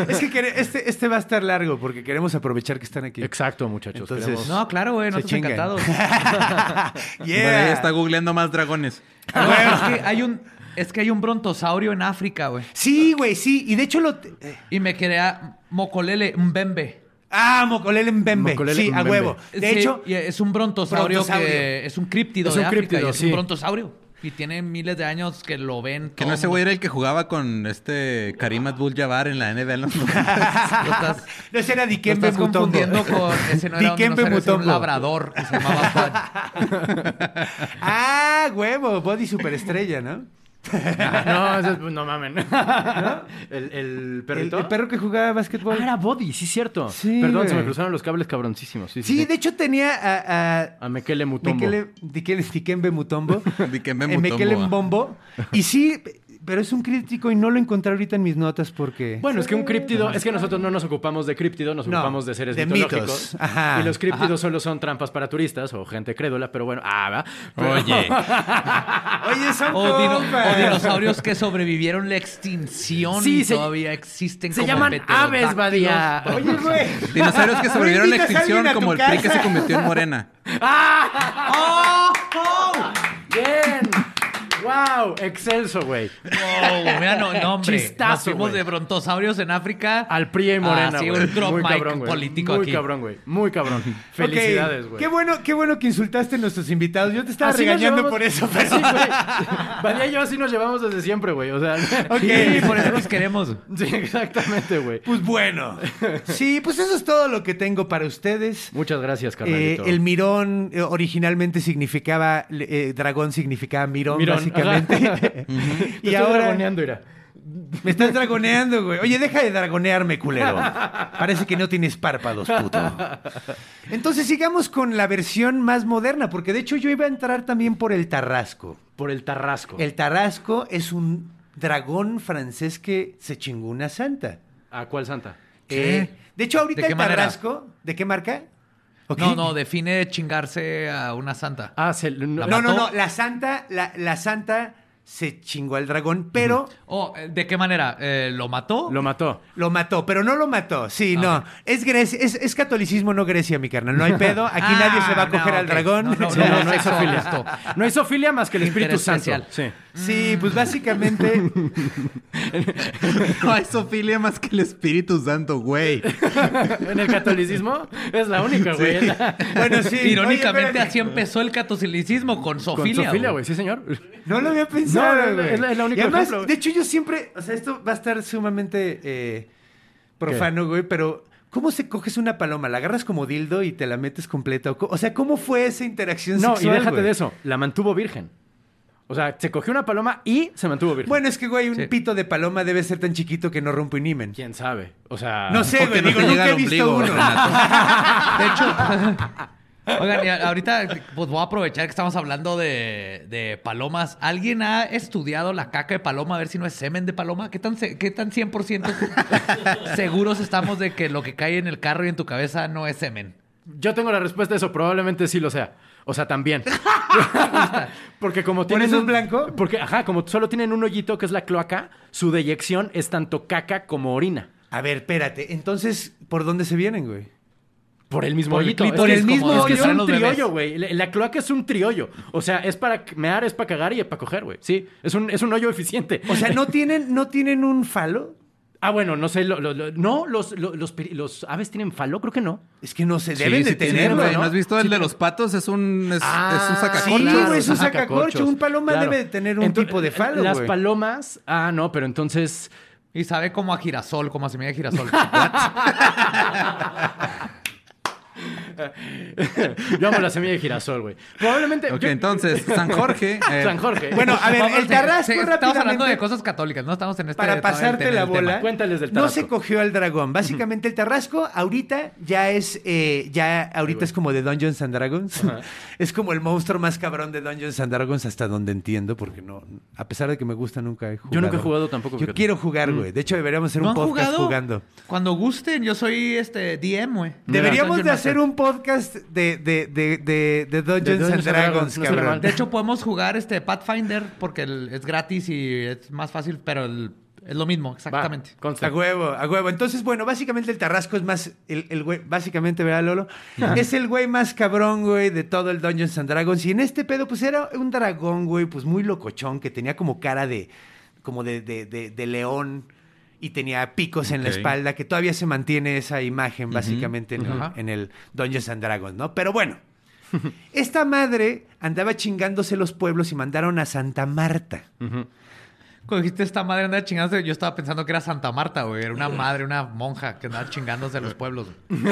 Es que quere- este, este va a estar largo porque queremos aprovechar que están aquí. Exacto, muchachos. Entonces, queremos- No, claro, güey, Se nosotros chingan. encantados. Por ahí Yeah. está googleando más dragones. No, es, que hay un, es que hay un brontosaurio en África, güey. Sí, güey, sí. Y de hecho lo... te- eh, Y me quería mocolele, mbembe. Ah, Mocolele Mbembe. Mokolele sí, a Mbembe. huevo. De Sí, hecho, y es un brontosaurio, brontosaurio. que es un críptido Es de un África, críptido, y es sí. un brontosaurio. Y tiene miles de años que lo ven. Que todo no ese güey era el que jugaba con este Karim Abdul-Jabbar en la NBA. en los noventas. mundo. Lo estás, no ese era lo Dikembe estás Mutombo. confundiendo con ese no era un Dikembe dinosaurio, ese era un Mutombo. labrador que se llamaba Juan. Ah, huevo, Body Superestrella, ¿no? No, eso es- no mamen. ¿El, el El, perrito? el perro que jugaba básquetbol. Ah, era Body, sí, cierto. Sí, Perdón, se me güey. cruzaron los cables cabroncísimos. Sí, sí, Sí, sí. de hecho tenía a... a A Mekele Mutombo. Mekele, Dikele- Dikembe Mutombo. Dikembe Eh, Mekele Mutombo. Mbombo. Y sí, pero es un crítico y no lo encontré ahorita en mis notas porque... Bueno, es que un críptido, es que nosotros no nos ocupamos de críptido, nos No, ocupamos de seres de mitológicos. mitos. Ajá, y los críptidos solo son trampas para turistas o gente crédula, pero bueno, ah, va. Pero- Oye. Ah, Oye, son O, dino- compas. o dinosaurios que sobrevivieron la extinción Sí, y se- todavía existen se como llaman aves, Badía. pterodáctilos. Oye, güey. Dinosaurios que sobrevivieron la Ahorita salen extinción, a tu como el PRI que casa. se convirtió en morena. ¡Ah! ¡Oh, ¡Bien! ¡Wow! Excelso, güey. Wow, mira, no, no, hombre. Chistazo, Nos fuimos güey. de brontosaurios en África. Al PRI y Morena, Ah, sí, güey. un drop Muy mic cabrón, güey. político Muy aquí. cabrón, güey. Muy cabrón. Ok, Felicidades, güey. Qué bueno, qué bueno que insultaste a nuestros invitados. Yo te estaba Así nos regañando llevamos- por eso, pero. Sí, güey. Badía y yo así nos llevamos desde siempre, güey. O sea... Sí, por eso nos queremos. Sí, exactamente, güey. Pues bueno. Sí, pues eso es todo lo que tengo para ustedes. Muchas gracias, Eh, carnalito. el mirón eh, originalmente significaba, eh, dragón significaba mirón, Mirón, básicamente. Te y estoy ahora dragoneando, mira. me estás dragoneando, güey. Oye, deja de dragonearme, culero. Parece que no tienes párpados, puto. Entonces sigamos con la versión más moderna, porque de hecho yo iba a entrar también por el Tarrasco. Por el tarrasco. El Tarrasco es un dragón francés que se chingó una santa. ¿A cuál santa? Eh, de hecho, ahorita ¿De qué el manera? Tarrasco, ¿de qué marca? ¿O qué? No, no, define chingarse a una santa. Ah, se... La no, no, mató. no, la santa, la, la santa se chingó al dragón, pero Oh, eh, ¿de qué manera? Eh, ¿Lo mató? Lo mató. lo mató, pero no lo mató. Sí, no, es Grecia, es, es catolicismo, no Grecia, mi carnal. No hay pedo, aquí Ah, nadie se va a no, coger al ok. dragón. No, no, No, no, no hay Sexo sofilia. justo. No hay sofilia más que el Espíritu Santo. Interesencial. Sí. Mm. Sí, pues básicamente No hay sofilia más que el Espíritu Santo, güey. En el catolicismo es la única, güey. Es la- Bueno, sí. Irónicamente, Oye, espérate. así empezó el catolicismo, con Con sofilia. sofilia, güey. Sí, señor. No lo había pensado. No, no, no, güey. es la- es la única Y además, ejemplo, güey. de hecho, yo siempre. O sea, esto va a estar sumamente eh, profano, güey, pero. ¿Cómo se coges una paloma? ¿La agarras como dildo y te la metes completa? ¿O co- O sea, ¿cómo fue esa interacción No, y sexual, déjate güey? de eso. La mantuvo virgen. O sea, se cogió una paloma y se mantuvo virgen. Bueno, es que, güey, un Sí. pito de paloma debe ser tan chiquito que no rompe un himen. quién sabe. O sea, No sé, güey. Porque Ah. no digo, te llega nunca he al visto ombligo, uno. Renato. De hecho, Oigan, y a- ahorita pues voy a aprovechar que estamos hablando de, de palomas. ¿Alguien ha estudiado la caca de paloma a ver si no es semen de paloma? ¿Qué tan, se- qué tan 100% seguros estamos de que lo que cae en el carro y en tu cabeza no es semen? Yo tengo la respuesta a eso, probablemente sí lo sea. O sea, también. porque como tienen eso es un- blanco? Porque, ajá, como solo tienen un hoyito que es la cloaca, su deyección es tanto caca como orina. A ver, espérate. Entonces, ¿por dónde se vienen, güey? Por el mismo Por el hoyito. clítoris, que como- mismo es que hoyo. es son un los bebés. triollo, güey. La, la cloaca es un triollo. O sea, es para mear, es para cagar y es para coger, güey. Sí, es un, es un hoyo eficiente. O sea, ¿no tienen, ¿no tienen un falo? Ah, bueno, no sé. lo- lo- lo- no, los, lo- los, peri- los aves tienen falo, creo que no. Es que no se Sí, deben sí de tienen, tenerlo, güey. ¿no? ¿No has visto el de los patos? Es un, es, es un sacacorchos. Sí, güey, es eso un sacacorcho. Un paloma debe de tener un tipo de falo, Las güey. palomas... Ah, no, pero entonces... Y sabe como a girasol, como a semilla de girasol. Yo amo la semilla de girasol, güey. Probablemente... Ok, yo- entonces, San Jorge. eh, San Jorge. Bueno, a ver, Vamos, el Tarrasco sí, Estamos hablando rápidamente, de cosas católicas, no estamos en este... para todavía pasarte en la el tema. bola, Cuéntales del no Tarrasco. se cogió al dragón. Básicamente el Tarrasco ahorita ya es, eh, ya ahorita es como de Dungeons and Dragons. Es como el monstruo más cabrón de Dungeons and Dragons hasta donde entiendo, porque no, a pesar de que me gusta, nunca he jugado. Yo nunca he jugado tampoco, Yo fíjate. quiero Mm. jugar, güey. De hecho, deberíamos hacer ¿No un han podcast jugado? jugando. Cuando gusten, yo soy este DM, güey. Deberíamos Dungeon de Master. hacer un podcast de, de, de, de, de Dungeons, and Dungeons and Dragons, Dragons, no será cabrón. mal. Ah, De hecho, podemos jugar este Pathfinder porque el- es gratis y es más fácil, pero el- es lo mismo, Va, exactamente. consta. A huevo, a huevo. Entonces, bueno, básicamente el Tarrasco es más, el, el güey, básicamente, ¿verdad, Lolo? Es el güey más cabrón, güey, de todo el Dungeons and Dragons. Y en este pedo, pues era un dragón, güey, pues muy locochón, que tenía como cara de, como de, de, de- de león y tenía picos en la Ok. espalda, que todavía se mantiene esa imagen, básicamente, en, el- Ajá. en el Dungeons and Dragons, ¿no? Pero bueno. Esta madre andaba chingándose los pueblos y mandaron a Santa Marta. Cuando dijiste esta madre andaba chingándose, yo estaba pensando que era Santa Marta, güey. Era una madre, una monja que andaba chingándose a los pueblos. güey.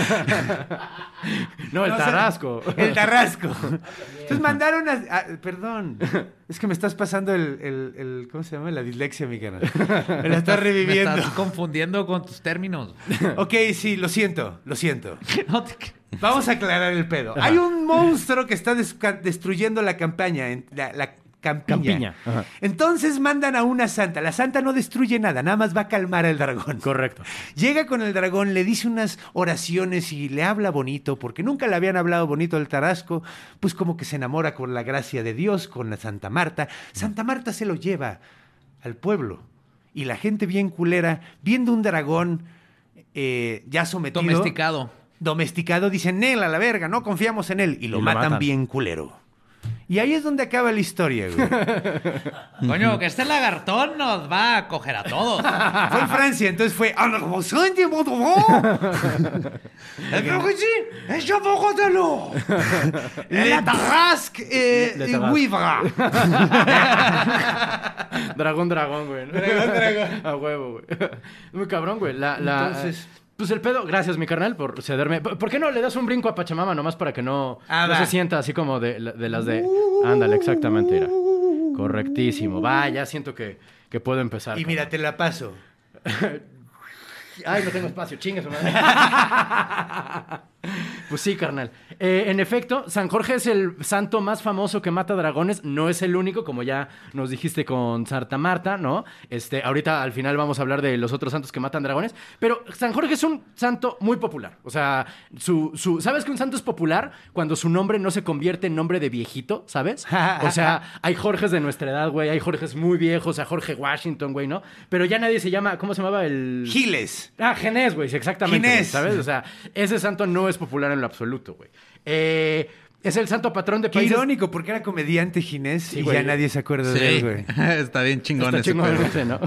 No, el No, o sea, tarasco. El Tarrasco. Entonces mandaron a, a- Perdón. Es que me estás pasando el, el- el- ¿Cómo se llama? La dislexia, mi cara. Me la estás reviviendo. Me estás confundiendo con tus términos. Ok, sí, lo siento, lo siento. No te- Vamos a aclarar el pedo. Hay un monstruo que está desca- destruyendo la campaña, en- la, la campiña. Campiña, ajá. Entonces mandan a una santa. La santa no destruye nada, nada más va a calmar al dragón. Correcto. Llega con el dragón, le dice unas oraciones y le habla bonito, porque nunca le habían hablado bonito al Tarasco, pues como que se enamora con la gracia de Dios, con la Santa Marta. Santa Marta se lo lleva al pueblo. Y la gente bien culera, viendo un dragón eh, ya sometido Domesticado. domesticado, dicen, él a la verga, no confiamos en él. Y lo, lo matan, matan. bien culero. Y ahí es donde acaba la historia, güey. Coño, que este lagartón nos va a coger a todos. fue en Francia, entonces fue... "Ah, no, como soy de modo, no". Creo que sí, es yo poco de lo. Le Tarrasque eh, Le y Tarrasque. Huivra. Dragón, dragón, güey. Dragón, dragón. A huevo, güey. Muy cabrón, güey. La, la- Entonces- Pues el pedo, gracias mi carnal por cederme. ¿Por por qué no le das un brinco a Pachamama nomás para que no, Ah, no va. Uh. se sienta así como de, de las de... Ándale, exactamente, mira. Correctísimo. Va, ya siento que, que puedo empezar. Y mira, te la paso. Ay, no tengo espacio, chingue su madre. Pues sí, carnal. Eh, en efecto, San Jorge es el santo más famoso que mata dragones. No es el único, como ya nos dijiste con Santa Marta, ¿no? Este, ahorita al final vamos a hablar de los otros santos que matan dragones. Pero San Jorge es un santo muy popular. O sea, su, su- ¿sabes que un santo es popular cuando su nombre no se convierte en nombre de viejito, ¿sabes? O sea, hay Jorges de nuestra edad, güey. Hay Jorges muy viejos, a Jorge Washington, güey, ¿no? Pero ya nadie se llama, ¿cómo se llamaba el...? Giles. Ah, Genés, güey, sí, exactamente. Ginés. güey, ¿Sabes? O sea, ese santo no es popular en lo absoluto, güey. Eh, es el santo patrón de Qué países. irónico, porque era comediante Ginés y güey. ya nadie se acuerda de él, güey. Sí, está bien chingón Está ese chingón pedo. ese, ¿no?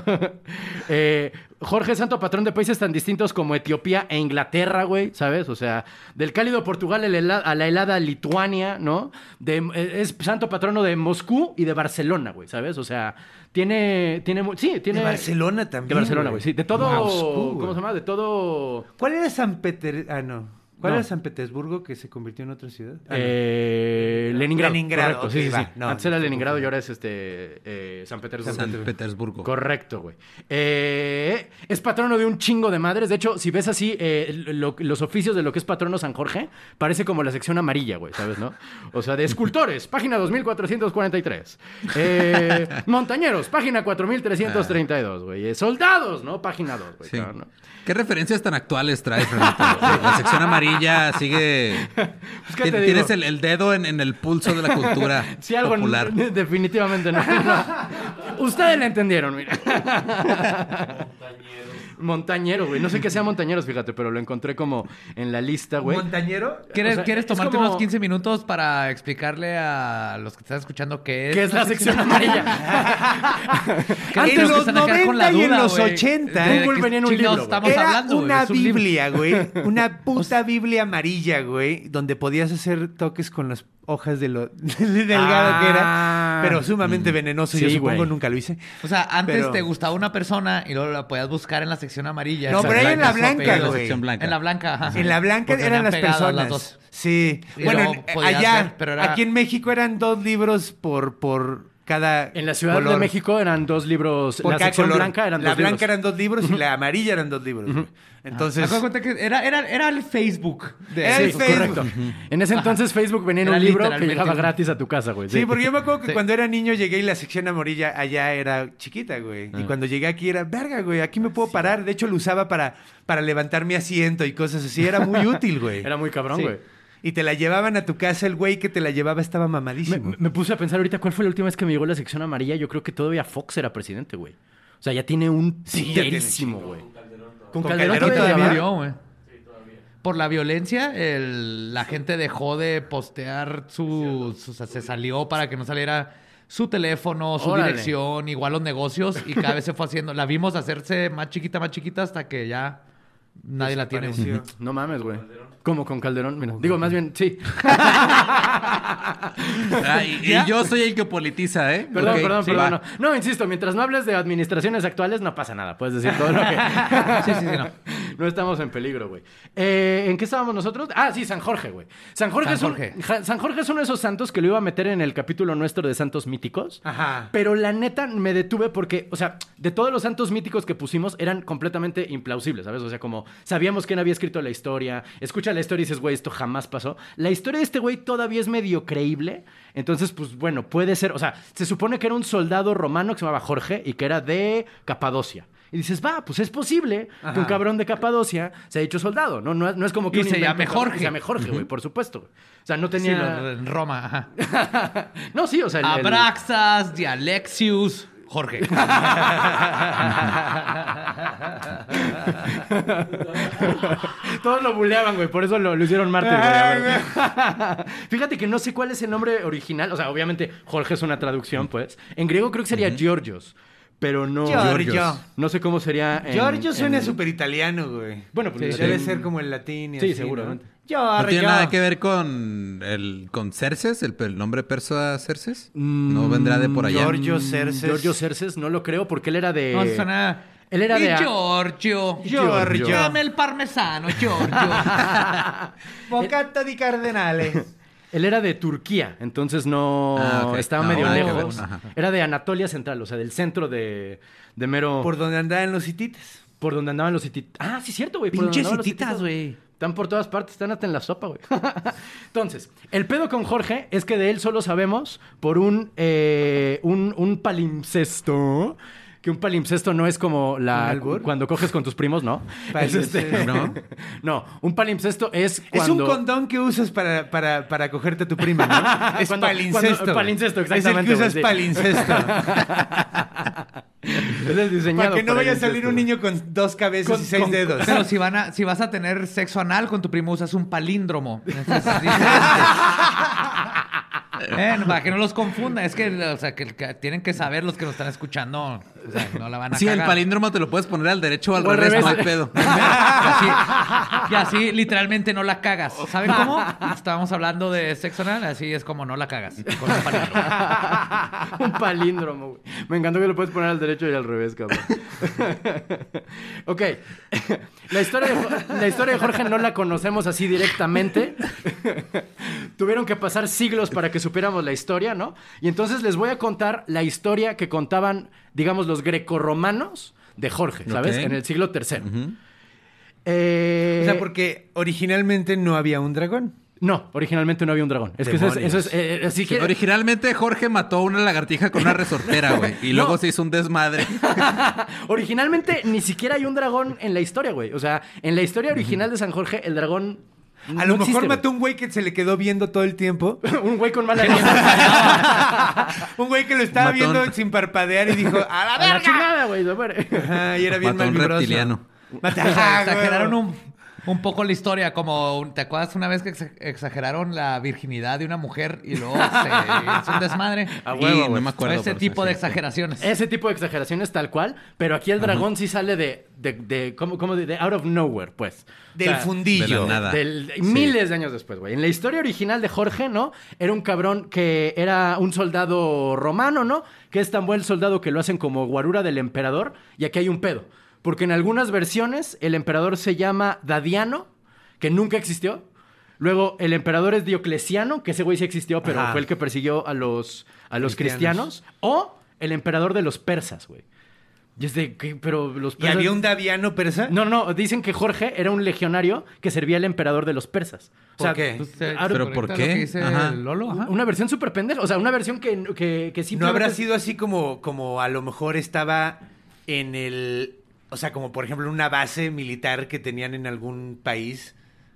Eh, Jorge es santo patrón de países tan distintos como Etiopía e Inglaterra, güey, ¿sabes? O sea, del cálido Portugal a la hela- a la helada Lituania, ¿no? De- eh, es santo patrono de Moscú y de Barcelona, güey, ¿sabes? O sea, tiene... tiene mu- sí, tiene... De Barcelona también. De Barcelona, güey, sí. De todo... Moscú, güey. ¿Cómo se llama? De todo... ¿Cuál era San Peter? Ah, no. ¿Cuál No. era San Petersburgo que se convirtió en otra ciudad? Ah, no. Eh, Leningrado. Leningrado, correcto, ok, sí, sí, va. sí. No, Antes era no, Leningrado no. y ahora es este eh, San Petersburgo. San Petersburgo. Correcto, güey. Eh, es patrono de un chingo de madres. De hecho, si ves así eh, lo- los oficios de lo que es patrono San Jorge, parece como la sección amarilla, güey, ¿sabes, no? O sea, de escultores, página 2443. Eh, montañeros, página 4332, güey. Eh, soldados, ¿no? Página 2, güey. Sí. claro, ¿no? ¿Qué referencias tan actuales traes, Renato? La sección amarilla sigue. Pues, ¿qué Tien- te digo? Tienes el, el dedo en, en el pulso de la cultura Si algo popular. n- definitivamente no. no. Ustedes la entendieron, mira. Montañero, güey. No sé qué sea montañeros, fíjate, pero lo encontré como en la lista, güey. ¿Montañero? ¿Quieres, O sea, ¿quieres es tomarte como- unos 15 minutos para explicarle a los que están escuchando qué es? Que es la sección amarilla. ¿Qué En es lo que los están acá con 90 la y en duda, los güey? 80. ¿De Google qué venía en un chingados libro, güey. estamos Era hablando, güey? una Es un libro. Biblia, güey. Una puta Biblia amarilla, güey. Donde podías hacer toques con las hojas de lo de delgado que Ah. era. Pero sumamente venenoso. Yo Sí, supongo güey. nunca lo hice. Mm. O sea, antes Pero- te gustaba una persona y luego la podías buscar en la sección amarilla. No, pero Exacto. ahí en la Su blanca, apellido. güey. Sección blanca. En la blanca, ajá. En la blanca Porque eran venían las pegadas personas. las dos. Sí. Y bueno, luego en- podías allá. ver, pero era- Aquí en México eran dos libros por, por cada. En la Ciudad de color. México eran dos libros. Por la cada sección color. blanca eran La dos blanca libros. Ah, eran dos libros y la amarilla eran dos libros. güey. Entonces. Haz de cuenta que era, era, era el Facebook. De Era el Sí, Facebook. Correcto. En ese entonces Facebook venía en Era un libro que literalmente llegaba un- gratis a tu casa, güey. Sí, porque yo me acuerdo que Sí. cuando era niño llegué y la sección amarilla allá era chiquita, güey. Ah. Y cuando llegué aquí era, verga, güey, aquí me puedo parar. De hecho, lo usaba para, para levantar mi asiento y cosas así. Era muy útil, güey. Era muy cabrón, Sí. güey. Y te la llevaban a tu casa, el güey que te la llevaba estaba Me, mamadísimo. me- me puse a pensar ahorita cuál fue la última vez que me llegó la sección amarilla. Yo creo que todavía Fox era presidente, güey. O sea, ya tiene un Sí, ya tiene poderísimo, güey. Con Con Calderón, Calderón todavía. todavía. murió, güey. Por la violencia, el- la gente dejó de postear su, su- o sea, se salió para que no saliera su teléfono, su Órale. dirección, igual los negocios, y cada vez se fue haciendo. La vimos hacerse más chiquita, más chiquita, hasta que ya nadie la tiene. güey. Desapareció. No mames, güey. Como con Calderón, mira. Digo, más bien, sí. Ah, y, y yo soy el que politiza, ¿eh? Perdón, Ok, perdón, sí, perdón. va. No. No, insisto, mientras no hables de administraciones actuales, no pasa nada. Puedes decir todo lo que. sí, sí, sí, no. No estamos en peligro, güey. Eh, ¿En qué estábamos nosotros? Ah, sí, San Jorge, güey. San Jorge, San es un- Jorge. Ja- San Jorge es uno de esos santos que lo iba a meter en el capítulo nuestro de santos míticos. Ajá. Pero la neta me detuve porque, o sea, de todos los santos míticos que pusimos eran completamente implausibles, ¿sabes? O sea, como sabíamos quién había escrito la historia, escucha la historia y dices, güey, esto jamás pasó. La historia de este güey todavía es medio creíble. Entonces, pues bueno, puede ser, o sea, se supone que era un soldado romano que se llamaba Jorge y que era de Capadocia. Y dices, va, pues es posible que un cabrón de Capadocia se haya hecho soldado, ¿no? No, no es como que Y un se invento llame cabrón, Jorge. Se llame Jorge, güey, por supuesto. güey. O sea, no Sí, tenía... lo- en Roma, ajá. no, sí, o sea... el- el- Abraxas, Dialexius, Jorge. Todos lo buleaban, güey. Por eso lo, lo hicieron mártir, güey. a ver. Fíjate que no sé cuál es el nombre original. O sea, obviamente Jorge es una traducción, pues. En griego creo que sería Georgios. Pero no... Giorgio. No sé cómo sería en... Giorgio en- suena súper italiano, güey. Bueno, pues... Debe ser como el latín. y Sí, así, seguramente. ¿no? No Giorgio. tiene nada que ver con el con Cerces, el, el nombre persa Cerces. No vendrá de por allá. Giorgio Cerces. Giorgio Cerces, no lo creo, porque él era de... No, suena... Él era Y de... Giorgio. Giorgio. Dame el parmesano, Giorgio. Bocato di Cardenales. Él era de Turquía, entonces no Ah, ok. estaba No, medio nada que lejos. ver. Ajá. Era de Anatolia Central, o sea, del centro de, de mero... Por donde andaban los hititas. Por donde andaban los hititas. Ah, sí, cierto, güey. por donde Pinches andaban los hititas, güey. Están por todas partes, están hasta en la sopa, güey. Entonces, el pedo con Jorge es que de él solo sabemos por un, eh, un, un palimpsesto. Que un palimpsesto no es como ¿Un la albur? cuando coges con tus primos, ¿no? Es este- ¿No? no, un palimpsesto es Es un cuando... condón que usas para, para, para cogerte a tu prima, ¿no? Es Cuando- palincesto. cuando- palincesto, Es el exactamente, que usas güey, sí. palincesto. es el diseñado para que no vaya a palimpsesto. salir un niño con dos cabezas Con- y seis con- dedos. Pero si, van a, si vas a tener sexo anal con tu primo, usas un palíndromo. Entonces, dices, Eh, no, para que no los confunda. Es que, o sea, que, que tienen que saber los que nos están escuchando. O sea, no la van a Sí, el cagar. palíndromo te lo puedes poner al derecho o al O al revés, no hay revés. pedo. Así- y así literalmente no la cagas. ¿Saben cómo? Estábamos hablando de sexo anal, así es como no la cagas. Con un palíndromo. Un palíndromo, güey. Me encantó que lo puedes poner al derecho y al revés, cabrón. ok. La historia, de, Jo- la historia de Jorge no la conocemos así directamente. Tuvieron que pasar siglos para que supiéramos la historia, ¿no? Y entonces les voy a contar la historia que contaban, digamos, los grecorromanos de Jorge, ¿sabes? Ok. En el siglo III. O Eh, sea, porque originalmente no había un dragón. No, originalmente no había un dragón. Es que eso es... Demonios. Eso es eh, eh, así que... Originalmente Jorge mató a una lagartija con una resortera, güey. Y luego se hizo un desmadre. Originalmente ni siquiera hay un dragón en la historia, güey. O sea, en la historia original de San Jorge, el dragón. no A lo existe, mejor güey. mató un güey que se le quedó viendo todo el tiempo. un güey con mala vida. Un güey que lo estaba Mató un- viendo sin parpadear y dijo, ¡a la A la verga! chingada, güey. no, güey. Ajá, y era bien Mató a un malvibroso. reptiliano. Mató- O sea, Ajá, exageraron güey. un, un poco la historia, como un- ¿te acuerdas una vez que exa- exageraron la virginidad de una mujer y luego se hizo un desmadre? A Y huevo, no güey. me acuerdo. Ese pero tipo sí, de sí. exageraciones. Ese tipo de exageraciones tal cual, pero aquí el dragón sí sale de, de, de, ¿cómo, cómo de, de out of nowhere, pues. O Del sea, fundillo. de la nada. Del- Miles de años después, güey. En la historia original de Jorge, ¿no? Era un cabrón que era un soldado romano, ¿no? Que es tan buen soldado que lo hacen como guarura del emperador. Y aquí hay un pedo. Porque en algunas versiones el emperador se llama Dadiano, que nunca existió. Luego el emperador es Diocleciano, que ese güey sí existió, pero Ajá. fue el que persiguió a los, a los Cristianos. cristianos. O el emperador de los persas, güey. Y es de, ¿qué? pero los ¿Y persas... había un Daviano persa? No, no, dicen que Jorge era un legionario que servía al emperador de los persas. O sea, ¿Por qué? pues, Se- ahora- Pero ¿por Ahorita qué? lo que dice Ajá. el Lolo, ajá. una versión súper pendeja. O sea, una versión que, que, que ¿No simplemente... habrá sido así como, como a lo mejor estaba en el... O sea, como por ejemplo una base militar que tenían en algún país,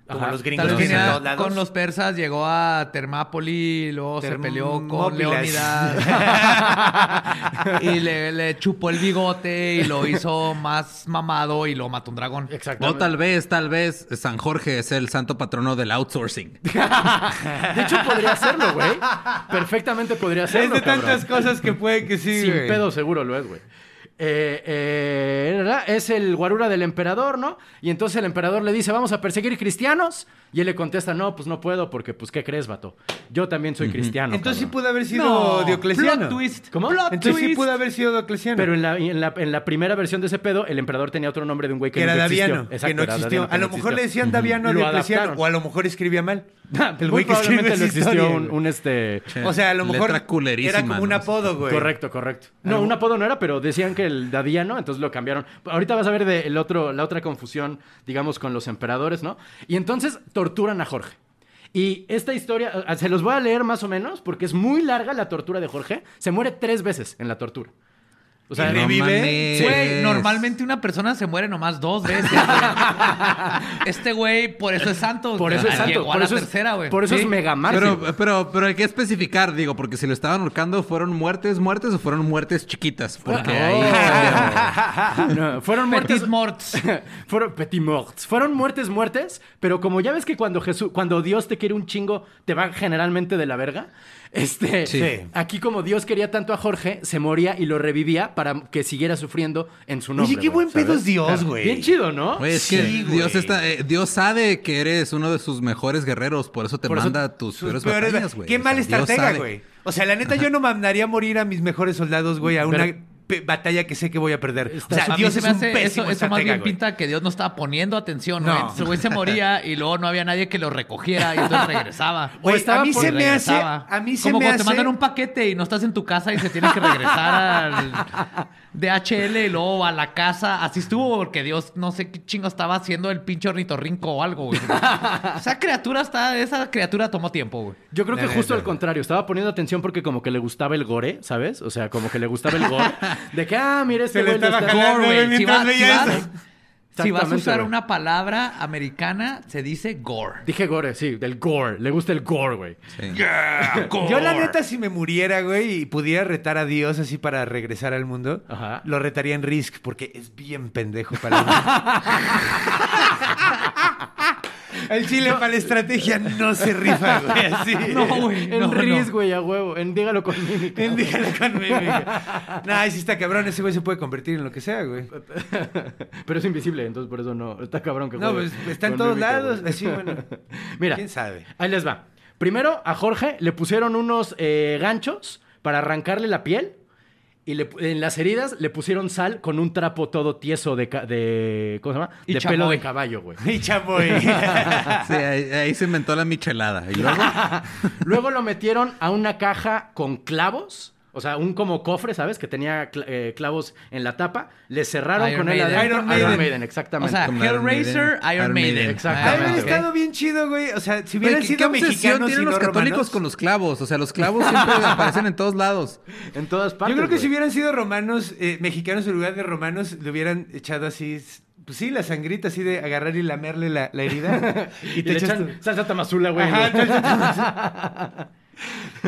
como Ajá. los Tal gringos vez que en tenía- todos lados. con los persas llegó a Termápoli, luego se peleó con Termópilas. Leónidas y le, le chupó el bigote y lo hizo más mamado y lo mató un dragón. Exactamente. O tal vez, tal vez, San Jorge es el santo patrono del outsourcing. De hecho, podría hacerlo, güey. Perfectamente podría Es hacerlo, de cabrón. tantas cosas que puede que sí, Sin güey. pedo seguro lo es, güey. Eh, eh, ¿verdad? es el guarura del emperador, ¿no? Y entonces el emperador le dice, vamos a perseguir cristianos. Y él le contesta, no, pues no puedo, porque pues ¿qué crees, vato? Yo también soy cristiano. Entonces sí cabrón". pudo haber sido No, Diocleciano. plot twist. ¿Cómo? Plot Entonces sí twist. pudo haber sido Diocleciano. Pero en la, en, la, en la primera versión de ese pedo, el emperador tenía otro nombre de un güey que, que era nunca existió. Daviano, que Exacto, no era existió. Daviano, que a lo no mejor le existió. decían Daviano Lo Diocleciano, adaptaron. o a lo mejor escribía mal. Muy probablemente no esa existió historia, un, güey. un, este... O sea, a lo Letra mejor culerísima, era como un ¿no? apodo, güey. Correcto, correcto. No, un apodo no era, pero decían que el Dadiano, entonces lo cambiaron. Ahorita vas a ver de- el otro, la otra confusión, digamos, con los emperadores, ¿no? Y entonces torturan a Jorge. Y esta historia, eh, se los voy a leer más o menos, porque es muy larga la tortura de Jorge. Se muere tres veces en la tortura. O sea, Y revive. mames. Güey, normalmente una persona se muere nomás dos veces. güey. este güey, por eso es santo. por eso es santo. Llegó a por la eso es- tercera, güey. Por eso Sí. es mega Pero, pero, pero hay que especificar, digo, porque si lo estaban ahorcando, ¿fueron muertes, muertes o fueron muertes chiquitas? Porque ahí oh. cambiaron. No, fueron muertes. Petit morts. fueron petit morts. Fueron muertes, muertes, pero como ya ves que cuando Jesús, cuando Dios te quiere un chingo, te va generalmente de la verga. Este, Sí. aquí como Dios quería tanto a Jorge, se moría y lo revivía para que siguiera sufriendo en su nombre. Oye, qué güey, buen pedo ¿sabes? es Dios, güey. Bien chido, ¿no? Güey, es Sí, que güey. Dios, está, eh, Dios sabe que eres uno de sus mejores guerreros, por eso te Por eso manda tus Sus peores, peores- batallas, güey. Qué O sea, mal Dios estratega, sabe. güey. O sea, la neta, yo no mandaría a morir a mis mejores soldados, güey, a una Pero- pe- batalla que sé que voy a perder. O Está- sea, A mí Dios se es me un hace- eso, pésimo eso más estratega, bien güey. pinta que Dios no estaba poniendo atención, No. güey. Entonces, el güey se moría y luego no había nadie que lo recogiera y entonces regresaba. Güey, O estaba a mí por- se me hace- regresaba. a mí se Como me cuando hace- te mandan un paquete y no estás en tu casa y se tiene que regresar al DHL y luego a la casa. Así estuvo porque Dios no sé qué chingo estaba haciendo el pinche ornitorrinco o algo, güey. Esa criatura está, esa criatura tomó tiempo, güey. Yo creo que No, no, justo no, al no. contrario, estaba poniendo atención porque como que le gustaba el gore, ¿sabes? O sea, como que le gustaba el gore. De que, ah, mire, este Se le güey lo estaba está- jalando, Gore, güey, güey. Si, mientras va- si veía vas- eso. si vas a Exactamente, usar güey. una palabra americana, se dice gore. Dije gore, sí, del gore. Le gusta el gore, güey. Sí. Yo, la neta, si me muriera, güey, y pudiera retar a Dios así para regresar al mundo, Ajá. lo retaría en Risk, porque es bien pendejo para mí. El chile para la estrategia no se rifa, güey. Así. No, güey. En no, no. Riz, güey, a huevo. En dígalo con mímica. En dígalo con mímica. Nah, si está cabrón, ese güey se puede convertir en lo que sea, güey. Pero es invisible, entonces por eso no. Está cabrón que No, juegue pues está en con todos mímica, lados. güey. Así, bueno. Mira. ¿Quién sabe? Ahí les va. Primero, a Jorge le pusieron unos eh, ganchos para arrancarle la piel. Y le pu- en las heridas le pusieron sal con un trapo todo tieso de. ca- de ¿Cómo se llama? Y de chamoy. pelo de caballo, güey. Y chamoy. Sí, ahí, ahí se inventó la michelada. Y luego, Luego lo metieron a una caja con clavos. O sea, un como cofre, ¿sabes? Que tenía cla- eh, clavos en la tapa. Le cerraron Iron con él Maiden. adentro. Iron Maiden. O exactamente. sea, Como Iron Hellraiser, Maiden. Iron Iron Maiden. Maiden. Exactamente. Habría Exactamente. estado bien chido, güey. O sea, si hubieran ¿qué, qué sido obsesión mexicanos y tienen no los romanos. católicos con los clavos? O sea, los clavos siempre aparecen en todos lados. en todas partes. Yo creo que güey. si hubieran sido romanos, eh, mexicanos en lugar de romanos, le hubieran echado así, pues sí, la sangrita así de agarrar y lamerle la, la herida. Y te echas echan salsa tamazula, tu- güey. Ajá, lo- te-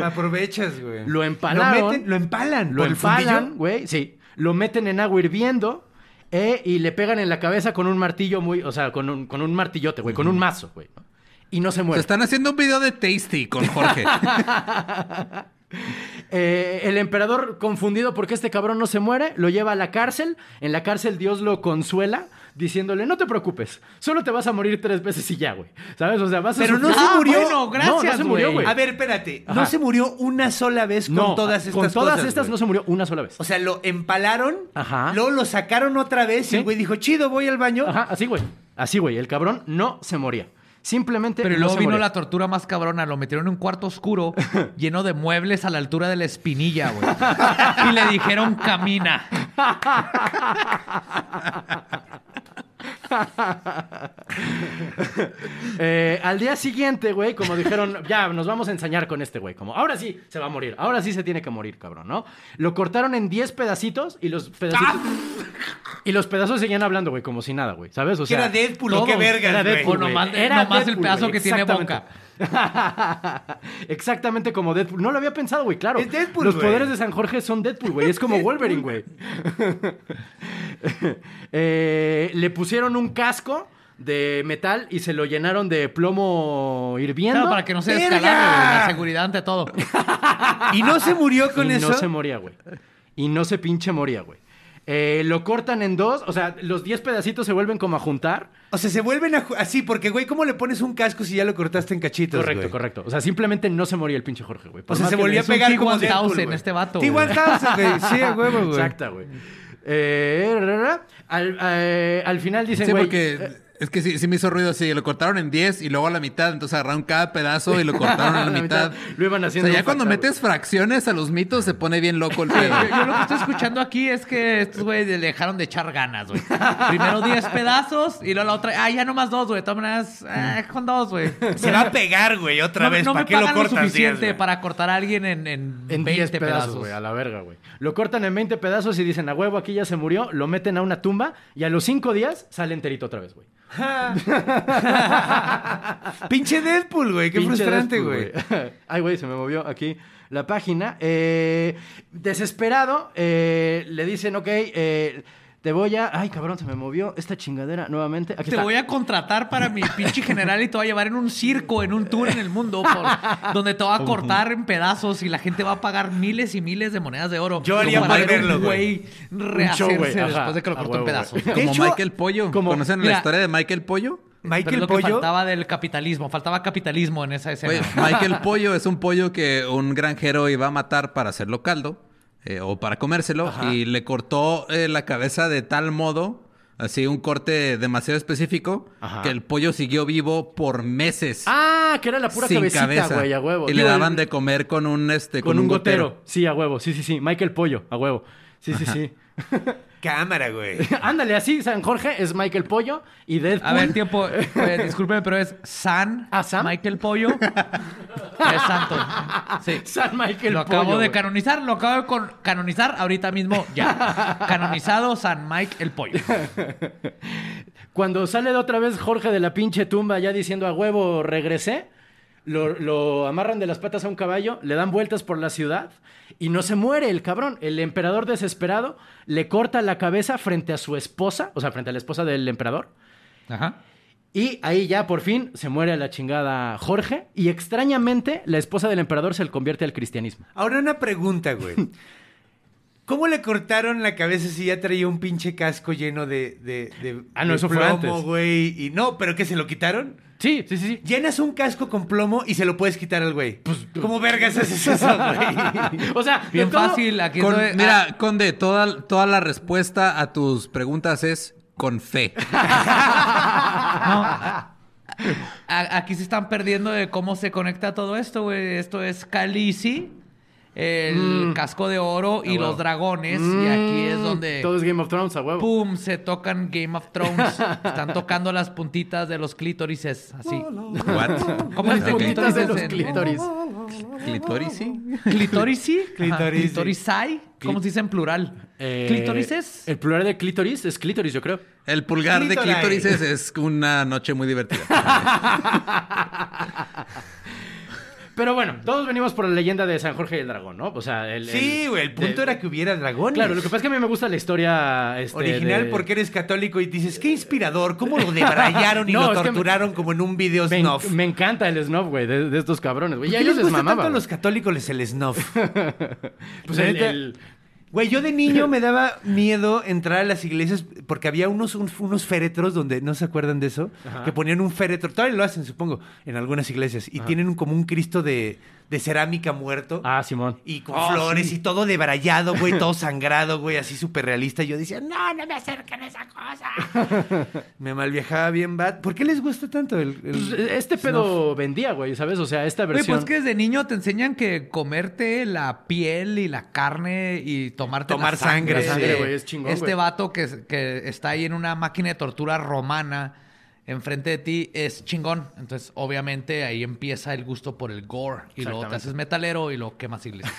Aprovechas, güey. Lo empalaron. Lo, meten- lo empalan. Lo por el fundillo. empalan, güey. Sí. Lo meten en agua hirviendo. eh, y le pegan en la cabeza con un martillo muy. O sea, con un, con un martillote, güey. Con un mazo, güey. ¿no? Y no se Se muere. están haciendo un video de Tasty con Jorge. Eh, el emperador, confundido porque este cabrón no se muere, lo lleva a la cárcel. En la cárcel Dios lo consuela diciéndole, no te preocupes, solo te vas a morir tres veces y ya, güey. ¿Sabes? O sea, vas a Pero no sufrir- se Ah, murió. bueno, gracias, No, no se murió, güey. A ver, espérate. Ajá. No se murió una sola vez con No, todas estas Con todas cosas, estas güey. no se murió una sola vez. O sea, lo empalaron, Ajá. luego lo sacaron otra vez y el güey dijo, chido, voy al baño. Ajá, así, güey. Así, güey. El cabrón no se moría. Simplemente Pero no luego se vino moría. la tortura más cabrona. Lo metieron en un cuarto oscuro lleno de muebles a la altura de la espinilla, güey. Y le dijeron camina. Eh, al día siguiente, güey, como dijeron, ya nos vamos a ensañar con este güey. Como, ahora sí se va a morir, ahora sí se tiene que morir, cabrón, ¿no? Lo cortaron en 10 pedacitos y los pedacitos. y los pedazos seguían hablando, güey, como si nada, güey, ¿sabes? O ¡Ah! Que sea. era Deadpool, o qué todos. vergas, Era güey. Deadpool, güey. nomás- nomás el pedazo güey, que tiene exactamente. Exactamente como Deadpool. No lo había pensado, güey, claro. Es Deadpool, Los güey. poderes de San Jorge son Deadpool, güey. Es como Wolverine, güey. Eh, le pusieron un casco de metal y se lo llenaron de plomo hirviendo. Claro, para que no se ¡Verga! escalable, güey. La seguridad ante todo. Y no se murió con y eso. no se moría, güey. Y no se pinche moría, güey. Eh, lo cortan en dos, o sea, los 10 pedacitos se vuelven como a juntar. O sea, se vuelven a ju- así, porque, güey, ¿cómo le pones un casco si ya lo cortaste en cachitos? correcto, güey? correcto. O sea, simplemente no se moría el pinche Jorge, güey. Por O sea, más se que le volvió a hizo un pegar chico- como T-1000, Deadpool, güey. este vato, güey. T-1000, güey. Sí, a huevo, güey. Exacta, güey. Eh, ra, ra, ra. al, eh, al final dicen, Sí, güey, porque es que sí, sí me hizo ruido así. Lo cortaron en 10 y luego a la mitad. Entonces agarraron cada pedazo y lo cortaron a la, La mitad. mitad. Lo iban haciendo O sea, un ya cuando factor, metes fracciones a los mitos se pone bien loco el pedo. Yo, yo lo que estoy escuchando aquí es que estos güeyes le dejaron de echar ganas, güey. Primero 10 pedazos y luego la otra. Ah, ya nomás dos, güey. De todas maneras, ah, con dos, güey. Se va a pegar, güey, otra No, vez. no ¿Para me qué lo pagan lo cortas suficiente diez, güey? para cortar a alguien en, en, en 20 10 pedazos, güey, a la verga, güey. Lo cortan en 20 pedazos y dicen, a huevo, aquí ya se murió, lo meten a una tumba y a los 5 días sale enterito otra vez, güey. Pinche Deadpool, güey. Qué Pinche frustrante, Deadpool, güey. Ay, güey, se me movió aquí la página. Eh, desesperado, eh, le dicen, ok, eh, te voy a... Ay, cabrón, se me movió esta chingadera nuevamente. Aquí Te está. voy a contratar para mi pinche general y te voy a llevar en un circo, en un tour en el mundo, por- donde te va a cortar en pedazos y la gente va a pagar miles y miles de monedas de oro. Yo haría para por ver un verlo, güey rehacerse Un show, güey, ajá, después de que lo a cortó en huevo, pedazos. güey. Como hecho, Michael Pollo. como- ¿Conocen mira. la historia de Michael Pollo? Pero es Michael lo que Pollo. faltaba del capitalismo, faltaba capitalismo en esa escena. Oye, Michael Pollo es un pollo que un granjero iba a matar para hacerlo caldo eh, o para comérselo y le cortó eh, la cabeza de tal modo, así un corte demasiado específico, Ajá. que el pollo siguió vivo por meses. Ah, que era la pura sin cabecita, cabeza. güey, a huevo. Y Digo, le el- daban de comer con un este Con, un gotero. Sí, a huevo. Sí, sí, sí. Michael Pollo, a huevo. Sí, sí, sí. Cámara, güey. Ándale, así San Jorge es Michael Pollo y Deadpool. A ver, tiempo, eh, discúlpeme, pero es San Ah, Sam. Michael Pollo. es santo. Sí. San Michael Lo Pollo. acabo de güey. canonizar, lo acabo de con- canonizar ahorita mismo ya. Canonizado San Mike el Pollo. Cuando sale de otra vez Jorge de la pinche tumba ya diciendo a huevo regresé, lo, lo amarran de las patas a un caballo, le dan vueltas por la ciudad y no se muere el cabrón. El emperador desesperado le corta la cabeza frente a su esposa, o sea, frente a la esposa del emperador. Ajá. Y ahí ya por fin se muere la chingada Jorge y extrañamente la esposa del emperador se le convierte al cristianismo. Ahora una pregunta, güey. ¿Cómo le cortaron la cabeza si ya traía un pinche casco lleno de. de, de- Ah, no, de eso fue plomo, antes. güey? Y no, pero que se lo quitaron. Sí, sí, sí, sí. Llenas un casco con plomo y se lo puedes quitar al güey. Pues, ¿cómo vergas haces eso, güey? O sea, de Bien todo- fácil, aquí Con- estoy- ah, mira, Conde, toda, toda la respuesta a tus preguntas es con fe. A- aquí se están perdiendo de cómo se conecta todo esto, güey. Esto es Khaleesi, Mm. el casco de oro Ah, y los dragones. Y aquí es donde... Mm, Todo es Game of Thrones, a huevo. ¡Pum! Se tocan Game of Thrones. Están tocando las puntitas de los clítorices, así. What? ¿Cómo Las dice puntitas de clítoris los en- clítoris. Clitorisi. ¿Clitorisi? Ajá, Clitorisi. ¿Clitorisai? ¿Cómo se dice en plural? Eh, ¿Clitorices? El plural de clítoris es clítoris, yo creo. El pulgar de Clitorai. clítoris es- es una noche muy divertida. Pero bueno, todos venimos por la leyenda de San Jorge y el dragón, ¿no? O sea, el. sí, güey. El punto de- era que hubiera dragones. Claro, lo que pasa es que a mí me gusta la historia. este, Original de- porque eres católico y dices, qué inspirador, cómo lo debrayaron y lo No, es que me- torturaron como en un video Me, en- snuff. me encanta el snob, güey, de, de estos cabrones, güey. ¿Por Y a qué ellos les les gusta mamaba. tanto a los católicos el snuff? Pues La el- neta- el- Güey, yo de niño me daba miedo entrar a las iglesias porque había unos, un- unos féretros donde, ¿no se acuerdan de eso? Que ponían un féretro, todavía lo hacen, supongo, en algunas iglesias. Y tienen un- como un Cristo de, de cerámica muerto. Ah, Simón. Y con flores y todo debrayado, güey, todo sangrado, güey, así súper realista. Y Yo decía, no, no me acerquen a esa cosa. me malviajaba bien bad. ¿Por qué les gusta tanto el...? el- Pues, este pedo vendía, güey, ¿sabes? O sea, esta Güey, versión. pues que desde niño te enseñan que comerte la piel y la carne y tomarte Tomar la sangre, sangre. la de sangre, güey, es chingón, Este güey. vato que, que está ahí en una máquina de tortura romana enfrente de ti es chingón. Entonces, obviamente, ahí empieza el gusto por el gore. Y luego te Exactamente. haces metalero y lo quemas iglesias.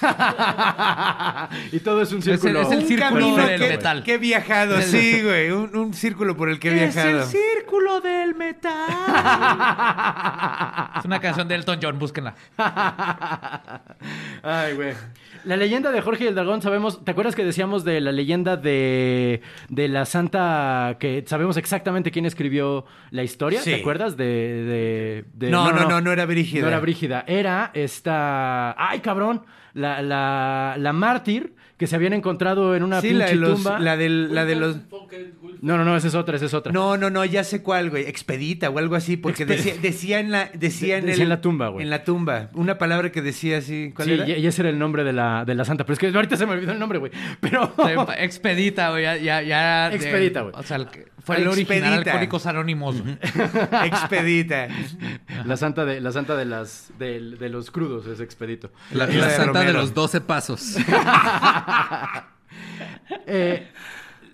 y todo es un pues, el- círculo. es el Un círculo camino del que, metal. que he viajado, sí, güey. Un, un círculo por el que he viajado. círculo del metal. es una canción de Elton John, búsquenla. Ay, güey. La leyenda de Jorge y el dragón, sabemos. ¿Te acuerdas que decíamos de la leyenda de, de la santa que sabemos exactamente quién escribió la historia? Sí. ¿Te acuerdas? De, de- de- No, no, no, no era Brígida. No era Brígida. Era esta. ¡Ay, cabrón! La, la, la mártir que se habían encontrado en una Sí, pinche la de los... tumba. La del- la de los... No, no, no, esa es otra, esa es otra. No, no, no, ya sé cuál, güey. Expedita o algo así, porque decía, decía en la... Decía en, decía el- en la tumba, güey. En la tumba. Una palabra que decía así... ¿Cuál sí, era? y- y ese era el nombre de la, de la santa. Pero es que ahorita se me olvidó el nombre, güey. Pero. Se- Expedita, güey. Ya, ya, ya- Expedita, güey. O sea, el que- fue Al el original Expedita. Alcohólicos Anónimos. güey. Expedita. La santa de, la santa de las de, de los crudos es expedito. La, Isla la de santa de Romero. los 12 pasos. Eh,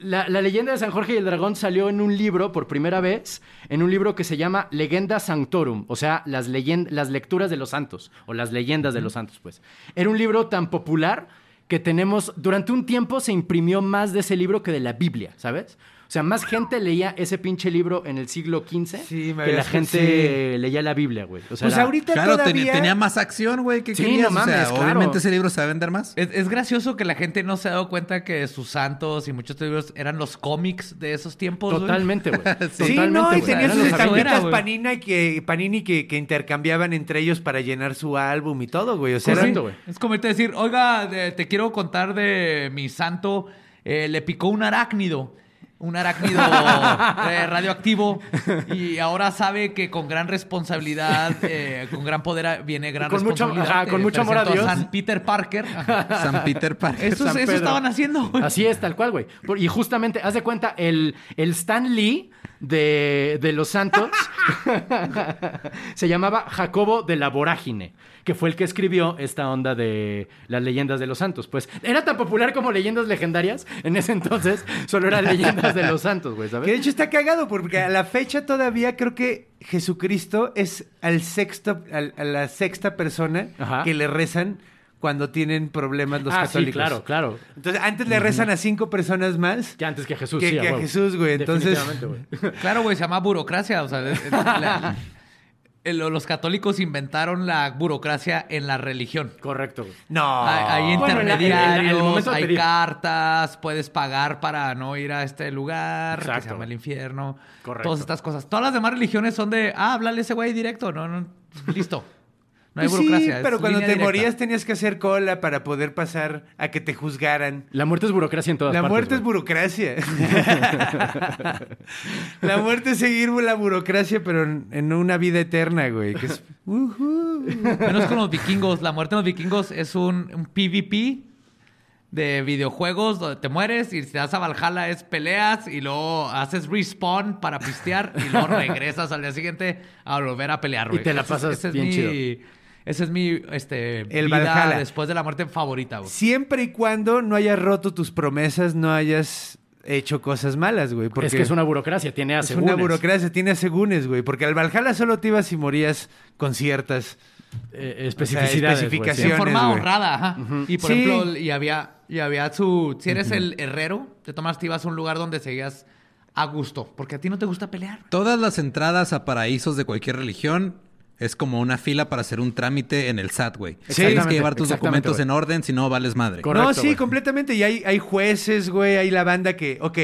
la, la leyenda de San Jorge y el dragón salió en un libro por primera vez, en un libro que se llama Legenda Sanctorum, o sea, las, leyen- las lecturas de los santos, o las leyendas de los santos, pues. Era un libro tan popular que tenemos, durante un tiempo se imprimió más de ese libro que de la Biblia, ¿sabes? O sea, más gente leía ese pinche libro en el siglo XV Sí, me que la habías- gente leía la Biblia, güey. O sea, Pues era- ahorita Claro, ten- todavía... tenía más acción, güey. ¿Qué Sí, querías? no O sea, mames, claro. obviamente ese libro se va a vender más. Es, es gracioso que la gente no se ha dado cuenta que sus santos y muchos libros eran los cómics de esos tiempos. güey. Totalmente, güey. Sí, Totalmente, no, y güey. tenía Eran sus los abuelos. Era, estampitas güey. Panini que, Panini que, que intercambiaban entre ellos para llenar su álbum y todo, güey. O sea, eran- Correcto, güey. Es como irte a decir, oiga, de- te quiero contar de mi santo, eh, le picó un arácnido. Un arácnido eh, radioactivo y ahora sabe que con gran responsabilidad, eh, con gran poder a- viene gran Con mucho- responsabilidad. ajá, Te con mucho amor a presento Dios. San Peter Parker. Ajá. San Peter Parker. Eso, San eso Pedro. estaban haciendo. güey. Así es, tal cual, güey. Por- Y justamente, haz de cuenta, el, el Stan Lee de, de Los Santos se llamaba Jacobo de la Vorágine, que fue el que escribió esta onda de las leyendas de los santos. Pues era tan popular como leyendas legendarias en ese entonces, solo eran leyendas de los santos, güey, Que de ¿sabes? hecho está cagado, porque a la fecha todavía creo que Jesucristo es al sexto, al- a la sexta persona Ajá. que le rezan cuando tienen problemas los ah, católicos. sí, claro, claro. Entonces, antes le rezan a cinco personas más Que antes que a Jesús, que, sí, que a huevo. Jesús, güey. Entonces, Definitivamente, güey. Claro, güey, se llama burocracia. O sea, es- es- la- el- los católicos inventaron la burocracia en la religión. Correcto. güey. No. Pues Hay, hay Ah. Bueno, en la- en la- en el intermediarios, momento de hay pedir. cartas, puedes pagar para no ir a este lugar, que se Exacto. llama el infierno. Correcto. Todas estas cosas. Todas las demás religiones son de, ah, háblale a ese güey directo. No, no, listo. No hay Pues burocracia. Sí, es pero cuando te línea directa. morías tenías que hacer cola para poder pasar a que te juzgaran. La muerte es burocracia en todas La partes. muerte es güey. burocracia. la muerte es seguir la burocracia, pero en en una vida eterna, güey. que es- Ujú. Menos con los vikingos. La muerte de los vikingos es un, un PvP de videojuegos donde te mueres y si te das a Valhalla es peleas y luego haces respawn para pistear y luego regresas al día siguiente a volver a pelear. güey. te la pasas bien chido. Ese es mi este, El vida Valhalla. después de la muerte favorita. güey. Siempre y cuando no hayas roto tus promesas, no hayas hecho cosas malas, güey. Porque Es que es una burocracia, tiene es asegúnes. una burocracia, tiene asegúnes, güey. Porque al Valhalla solo te ibas si morías con ciertas. Eh, especificidades, güey, especificación. sí. En forma güey. honrada, ajá. Y por Sí. ejemplo, y había, y había su... Si eres el herrero, te tomas, te ibas a un lugar donde seguías a gusto. Porque a ti no te gusta pelear. Todas las entradas a paraísos de cualquier religión es como una fila para hacer un trámite en el SAT, güey. Tienes Exactamente, que llevar tus exactamente, documentos güey. en orden, si no, vales madre. Correcto, no, sí, güey. completamente. Y hay, hay jueces, güey, hay la banda que, ok,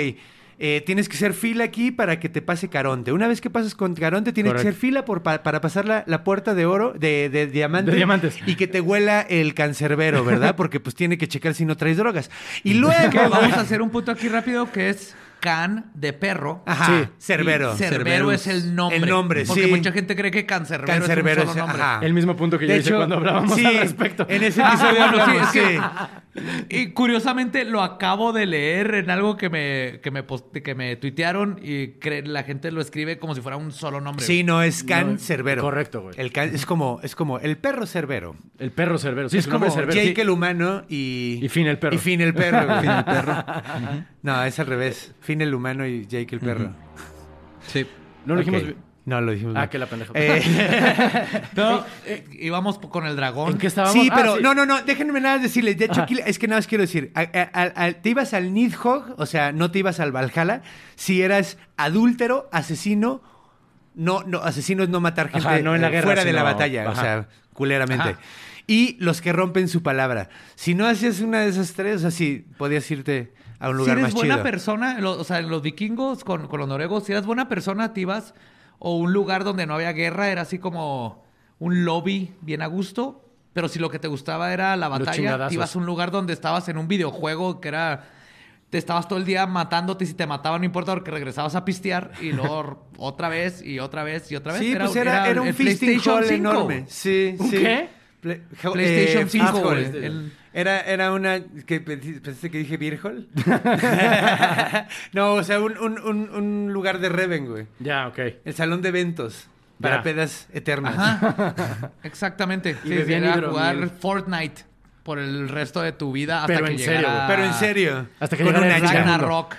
eh, tienes que ser fila aquí para que te pase Caronte. Una vez que pasas con Caronte, tienes Correcto. que ser fila por, pa- para pasar la, la puerta de oro, de, de diamante. De diamantes. Y que te huela el cancerbero, ¿verdad? Porque pues tiene que checar si no traes drogas. Y luego... Que vamos a hacer un punto aquí rápido que es can de perro. Ajá, Sí. Cerbero. Y Cerbero Cerberus. es el nombre. El nombre, Porque sí. mucha gente cree que cancerbero, Cancerbero es un solo es- nombre. ajá. El mismo punto que yo Ah. De hice hecho, cuando hablábamos sí, al respecto. En ese Ah, episodio bueno, sí, hablamos, es que- sí. Y curiosamente lo acabo de leer en algo que me, que me, poste- que me tuitearon y cre- la gente lo escribe como si fuera un solo nombre. Sí, no, es Can Cerbero. correcto, güey. El can- es, como, es como el perro Cerbero. El perro cerbero. Sí, es su como nombre es cerbero. Jake sí. el humano y... Y Finn el perro. Y Finn el perro. güey. Ujú. No, es al revés. Finn el humano y Jake el perro. Sí. No lo dijimos. Ok. bien. No, lo dijimos Ah, mal. que la pendeja. Eh, No, eh, íbamos po- con el dragón. ¿En qué estábamos? sí, Ah, pero sí. no, no, no, déjenme nada decirles. De hecho, aquí es que nada más quiero decir, a- a- a- te ibas al Nidhogg, o sea, no te ibas al Valhalla, si eras adúltero, asesino, no, no, asesino es no matar gente Ajá, no en la eh, guerra, fuera de sino- la batalla, o ajá. sea, culeramente. Ajá. Y los que rompen su palabra. Si no hacías una de esas tres, o sea, sí, podías irte a un si lugar eres más buena chido. persona, lo- o sea, los vikingos con, con los noruegos, si eras buena persona, te ibas o un lugar donde no había guerra, era así como un lobby bien a gusto. Pero si lo que te gustaba era la Los batalla, chingadazos. te ibas a un lugar donde estabas en un videojuego que era. Te estabas todo el día matándote y si te mataban, no importa, porque regresabas a pistear y luego otra vez y otra vez y otra vez. Sí, pues era, era un el fisting PlayStation hall 5. enorme. Sí, ¿Un sí. qué? Pla- jo- PlayStation eh, 5, fist güey. hall. El- Era, era una... que pe- ¿Pensaste que dije beer hall? no, o sea, un, un- un- un lugar de Reven, güey. Ya, ok. El salón de eventos para Ya. pedas eternas. Ajá. Exactamente. Y Sí, bebían era hidromiel. jugar Fortnite por el resto de tu vida hasta Pero que en serio, llegara- Pero en serio. Hasta que con llegara un el hacha. Ragnarok.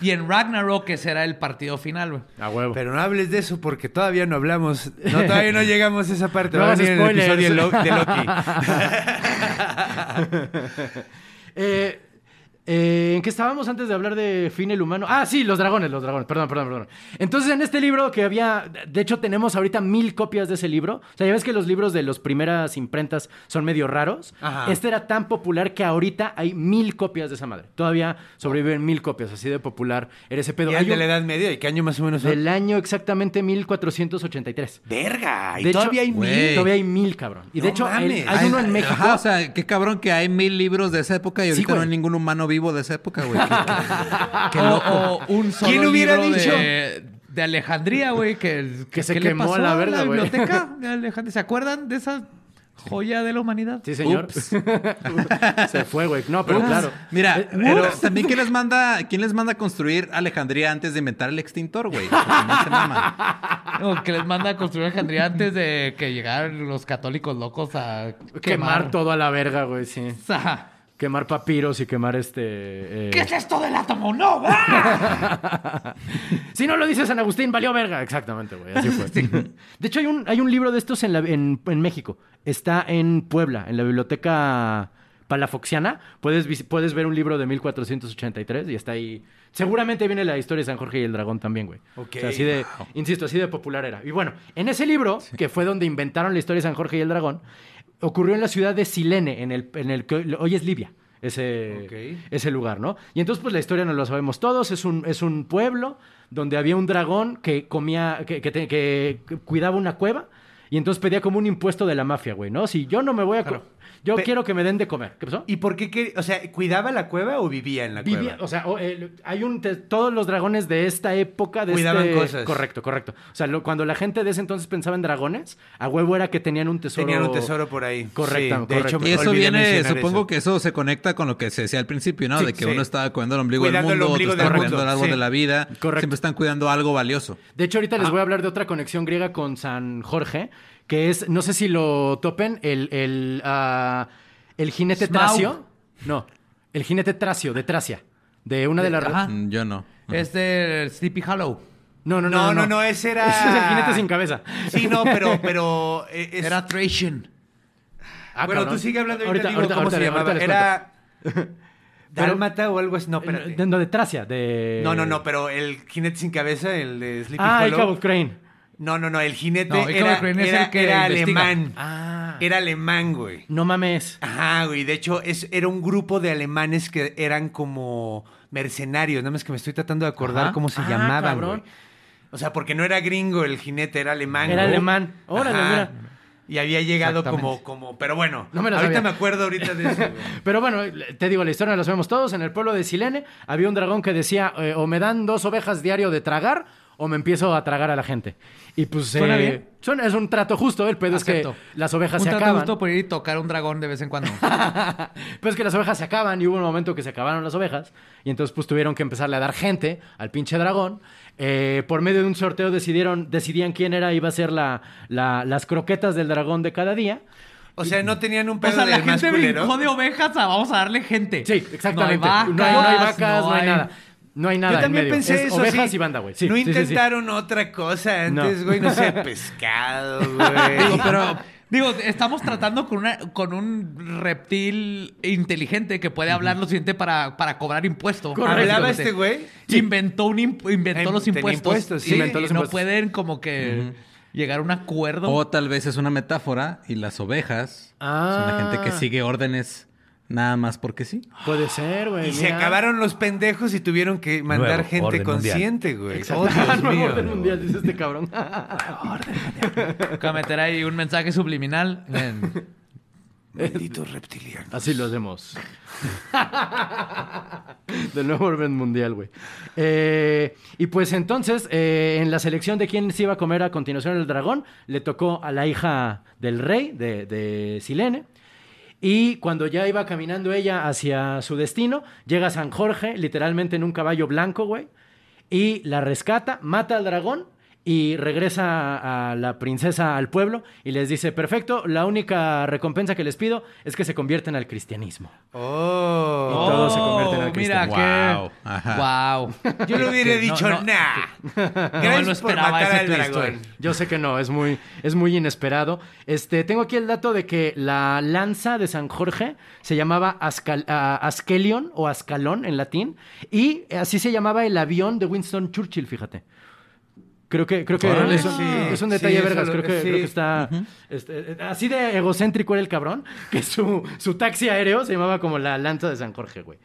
Y en Ragnarok, que será el partido final, güey. A huevo. Pero no hables de eso porque todavía no hablamos. No, todavía no llegamos a esa parte. No Va a hagas venir en el spoilers. episodio lo- de Loki. Eh, eh, ¿En qué estábamos antes de hablar de Fin el Humano? Ah, sí, los dragones, los dragones. Perdón, perdón, perdón. Entonces, en este libro que había... De hecho, tenemos ahorita mil copias de ese libro. O sea, ya ves que los libros de las primeras imprentas son medio raros. Ajá. Este era tan popular que ahorita hay mil copias de esa madre. Todavía sobreviven mil copias. Así de popular era ese pedo. Y el Hay de un- la Edad Media. ¿Y qué año más o menos? fue? del año exactamente 1483. Verga. Y De hecho- todavía hay Güey. mil. Todavía hay mil, cabrón. Y de No hecho, el- mames. hay uno en México. Ajá, o sea, qué cabrón que hay mil libros de esa época y ahorita no güey. hay ningún humano vivo de esa época, güey. O- O, un solo ¿Quién hubiera libro dicho? De, de Alejandría, güey, que, Que se ¿qué le quemó pasó a la verga, güey. biblioteca de Alejandría. ¿Se acuerdan de esa joya de la humanidad? Sí, señor. Se fue, güey. No, pero claro. Mira, Eh, pero también ¿quién les, manda, ¿quién les manda a construir Alejandría antes de inventar el extintor, güey? Porque no se mama. O que les manda a construir Alejandría antes de que llegaran los católicos locos a quemar, quemar, todo. todo a la verga, güey, sí. Quemar papiros y quemar este. eh, ¿Qué es esto del átomo? ¡No, va! Si no lo dice San Agustín, valió verga. Exactamente, güey. Así fue. De hecho, hay un, hay un libro de estos en, la- en, en México. Está en Puebla, en la biblioteca palafoxiana, puedes, vis- puedes ver un libro de 1483 y está ahí. Seguramente viene la historia de San Jorge y el dragón también, güey. Ok. O sea, así de, insisto, así de popular era. Y bueno, en ese libro, que fue donde inventaron la historia de San Jorge y el dragón, ocurrió en la ciudad de Silene, en el, en el que hoy es Libia. Ese, Ok. ese lugar, ¿no? Y entonces, pues la historia no la sabemos todos. Es un, es un pueblo donde había un dragón que comía, que, que te- que- que cuidaba una cueva y entonces pedía como un impuesto de la mafia, güey, ¿no? Si yo no me voy a. co- Yo Pe- quiero que me den de comer. ¿Qué pasó? ¿Y por qué? quer- O sea, ¿cuidaba la cueva o vivía en la cueva? Vivía- o sea, o, eh, hay un te- todos los dragones de esta época de Cuidaban este- cosas. Correcto, correcto. O sea, lo- cuando la gente de ese entonces pensaba en dragones, a huevo era que tenían un tesoro. Tenían un tesoro por ahí. Correcto, Sí, de correcto. hecho, Y eso Olvidé viene, mencionar supongo eso. que eso se conecta con lo que se decía al principio, ¿no? Sí, de que sí. uno está cuidando el ombligo Cuidando el del mundo, ombligo otro está del cuidando mundo, el árbol sí. de la vida. Correcto. Siempre están cuidando algo valioso. De hecho, ahorita Ah. les voy a hablar de otra conexión griega con San Jorge, que es, no sé si lo topen, el, el, ah, el jinete Smaug. tracio. No, el jinete tracio, de Tracia. De una de las... Ajá. Mm, Yo no. Es de Sleepy Hollow. No, no, no, No, no, no, ese era- Ese es el jinete sin cabeza. Sí, no, pero, pero eh, es- Era Thracian. Ah, bueno, cabrón. tú sigue hablando ahorita, digo, ¿cómo se ahorita- llamaba? ahorita les Era Pero- Dálmata o algo así. No, cuento. espérate. Eh, No, de Tracia, de... No, no, no, pero el jinete sin cabeza, el de Sleepy Ah, el Hollow. Cabo Crane. No, no, no, el jinete No, el Cabo era, Crane es era- el que era investiga. alemán. Ah, Era alemán, güey. no mames. Ajá, güey. De hecho, es, era un grupo de alemanes que eran como mercenarios. Nada más que me estoy tratando de acordar Ajá. cómo se Ah, llamaban, cabrón. güey. O sea, porque no era gringo el jinete, era alemán. Era güey. alemán. Órale, Ajá. mira. Y había llegado como, Exactamente. como, pero bueno, No me lo ahorita sabía. me acuerdo ahorita de eso. güey. Pero bueno, te digo, la historia la sabemos todos. En el pueblo de Silene había un dragón que decía, eh, o me dan dos ovejas diario de tragar, o me empiezo a tragar a la gente. Y pues... ¿Suena eh, bien? suena- es un trato justo, el pedo Acepto. es que las ovejas Un se trato acaban. justo por ir y tocar un dragón de vez en cuando. Pero es que las ovejas se acaban y hubo un momento que se acabaron las ovejas y entonces pues tuvieron que empezarle a dar gente al pinche dragón. Eh, por medio de un sorteo decidieron, decidían quién era, iba a ser la, la- las croquetas del dragón de cada día. O sea, no tenían un o pedo sea, la del más gente culero. brincó de ovejas a vamos a darle gente. Sí, exactamente. No hay vacas, no hay, vacas, no hay, nada. No hay nada. Yo en también medio. pensé Es eso. Ovejas sí. y banda, güey. Sí, no sí, sí, sí. intentaron otra cosa antes, No. güey. No sé, pescado, güey. Digo, pero. Digo, estamos tratando con, una, con un reptil inteligente que puede hablar lo suficiente para, para cobrar impuesto. Correcto. Hablaba este güey. Inventó, un imp- inventó Em- los tenía impuestos. impuestos, sí. y, Inventó y los no impuestos. pueden como que llegar a un acuerdo. O tal vez es una metáfora y las ovejas son la gente que Ah. sigue órdenes nada más porque sí. Puede ser, güey. Y se mira. acabaron los pendejos y tuvieron que mandar Nuevo gente orden mundial. consciente, güey. Exacto. Oh, Dios Nuevo mío. orden mundial, dice este cabrón. Acá meter ahí un mensaje subliminal. en- Malditos reptilianos. Así lo hacemos. Del nuevo orden mundial, güey. Eh, y pues entonces, eh, en la selección de quién se iba a comer a continuación el dragón, le tocó a la hija del rey de, de Silene. Y cuando ya iba caminando ella hacia su destino, llega San Jorge, literalmente en un caballo blanco, güey, y la rescata, mata al dragón y regresa a la princesa al pueblo y les dice, perfecto, la única recompensa que les pido es que se convierten al cristianismo. Oh. todos se convierten al mira cristianismo. Guau, que. ajá. Wow. Yo le hubiera dicho, nah. Gracias no por esperaba matar ese al twist, dragón. güey. Yo sé que no, es muy, es muy inesperado. Este, tengo aquí el dato de que la lanza de San Jorge se llamaba Ascal- ah, Ascelion o Ascalón en latín y así se llamaba el avión de Winston Churchill, fíjate. Creo que, creo que Órale, es, un, sí, es un sí, detalle eso vergas, lo- creo que, sí. creo que está este, eh, así de egocéntrico era el cabrón, que su, su taxi aéreo se llamaba como la lanza de San Jorge, güey.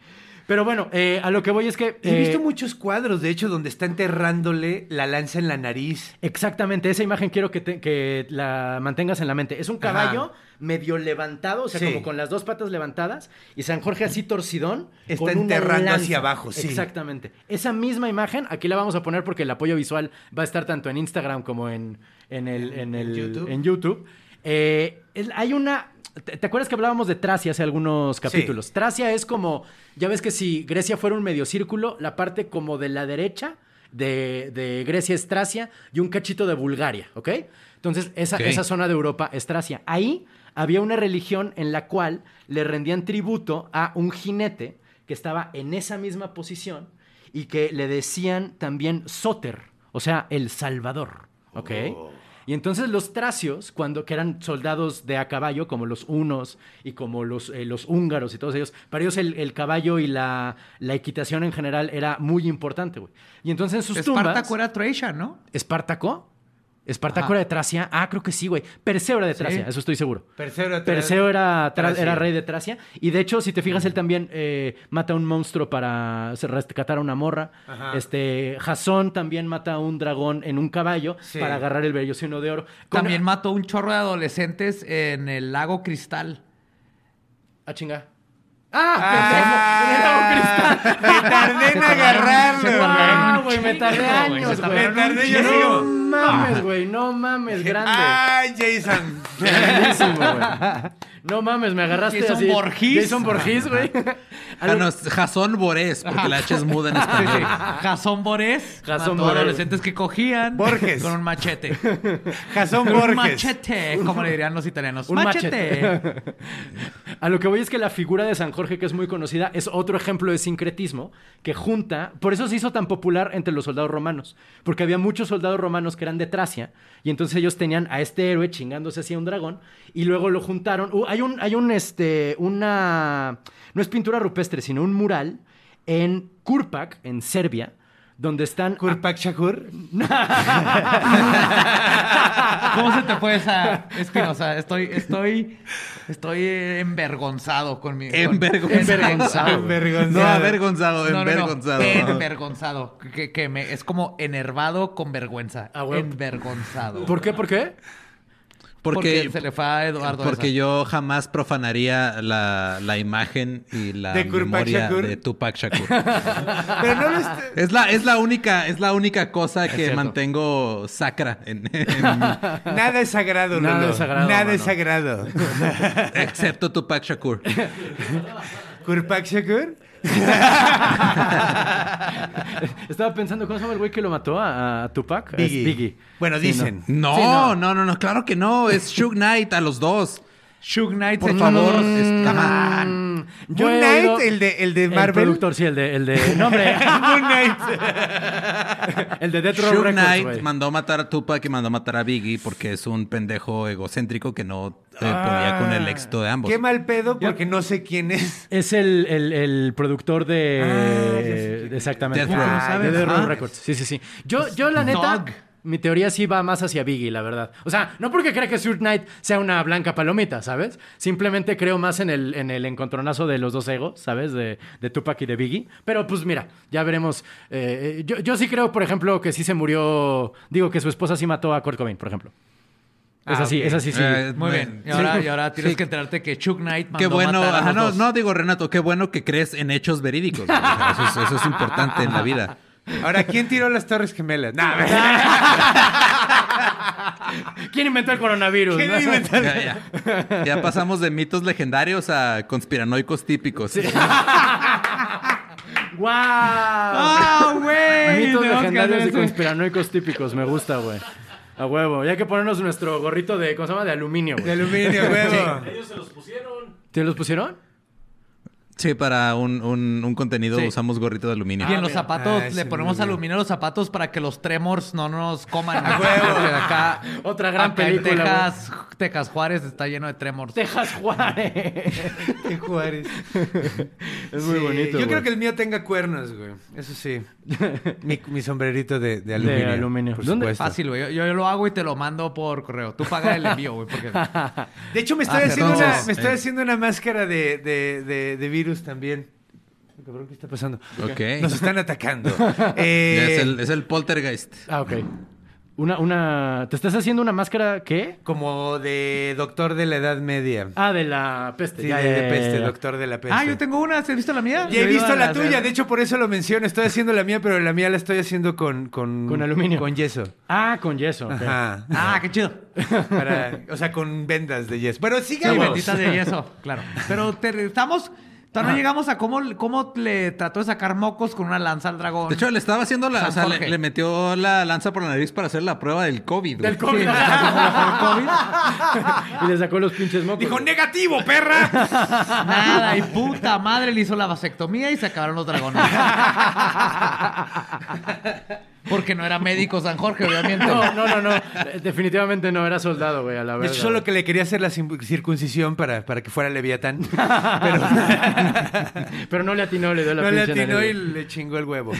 Pero bueno, eh, a lo que voy es que... He visto eh, muchos cuadros, de hecho, donde está enterrándole la lanza en la nariz. Exactamente, esa imagen quiero que, te- que la mantengas en la mente. Es un caballo medio levantado, o sea, Sí. como con las dos patas levantadas, y San Jorge así torcidón. Está con una enterrando lanza. hacia abajo, sí. Exactamente. Esa misma imagen, aquí la vamos a poner porque el apoyo visual va a estar tanto en Instagram como en, en, el, en, el- YouTube. en YouTube. Eh, el- hay una... ¿Te te acuerdas que hablábamos de Tracia hace algunos capítulos? Tracia es como, ya ves que si Grecia fuera un medio círculo, la parte como de la derecha de, de Grecia es Tracia y un cachito de Bulgaria, ¿ok? Entonces, esa, Ok. esa zona de Europa es Tracia. Ahí había una religión en la cual le rendían tributo a un jinete que estaba en esa misma posición y que le decían también Soter, o sea, el Salvador, ¿ok? Y entonces los tracios, cuando, que eran soldados de a caballo, como los unos y como los, eh, los húngaros y todos ellos, para ellos el, el caballo y la, la equitación en general era muy importante, güey. Y entonces en sus tumbas... Espartaco era Tracia, ¿no? ¿Espartaco? ¿Espartaco era de Tracia? Ah, creo que sí, güey. Perseo era de Tracia, eso estoy seguro. Perseo era de Tra- Perseo era, tra- Tracia. era rey de Tracia. Y de hecho, si te fijas, él también eh, mata a un monstruo para se- rescatar a una morra. Este, Jasón también mata a un dragón en un caballo Sí. para agarrar el vellocino de oro. Con- También mató un chorro de adolescentes en el lago Cristal. Ah, chinga. Ah, Ah, me tardé en Se agarrarlo. tardaron Ah, un güey, me chingo, tardé güey, años, se güey. tardaron un No chingo. No mames, güey, no mames, grande. Ay, Jason. Grandísimo, güey. No mames, me agarraste Jason así. Borges. Jason Borges, güey. A lo- Ah, no, es Jasón Borés, porque la H es muda en español. Jasón Borés. Jasón mató Borés. adolescentes que cogían. Borges. Con un machete. Jason Un Borges. machete, como le dirían los italianos. Un machete. A lo que voy es que la figura de San Jorge, que es muy conocida, es otro ejemplo de sincretismo que junta, por eso se hizo tan popular entre los soldados romanos, porque había muchos soldados romanos que eran de Tracia, y entonces ellos tenían a este héroe chingándose hacia un dragón, y luego lo juntaron. Uh, hay un, hay un, este, una, no es pintura rupestre, sino un mural en Kurpak, en Serbia, donde están... Kurpak Shakur. ¿Cómo se te fue esa espinosa? Estoy, estoy, estoy eh, envergonzado con mi. con- Envergonzado. Envergonzado. güey. No, Vergonzado. avergonzado, No, no, no. envergonzado. Envergonzado. Que, que me, es como enervado con vergüenza. Ah, güey. envergonzado. ¿Por qué? ¿Por qué? Porque, Porque, se le fue a Eduardo. porque esa. yo jamás profanaría la, la imagen y la De Kurpak memoria Shakur. de Tupac Shakur. Pero no lo est- Es la, es la única, es la única cosa que cierto. mantengo sacra en, en mí, Nada es sagrado, Nada Lolo. es sagrado, Nada mano. es sagrado. excepto Tupac Shakur. Kurpak Shakur. Estaba pensando, ¿cómo se llama el güey que lo mató a, a Tupac? Es Biggie. Bueno, Sí, ¿no? dicen. No, Sí, no. no, no, no, claro que no. Es Shug Knight a los dos. Shug Knight Por se favor, chingó. es- come on. Mm, Moon he Knight, oído- el de, el de Marvel. productor, sí, el de. El de no, hombre, Moon Knight. el de Death Row Shug Records, Knight güey. mandó matar a Tupac y mandó matar a Biggie porque es un pendejo egocéntrico que no eh, podía con el éxito de ambos. Qué mal pedo porque no sé quién es. Es el, el- el productor de. eh, Ah, ya sé quién es. exactamente. Death de Row. Ah, Death Row ¿sabes? Records. Sí, sí, sí. Yo, yo la neta. Dog. Mi teoría sí va más hacia Biggie, la verdad. O sea, no porque crea que Sir Knight sea una blanca palomita, ¿sabes? Simplemente creo más en el, en el encontronazo de los dos egos, ¿sabes? De, de Tupac y de Biggie. Pero pues mira, ya veremos. Eh, yo, yo sí creo, por ejemplo, que sí se murió. Digo, que su esposa sí mató a Kurt Cobain, por ejemplo. Es Ah, así, ok. es así, sí. Eh, Muy bien. Y ahora, y ahora tienes que enterarte que Shug Knight mandó Qué bueno, matar a ajá, los no, dos. no digo Renato, qué bueno que crees en hechos verídicos. güey. Eso es, eso es importante en la vida. Ahora, ¿quién tiró las Torres Gemelas? Nada. ¿Quién inventó el coronavirus? no? Ya, ya. Ya pasamos de mitos legendarios a conspiranoicos típicos. ¡Guau! ¡Ah, güey! Mitos Tenemos que legendarios hacer y eso. conspiranoicos típicos, me gusta, güey. A huevo, ya hay que ponernos nuestro gorrito de, ¿cómo se llama? De aluminio, De güey. aluminio, huevo. ¿Te los pusieron? Sí, para un, un- un contenido Sí. usamos gorrito de aluminio. Y en los zapatos Ah, sí, le ponemos muy bien. aluminio a los zapatos para que los tremors no nos coman. A huevo. Porque Acá, Otra gran acá en película, Texas, Texas Juárez está lleno de tremors. Texas Juárez. Qué Juárez. Es muy Sí, bonito, Yo güey. creo que el mío tenga cuernos, güey. Eso sí. Mi, mi sombrerito de, de aluminio. aluminio. Por ¿Dónde- supuesto. Fácil, güey. Yo, yo lo hago y te lo mando por correo. Tú paga el envío, güey. Porque... De hecho, me estoy, Ah, haciendo, entonces, una, me Eh. estoy haciendo una máscara de, de- de- de virus también. Ay, Cabrón, ¿qué está pasando? Ok. Nos están atacando. Ya Eh, es, el, es el poltergeist. Ah, ok. Una, una... ¿Te estás haciendo una máscara qué? Como de doctor de la Edad Media. Ah, de la peste. Sí, ya, de, ya, de ya, peste, ya. doctor de la peste. ah, yo tengo una. ¿Has visto la mía? Ya he Yo iba visto a la hacer- tuya, de hecho por eso lo menciono. Estoy haciendo la mía, pero la mía la estoy haciendo con... Con, Con aluminio. Con yeso. Ah, con yeso. ok. Ajá. Ah, qué chido. Para- o sea, con vendas de yeso. Pero Sí, sigamos. bendita de yeso, claro. Pero te- estamos... Todavía no llegamos a cómo, cómo le trató de sacar mocos con una lanza al dragón. De hecho, le estaba haciendo la. San O sea, le, Jorge. le metió la lanza por la nariz para hacer la prueba del COVID. güey. Del COVID. Sí, le sacó la por COVID. y le sacó los pinches mocos. Dijo, güey. negativo, perra. Nada, y puta madre le hizo la vasectomía y se acabaron los dragones. Porque no era médico San Jorge, obviamente. Ah, No, no, no, no. Eh, Definitivamente no era soldado, güey, a la De verdad. hecho, solo que le quería hacer la cin- circuncisión para, para que fuera Leviatán. Pero Pero no le atinó, le dio la no le pinche atinó nariz, y güey. le chingó el huevo.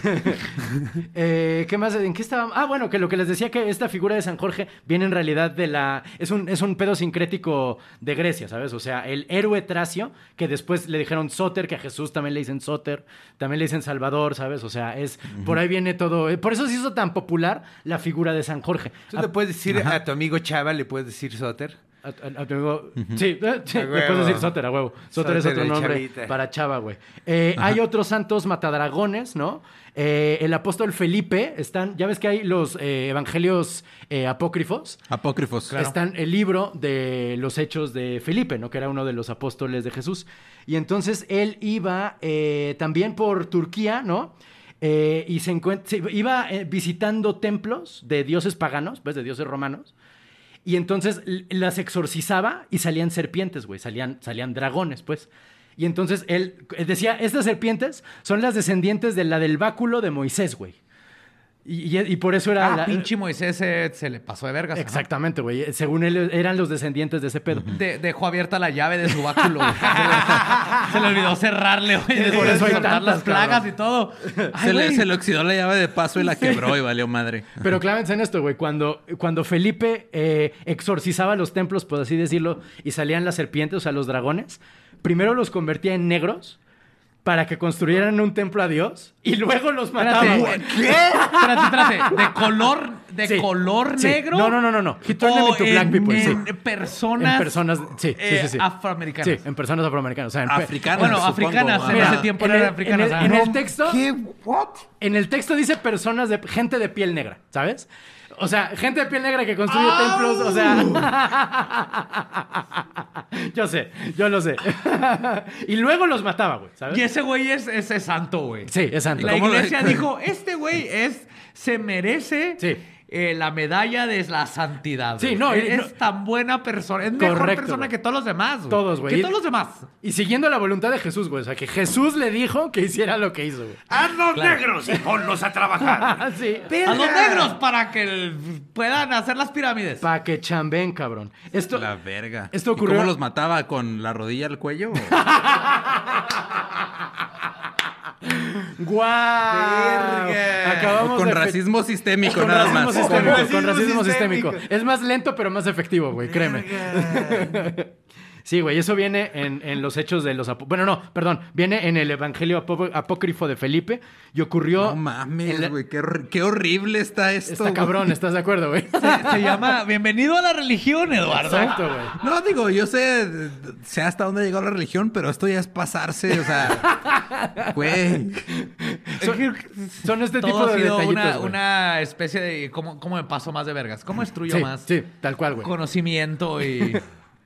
Eh, ¿Qué más? ¿En qué estábamos? Ah, bueno, que lo que les decía que esta figura de San Jorge viene en realidad de la. Es un, es un pedo sincrético de Grecia, ¿sabes? O sea, el héroe tracio, que después le dijeron Soter, que a Jesús también le dicen Soter, también le dicen Salvador, ¿sabes? O sea, es. Por ahí viene todo. eh, Por eso se hizo tan popular la figura de San Jorge. Tú le puedes decir a tu amigo Chava, le puedes decir Soter. A- a- a tu amigo- Sí, eh, sí, A le huevo. puedes decir Soter, a huevo. Soter, es Soter otro de nombre chavita. para Chava, güey. Eh, hay otros santos matadragones, ¿no? Eh, el apóstol Felipe, están, ya ves que hay los eh, evangelios eh, apócrifos. Apócrifos. Están el libro de los hechos de Felipe, ¿no? Que era uno de los apóstoles de Jesús. Y entonces él iba eh, también por Turquía, ¿no? Eh, y se encuent- se iba eh, visitando templos de dioses paganos, pues de dioses romanos. Y entonces l- las exorcizaba y salían serpientes, güey. Salían, salían dragones, pues. Y entonces él eh, decía, estas serpientes son las descendientes de la del báculo de Moisés, güey. Y, y- y por eso era... Ah, la- pinche Moisés eh, se, le pasó de vergas. ajá. Exactamente, güey. Según él, eran los descendientes de ese pedo. De- dejó abierta la llave de su báculo. güey. se, le, se le olvidó cerrarle, güey. Por eso hay soltar tantas, las plagas cabrón. y todo. Ay, se, le, güey. se le oxidó la llave de paso y la quebró y valió madre. Pero clávense en esto, güey. Cuando, cuando Felipe eh, exorcizaba los templos, por así decirlo, y salían las serpientes, o sea, los dragones, primero los convertía en negros para que construyeran un templo a Dios y luego los mataba. Espérate, güey. ¿qué? Espérate, espérate. ¿De color, de Ah, Sí, color sí. negro? No, no, no, no, no. He turned them ¿O into black en- people, en sí. personas. En personas, sí, sí, eh, sí, sí. afroamericanas. Sí, en personas afroamericanas. O sea, en pe- Africanas. Bueno, supongo. africanas, Ajá. en Mira, ese tiempo no en el- eran africanas. en ajá. el- en No, el texto. En el texto dice personas de gente de piel negra, ¿sabes? O sea, gente de piel negra que construye templos, o sea. yo sé, yo lo sé. y luego los mataba, güey, ¿sabes? Y ese güey es, ese santo, güey. Sí, es santo. La ¿Cómo lo- iglesia dijo, este güey es, se merece Sí. eh, la medalla de la santidad. Sí, güey. no, y es, no- es tan buena persona, es mejor Correcto, persona güey. que todos los demás. güey. Todos, güey. Que Y- todos los demás. Y siguiendo la voluntad de Jesús, güey. O sea, que Jesús le dijo que hiciera lo que hizo, güey. ¡A los negros y ponlos a trabajar! Así. A los negros para que el- puedan hacer las pirámides. Para que chamben, cabrón. Esto. La verga. Esto ¿Y ocurrió- ¿Cómo los mataba? ¿Con la rodilla al cuello? o? ¡Guau! Verga. Acabamos con de fe- racismo sistémico, Con nada racismo más. Con sistémico, con racismo racismo sistémico. sistémico. Es más lento, pero más efectivo, güey, créeme. Sí, güey, eso viene en, en los hechos de los... apó- Bueno, no, perdón. Viene en el Evangelio apó- Apócrifo de Felipe y ocurrió... No en la- mames, güey. Qué, hor- qué horrible está esto. Está güey. cabrón, ¿estás de acuerdo, güey? Se, se llama Bienvenido a la religión, Eduardo. Exacto, güey. No, digo, yo sé, sé hasta dónde llegó la religión, pero esto ya es pasarse, o sea. Güey. Son este Todo tipo ha de sido detallitos, una, güey. una especie de ¿cómo, cómo me paso más de vergas. ¿Cómo destruyo Sí, más sí, tal cual, güey. conocimiento y,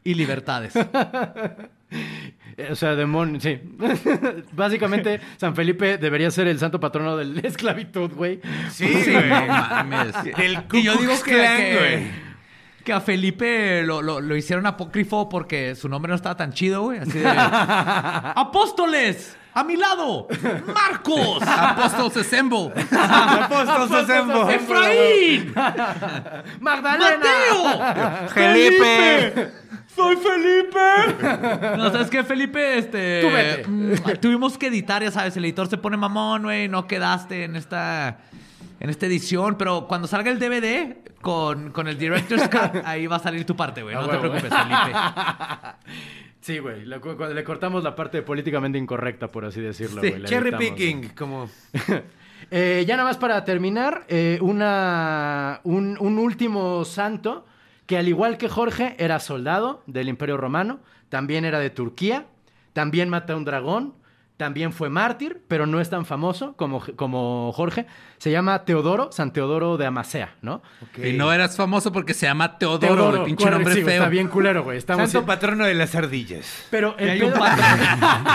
y libertades? Eh, O sea, demonio, sí. Básicamente, San Felipe debería ser el santo patrono de la esclavitud, güey. Sí, No güey. mames. Del Y yo Ku Klux digo que, Klan, que, güey. que a Felipe lo, lo- lo hicieron apócrifo porque su nombre no estaba tan chido, güey. Así de... ¡Apóstoles! ¡A mi lado! ¡Marcos! Apóstoles assemble. Apóstoles Assemble. ¡Efraín! ¡Magdalena! ¡Mateo! Felipe. ¡Soy Felipe! No, ¿sabes qué, Felipe? Este, Tú vete. mm, Tuvimos que editar, ya sabes, el editor se pone mamón, güey. No quedaste en esta... En esta edición, pero cuando salga el DVD con, con el Director's Cut, ahí va a salir tu parte, güey. Ah, No te huevo. preocupes, Felipe. Sí, güey. le- cu- Cuando le cortamos la parte políticamente incorrecta, por así decirlo, güey. le Cherry evitamos, picking, güey. como... Eh, ya nada más para terminar, eh, una, un, un último santo que al igual que Jorge era soldado del Imperio Romano, también era de Turquía, también mata a un dragón, también fue mártir, pero no es tan famoso como, como Jorge. Se llama Teodoro, San Teodoro de Amasea, ¿no? Y no eras famoso porque se llama Teodoro, el pinche corre- nombre sí, güey, feo. Está bien culero, güey. Estamos Santo patrono de las ardillas. pero Y el hay un pedo- patrón.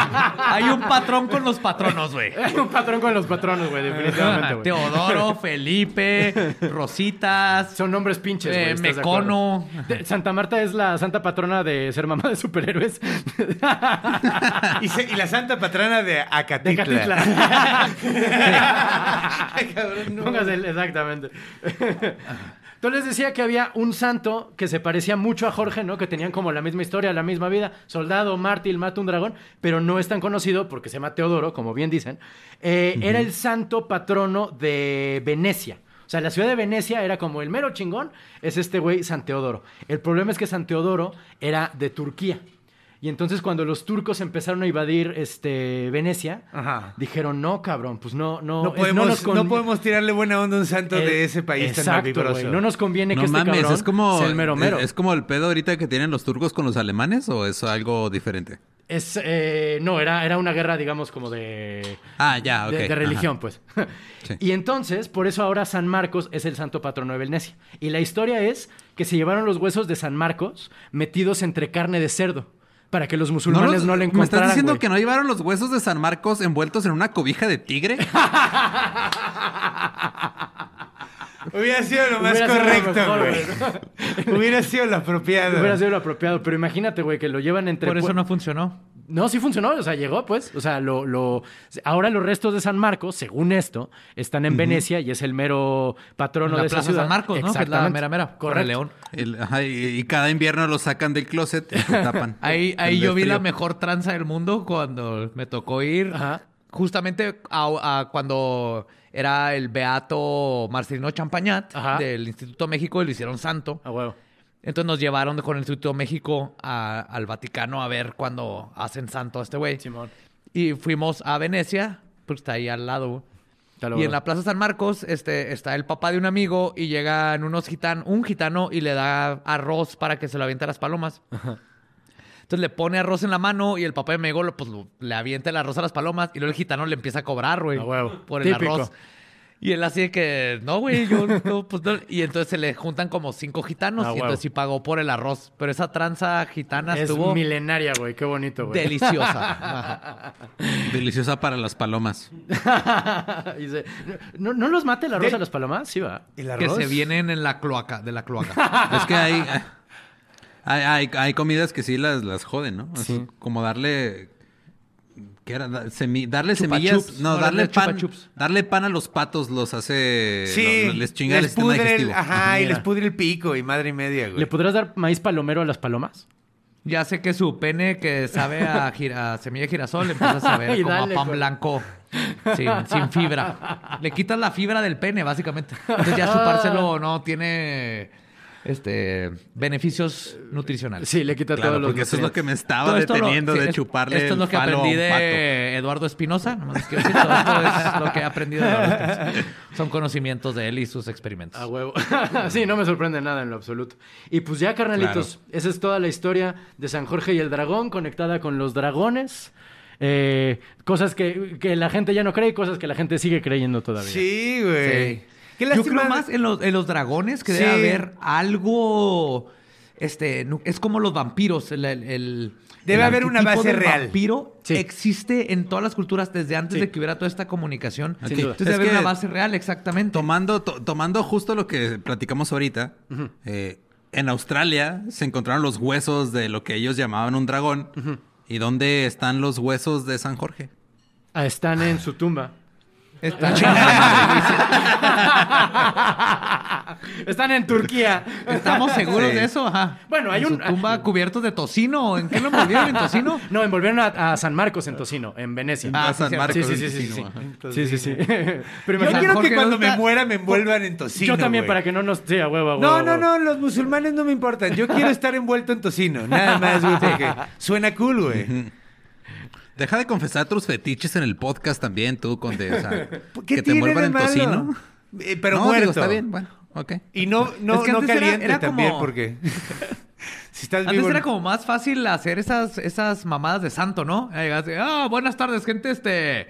hay un patrón con los patronos, güey. Hay un patrón con los patronos, güey, definitivamente, güey. Teodoro, Felipe, Rositas, Son nombres pinches, güey. eh, ¿estás de Mecono. acuerdo? Te- Santa Marta es la santa patrona de ser mamá de superhéroes. Y, se- y la santa patrona Sultana de De Acatitla. Catitla. Ay, cabrón, no. Póngase el- exactamente. Entonces les decía que había un santo que se parecía mucho a Jorge, ¿no? Que tenían como la misma historia, la misma vida. Soldado, mártir, mata un dragón, pero no es tan conocido porque se llama Teodoro, como bien dicen. Eh, Era el santo patrono de Venecia. O sea, la ciudad de Venecia era como el mero chingón, es este güey San Teodoro. El problema es que San Teodoro era de Turquía. Y entonces cuando los turcos empezaron a invadir este, Venecia, Ajá. dijeron, no, cabrón, pues no, no, No es- podemos, nos con- no podemos tirarle buena onda a un santo eh, de ese país tan exacto, vigoroso. güey. No nos conviene que No este mames, cabrón es como, sea el mero mero. Es, es como el pedo ahorita que tienen los turcos con los alemanes o es algo diferente. Es, eh, no, era, era una guerra, digamos, como de... Ah, ya, ok. de- De, Ajá. religión, pues. Sí. Y entonces, por eso ahora San Marcos es el santo patrono de Venecia. Y la historia es que se llevaron los huesos de San Marcos metidos entre carne de cerdo para que los musulmanes no, los- le ¿Me estás encontraran. diciendo güey. que no llevaron los huesos de San Marcos envueltos en una cobija de tigre? Hubiera sido lo más Hubiera sido lo correcto, mejor, güey. Hubiera sido lo apropiado. Hubiera sido lo apropiado, pero imagínate, güey, que lo llevan entre... Por eso pue- no funcionó. No, sí funcionó, o sea, llegó, pues. O sea, lo, lo... ahora los restos de San Marcos, según esto, están en Venecia y es el mero patrono En la de esa Plaza ciudad. San Marcos, ¿no? Que es la Exactamente. mera mera, Torre Correcto. León. El- ajá, y, y cada invierno los sacan del closet y se tapan. Ahí, Con ahí el yo vi frío. la mejor tranza del mundo cuando me tocó ir. Ajá. Justamente a, a cuando era el beato Marcelino Champañat Ajá. del Instituto México y lo hicieron santo. A huevo. Entonces nos llevaron con el Instituto México a- al Vaticano a ver cuando hacen santo a este güey. Simón. Y fuimos a Venecia, pues está ahí al lado. Está Y logrado. en la Plaza San Marcos este, está el papá de un amigo y llegan unos gitanos, un gitano y le da arroz para que se lo aviente a las palomas. Entonces le pone arroz en la mano y el papá de mi amigo lo- pues, lo- le avienta el arroz a las palomas y luego el gitano le empieza a cobrar, güey, A huevo. por el Típico. arroz. Y él así de que, no, güey, yo no, pues no". Y entonces se le juntan como cinco gitanos A y huevo. entonces sí pagó por el arroz. Pero esa tranza gitana Es estuvo milenaria, güey. Qué bonito, güey. deliciosa. Deliciosa para las palomas. Y se- ¿No, ¿No los mate el arroz De- a las palomas? Sí, va. ¿El que arroz? se vienen en la cloaca, de la cloaca. Es que hay, hay, hay- hay comidas que sí las, las joden, ¿no? Es como darle... ¿Qué era? Da- semi- darle Chupa semillas. chups. No, No, darle darle chupa pan. chups. Darle pan a los patos los hace... eh, Sí, los- les chinga el sistema pudre digestivo. El, ajá, y Mira. les pudre el pico y madre y media, güey. ¿Le podrás dar maíz palomero a las palomas? Ya sé que su pene que sabe a, gira- a semilla de girasol empieza a saber Y como dale, a pan güey. blanco. Sin, sin fibra. Le quitas la fibra del pene, básicamente. Entonces ya chupárselo no tiene este beneficios nutricionales. Sí, le quita Claro, todos los porque eso es lo que nutrientes. me Todo estaba esto lo- deteniendo sí, de es- chuparle Esto es lo el que falo a un aprendí pato. de Eduardo Espinosa. Nomás les quiero decir, todo esto es lo que he aprendido de Eduardo Espinosa. Son conocimientos de él y sus experimentos. A huevo. sí, no me sorprende nada en lo absoluto. Y pues ya, carnalitos, esa es toda la historia de San Jorge y el dragón conectada con los dragones. Eh, cosas que, que la gente ya no cree y cosas que la gente sigue creyendo todavía. Sí, güey. Sí. Qué Yo lástima. creo más en los, en los dragones que Sí. debe haber algo. Este, nu- es como los vampiros. El, el- el- Debe el haber una arquetipo base del real. vampiro Sí. existe en todas las culturas desde antes Sí. de que hubiera toda esta comunicación. Sin Ok. duda. Entonces Es debe haber que- una base real, exactamente. Tomando, to- tomando justo lo que platicamos ahorita, eh, en Australia se encontraron los huesos de lo que ellos llamaban un dragón. ¿Y dónde están los huesos de San Jorge? Ah, Están en su tumba. Está- Están en Turquía. ¿Estamos seguros Sí. de eso? Ajá. Bueno, hay ¿En su un- tumba cubiertos de tocino. ¿En qué lo envolvieron? ¿En tocino? No, envolvieron a, a San Marcos en Tocino, en Venecia. Ah, San sí, Marcos sí, sí, en sí, sí, Tocino, sí. Sí, sí, sí. Yo Pero imagina- quiero Jorge, que cuando ¿dónde me está? muera me envuelvan en tocino. Yo también, güey. para que no nos... Sí, a huevo, a huevo, a Oh. No, no, huevo. no, los musulmanes no me importan. Yo quiero estar envuelto en tocino. Nada más, güey, porque suena cool, güey. Deja de confesar tus fetiches en el podcast también, tú, con de, o sea, ¿Qué que te tiene envuelvan de en malo? tocino. Eh, pero No, digo, muerto. está bien, bueno, ok. Y no, no, Es que no antes era- caliente era también, como- porque... si estás Antes vivo... era como más fácil hacer esas, esas mamadas de santo, ¿no? Ahí vas de, Ah, buenas tardes, gente, este...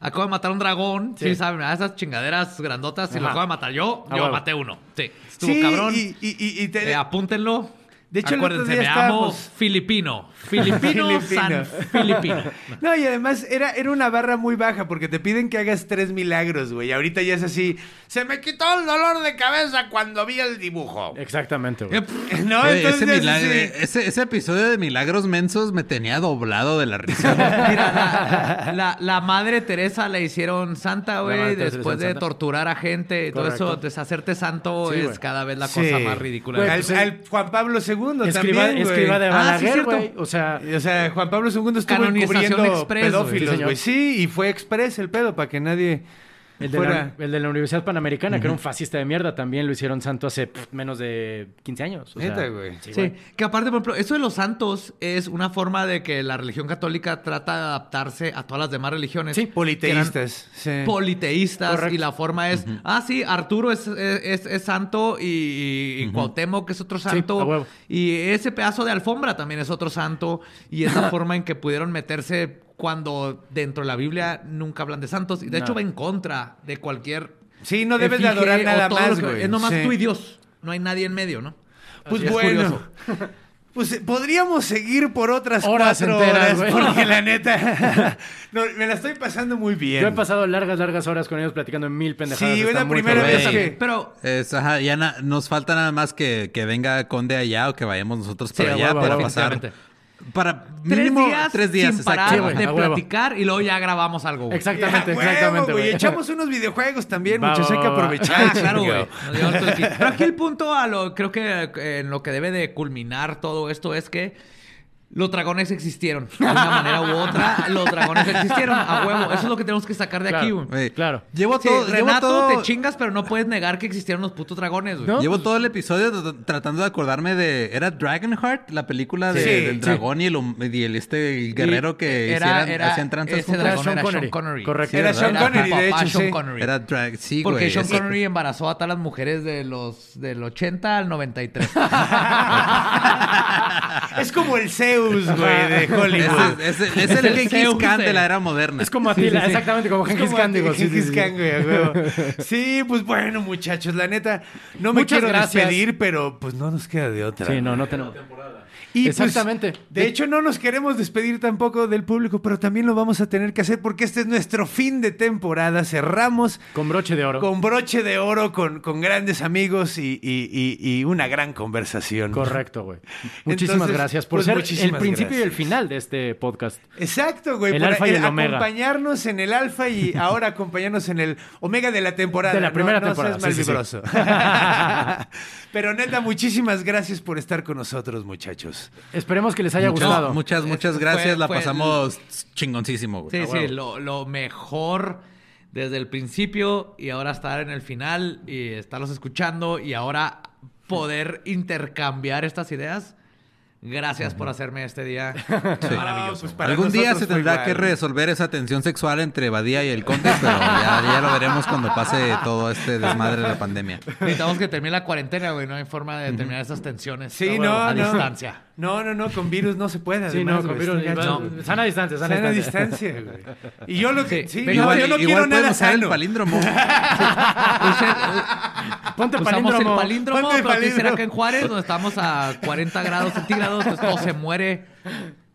Acabo de matar a un dragón. Sí, Sí. saben, Ah, esas chingaderas grandotas. Y lo Ajá. acabo de matar yo, Ah, yo huevo. maté uno. Sí, estuvo Sí, cabrón. y, y, y- y te- Eh, apúntenlo. De hecho, el otro Acuérdense, día me amo estábamos- filipino. Filipino, San Filipino. No, y además era, era una barra muy baja porque te piden que hagas tres milagros, güey. Ahorita ya es así. Se me quitó el dolor de cabeza cuando vi el dibujo. Exactamente, güey. Yep. No, Oye, entonces, ese, milagro- sí. eh, ese, ese episodio de Milagros Mensos me tenía doblado de la risa. Mira, la, la- la madre Teresa la hicieron santa, La güey, madre Teresa después es de santa. torturar a gente y todo Correcto. eso. Deshacerte santo Sí, es güey. cada vez la Sí. cosa más ridícula. Güey, al, pues, al Juan Pablo II Escriba, también, güey. escriba de eh, Ah, sí, Balaguer, cierto. güey. O sea, Eh, O sea, Juan Pablo II estuvo Canonización encubriendo express, güey. pedófilos, Sí, güey. señor. Sí, y fue express el pedo para que nadie el de, fuera. la, el de la Universidad Panamericana, que era un fascista de mierda, también lo hicieron santo hace pff, menos de 15 años. o sea, Neta, güey. Sí, Sí, güey. que aparte, por ejemplo, eso de los santos es una forma de que la religión católica trata de adaptarse a todas las demás religiones. Sí, Que eran Politeístas. Sí. Politeístas. Correcto. Y la forma es, ah, sí, Arturo es, es- es santo y, y, y Cuauhtémoc es otro santo. a huevo. y ese pedazo de alfombra también es otro santo. Y es la forma en que pudieron meterse cuando dentro de la Biblia nunca hablan de santos. Y de hecho va en contra de cualquier... Sí, no debes de efigie adorar o nada todo lo más, que- güey. Es nomás Sí. tú y Dios. No hay nadie en medio, ¿no? Pues Así es bueno. curioso. Pues eh, podríamos seguir por otras Horas cuatro horas, enteras, güey. porque la neta, no, me la estoy pasando muy bien. Yo he pasado largas, largas horas con ellos platicando en mil pendejadas. Sí, güey, Está la muy primera cabrón. vez güey. que... Pero Es, ajá, ya na- nos falta nada más que, que venga Conde allá o que vayamos nosotros Sí, para a allá huevo, a para huevo, pasar. definitivamente. Para tres mínimo días, tres días, sin exacto. parar Sí, güey, de a huevo. platicar y luego ya grabamos algo. güey. Exactamente, Ah, huevo, exactamente, güey. güey. Echamos unos videojuegos también, Va, muchachos. Hay va, que va, va. aprovechar. Ah, claro, güey. chingado. Nos llevamos todo el kit. Pero aquí el punto a lo creo que eh, en lo que debe de culminar todo esto es que los dragones existieron. De una manera u otra, los dragones existieron a huevo. Eso es lo que tenemos que sacar de aquí, Claro. güey. Güey, Claro. Llevo Sí, todo, llevo Renato, todo- te chingas, pero no puedes negar que existieron los putos dragones, güey. ¿No? Llevo todo el episodio trat- tratando de acordarme de. ¿Era Dragonheart? La película de- Sí, del sí. dragón y, el, hum- y el- este el guerrero que Era- hicieran, era- hacían tranzas ese juntos. dragón Sean era Connery. Sean Connery. Correcto. Sí, era Sean ¿verdad? Connery, de papá hecho, Sean sí. Connery. Era drag, sí, Porque güey. Sean ese- Connery embarazó a todas las mujeres de los, del 80 al 93. Es como el Zeus, güey, de Hollywood. ese- ese- ese era el Genghis Zeus, Khan de eh. la era moderna. Es como Atila, exactamente, como Es Genghis como Khan, digo. sí, Gengis sí, sí. Khan, güey, a huevo. Sí, pues bueno, muchachos, la neta, no me Muchas quiero gracias. despedir, pero pues no nos queda de otra. Sí, no, no tenemos. Y, pues, Exactamente. de hecho, no nos queremos despedir tampoco del público, pero también lo vamos a tener que hacer porque este es nuestro fin de temporada. Cerramos Con broche de oro. con broche de oro, con, con grandes amigos y, y- y- y una gran conversación. Correcto, güey. Muchísimas Entonces, gracias por pues, ser el muchísimas principio y el gracias. final de este podcast. Exacto, güey. El por alfa y a- el omega. Acompañarnos en el alfa y ahora acompañarnos en el omega de la temporada. De la No- primera no temporada, seas sí, sí, malvibroso. Pero neta, muchísimas gracias por estar con nosotros, muchachos. Esperemos que les haya Muchas, gustado. muchas, muchas Fue- gracias. la fue el- pasamos chingoncísimo, güey. Sí, sí, lo, lo mejor desde el principio y ahora estar en el final y estarlos escuchando y ahora poder intercambiar estas ideas. Gracias por hacerme este día No, maravilloso. pues para Algún día nosotros se fue tendrá igual. que resolver esa tensión sexual entre Badía y el Conde, pero ya, ya lo veremos cuando pase todo este desmadre de la pandemia. Necesitamos que termine la cuarentena, güey. No hay forma de terminar esas tensiones Sí, a no, huevo, a no. distancia. No, no, no, con virus no se puede. Sí, además, no, con güey, virus- está gacho. no, Sana distancia, sana, Sana distancia. distancia, güey. Y yo lo que. Sí, Sí, no, igual yo no igual quiero pueden nada usar el sano. palíndromo. Ponte Usamos el palíndromo. palíndromo, Ponte Este el pero aquí será palíndromo. que en Juárez, donde estamos a 40 grados centígrados, pues todo se muere.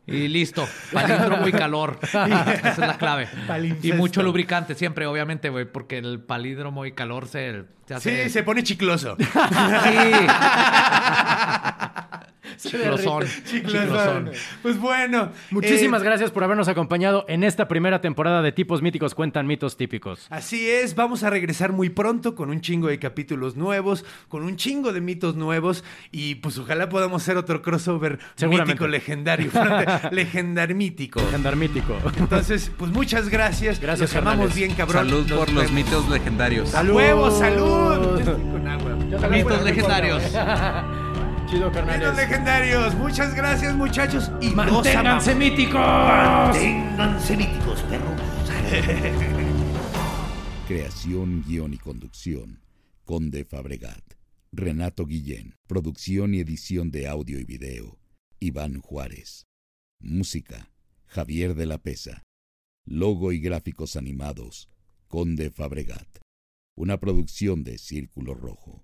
Y listo. Palíndromo y calor. Esa es la clave. Y Palincesto. mucho lubricante siempre, obviamente, güey, porque el palíndromo y calor se, se hace... Sí, se pone chicloso. Sí. Chiclosón. Chiclosón. Chiclosón. Pues bueno. Muchísimas eh, gracias por habernos acompañado en esta primera temporada de Tipos Míticos Cuentan Mitos Típicos. Así es, vamos a regresar muy pronto con un chingo de capítulos nuevos, con un chingo de mitos nuevos y pues ojalá podamos hacer otro crossover Seguramente. mítico legendario, fronte- legendar mítico. Andar mítico. Entonces, pues muchas gracias. Gracias, Los amamos carnales. bien, cabrón. Salud Nos por los vemos. mitos legendarios. ¡A huevo, salud! Estoy con agua. Mitos legendarios. Chido, Mitos carnales. legendarios. Muchas gracias, muchachos. Y los amamos. ¡Manténganse míticos! Ténganse míticos, perros. Creación, guión y conducción. Conde Fabregat. Renato Guillén. Producción y edición de audio y video. Iván Juárez. Música. Javier de la Pesa. Logo y gráficos animados. Conde Fabregat. Una producción de Círculo Rojo.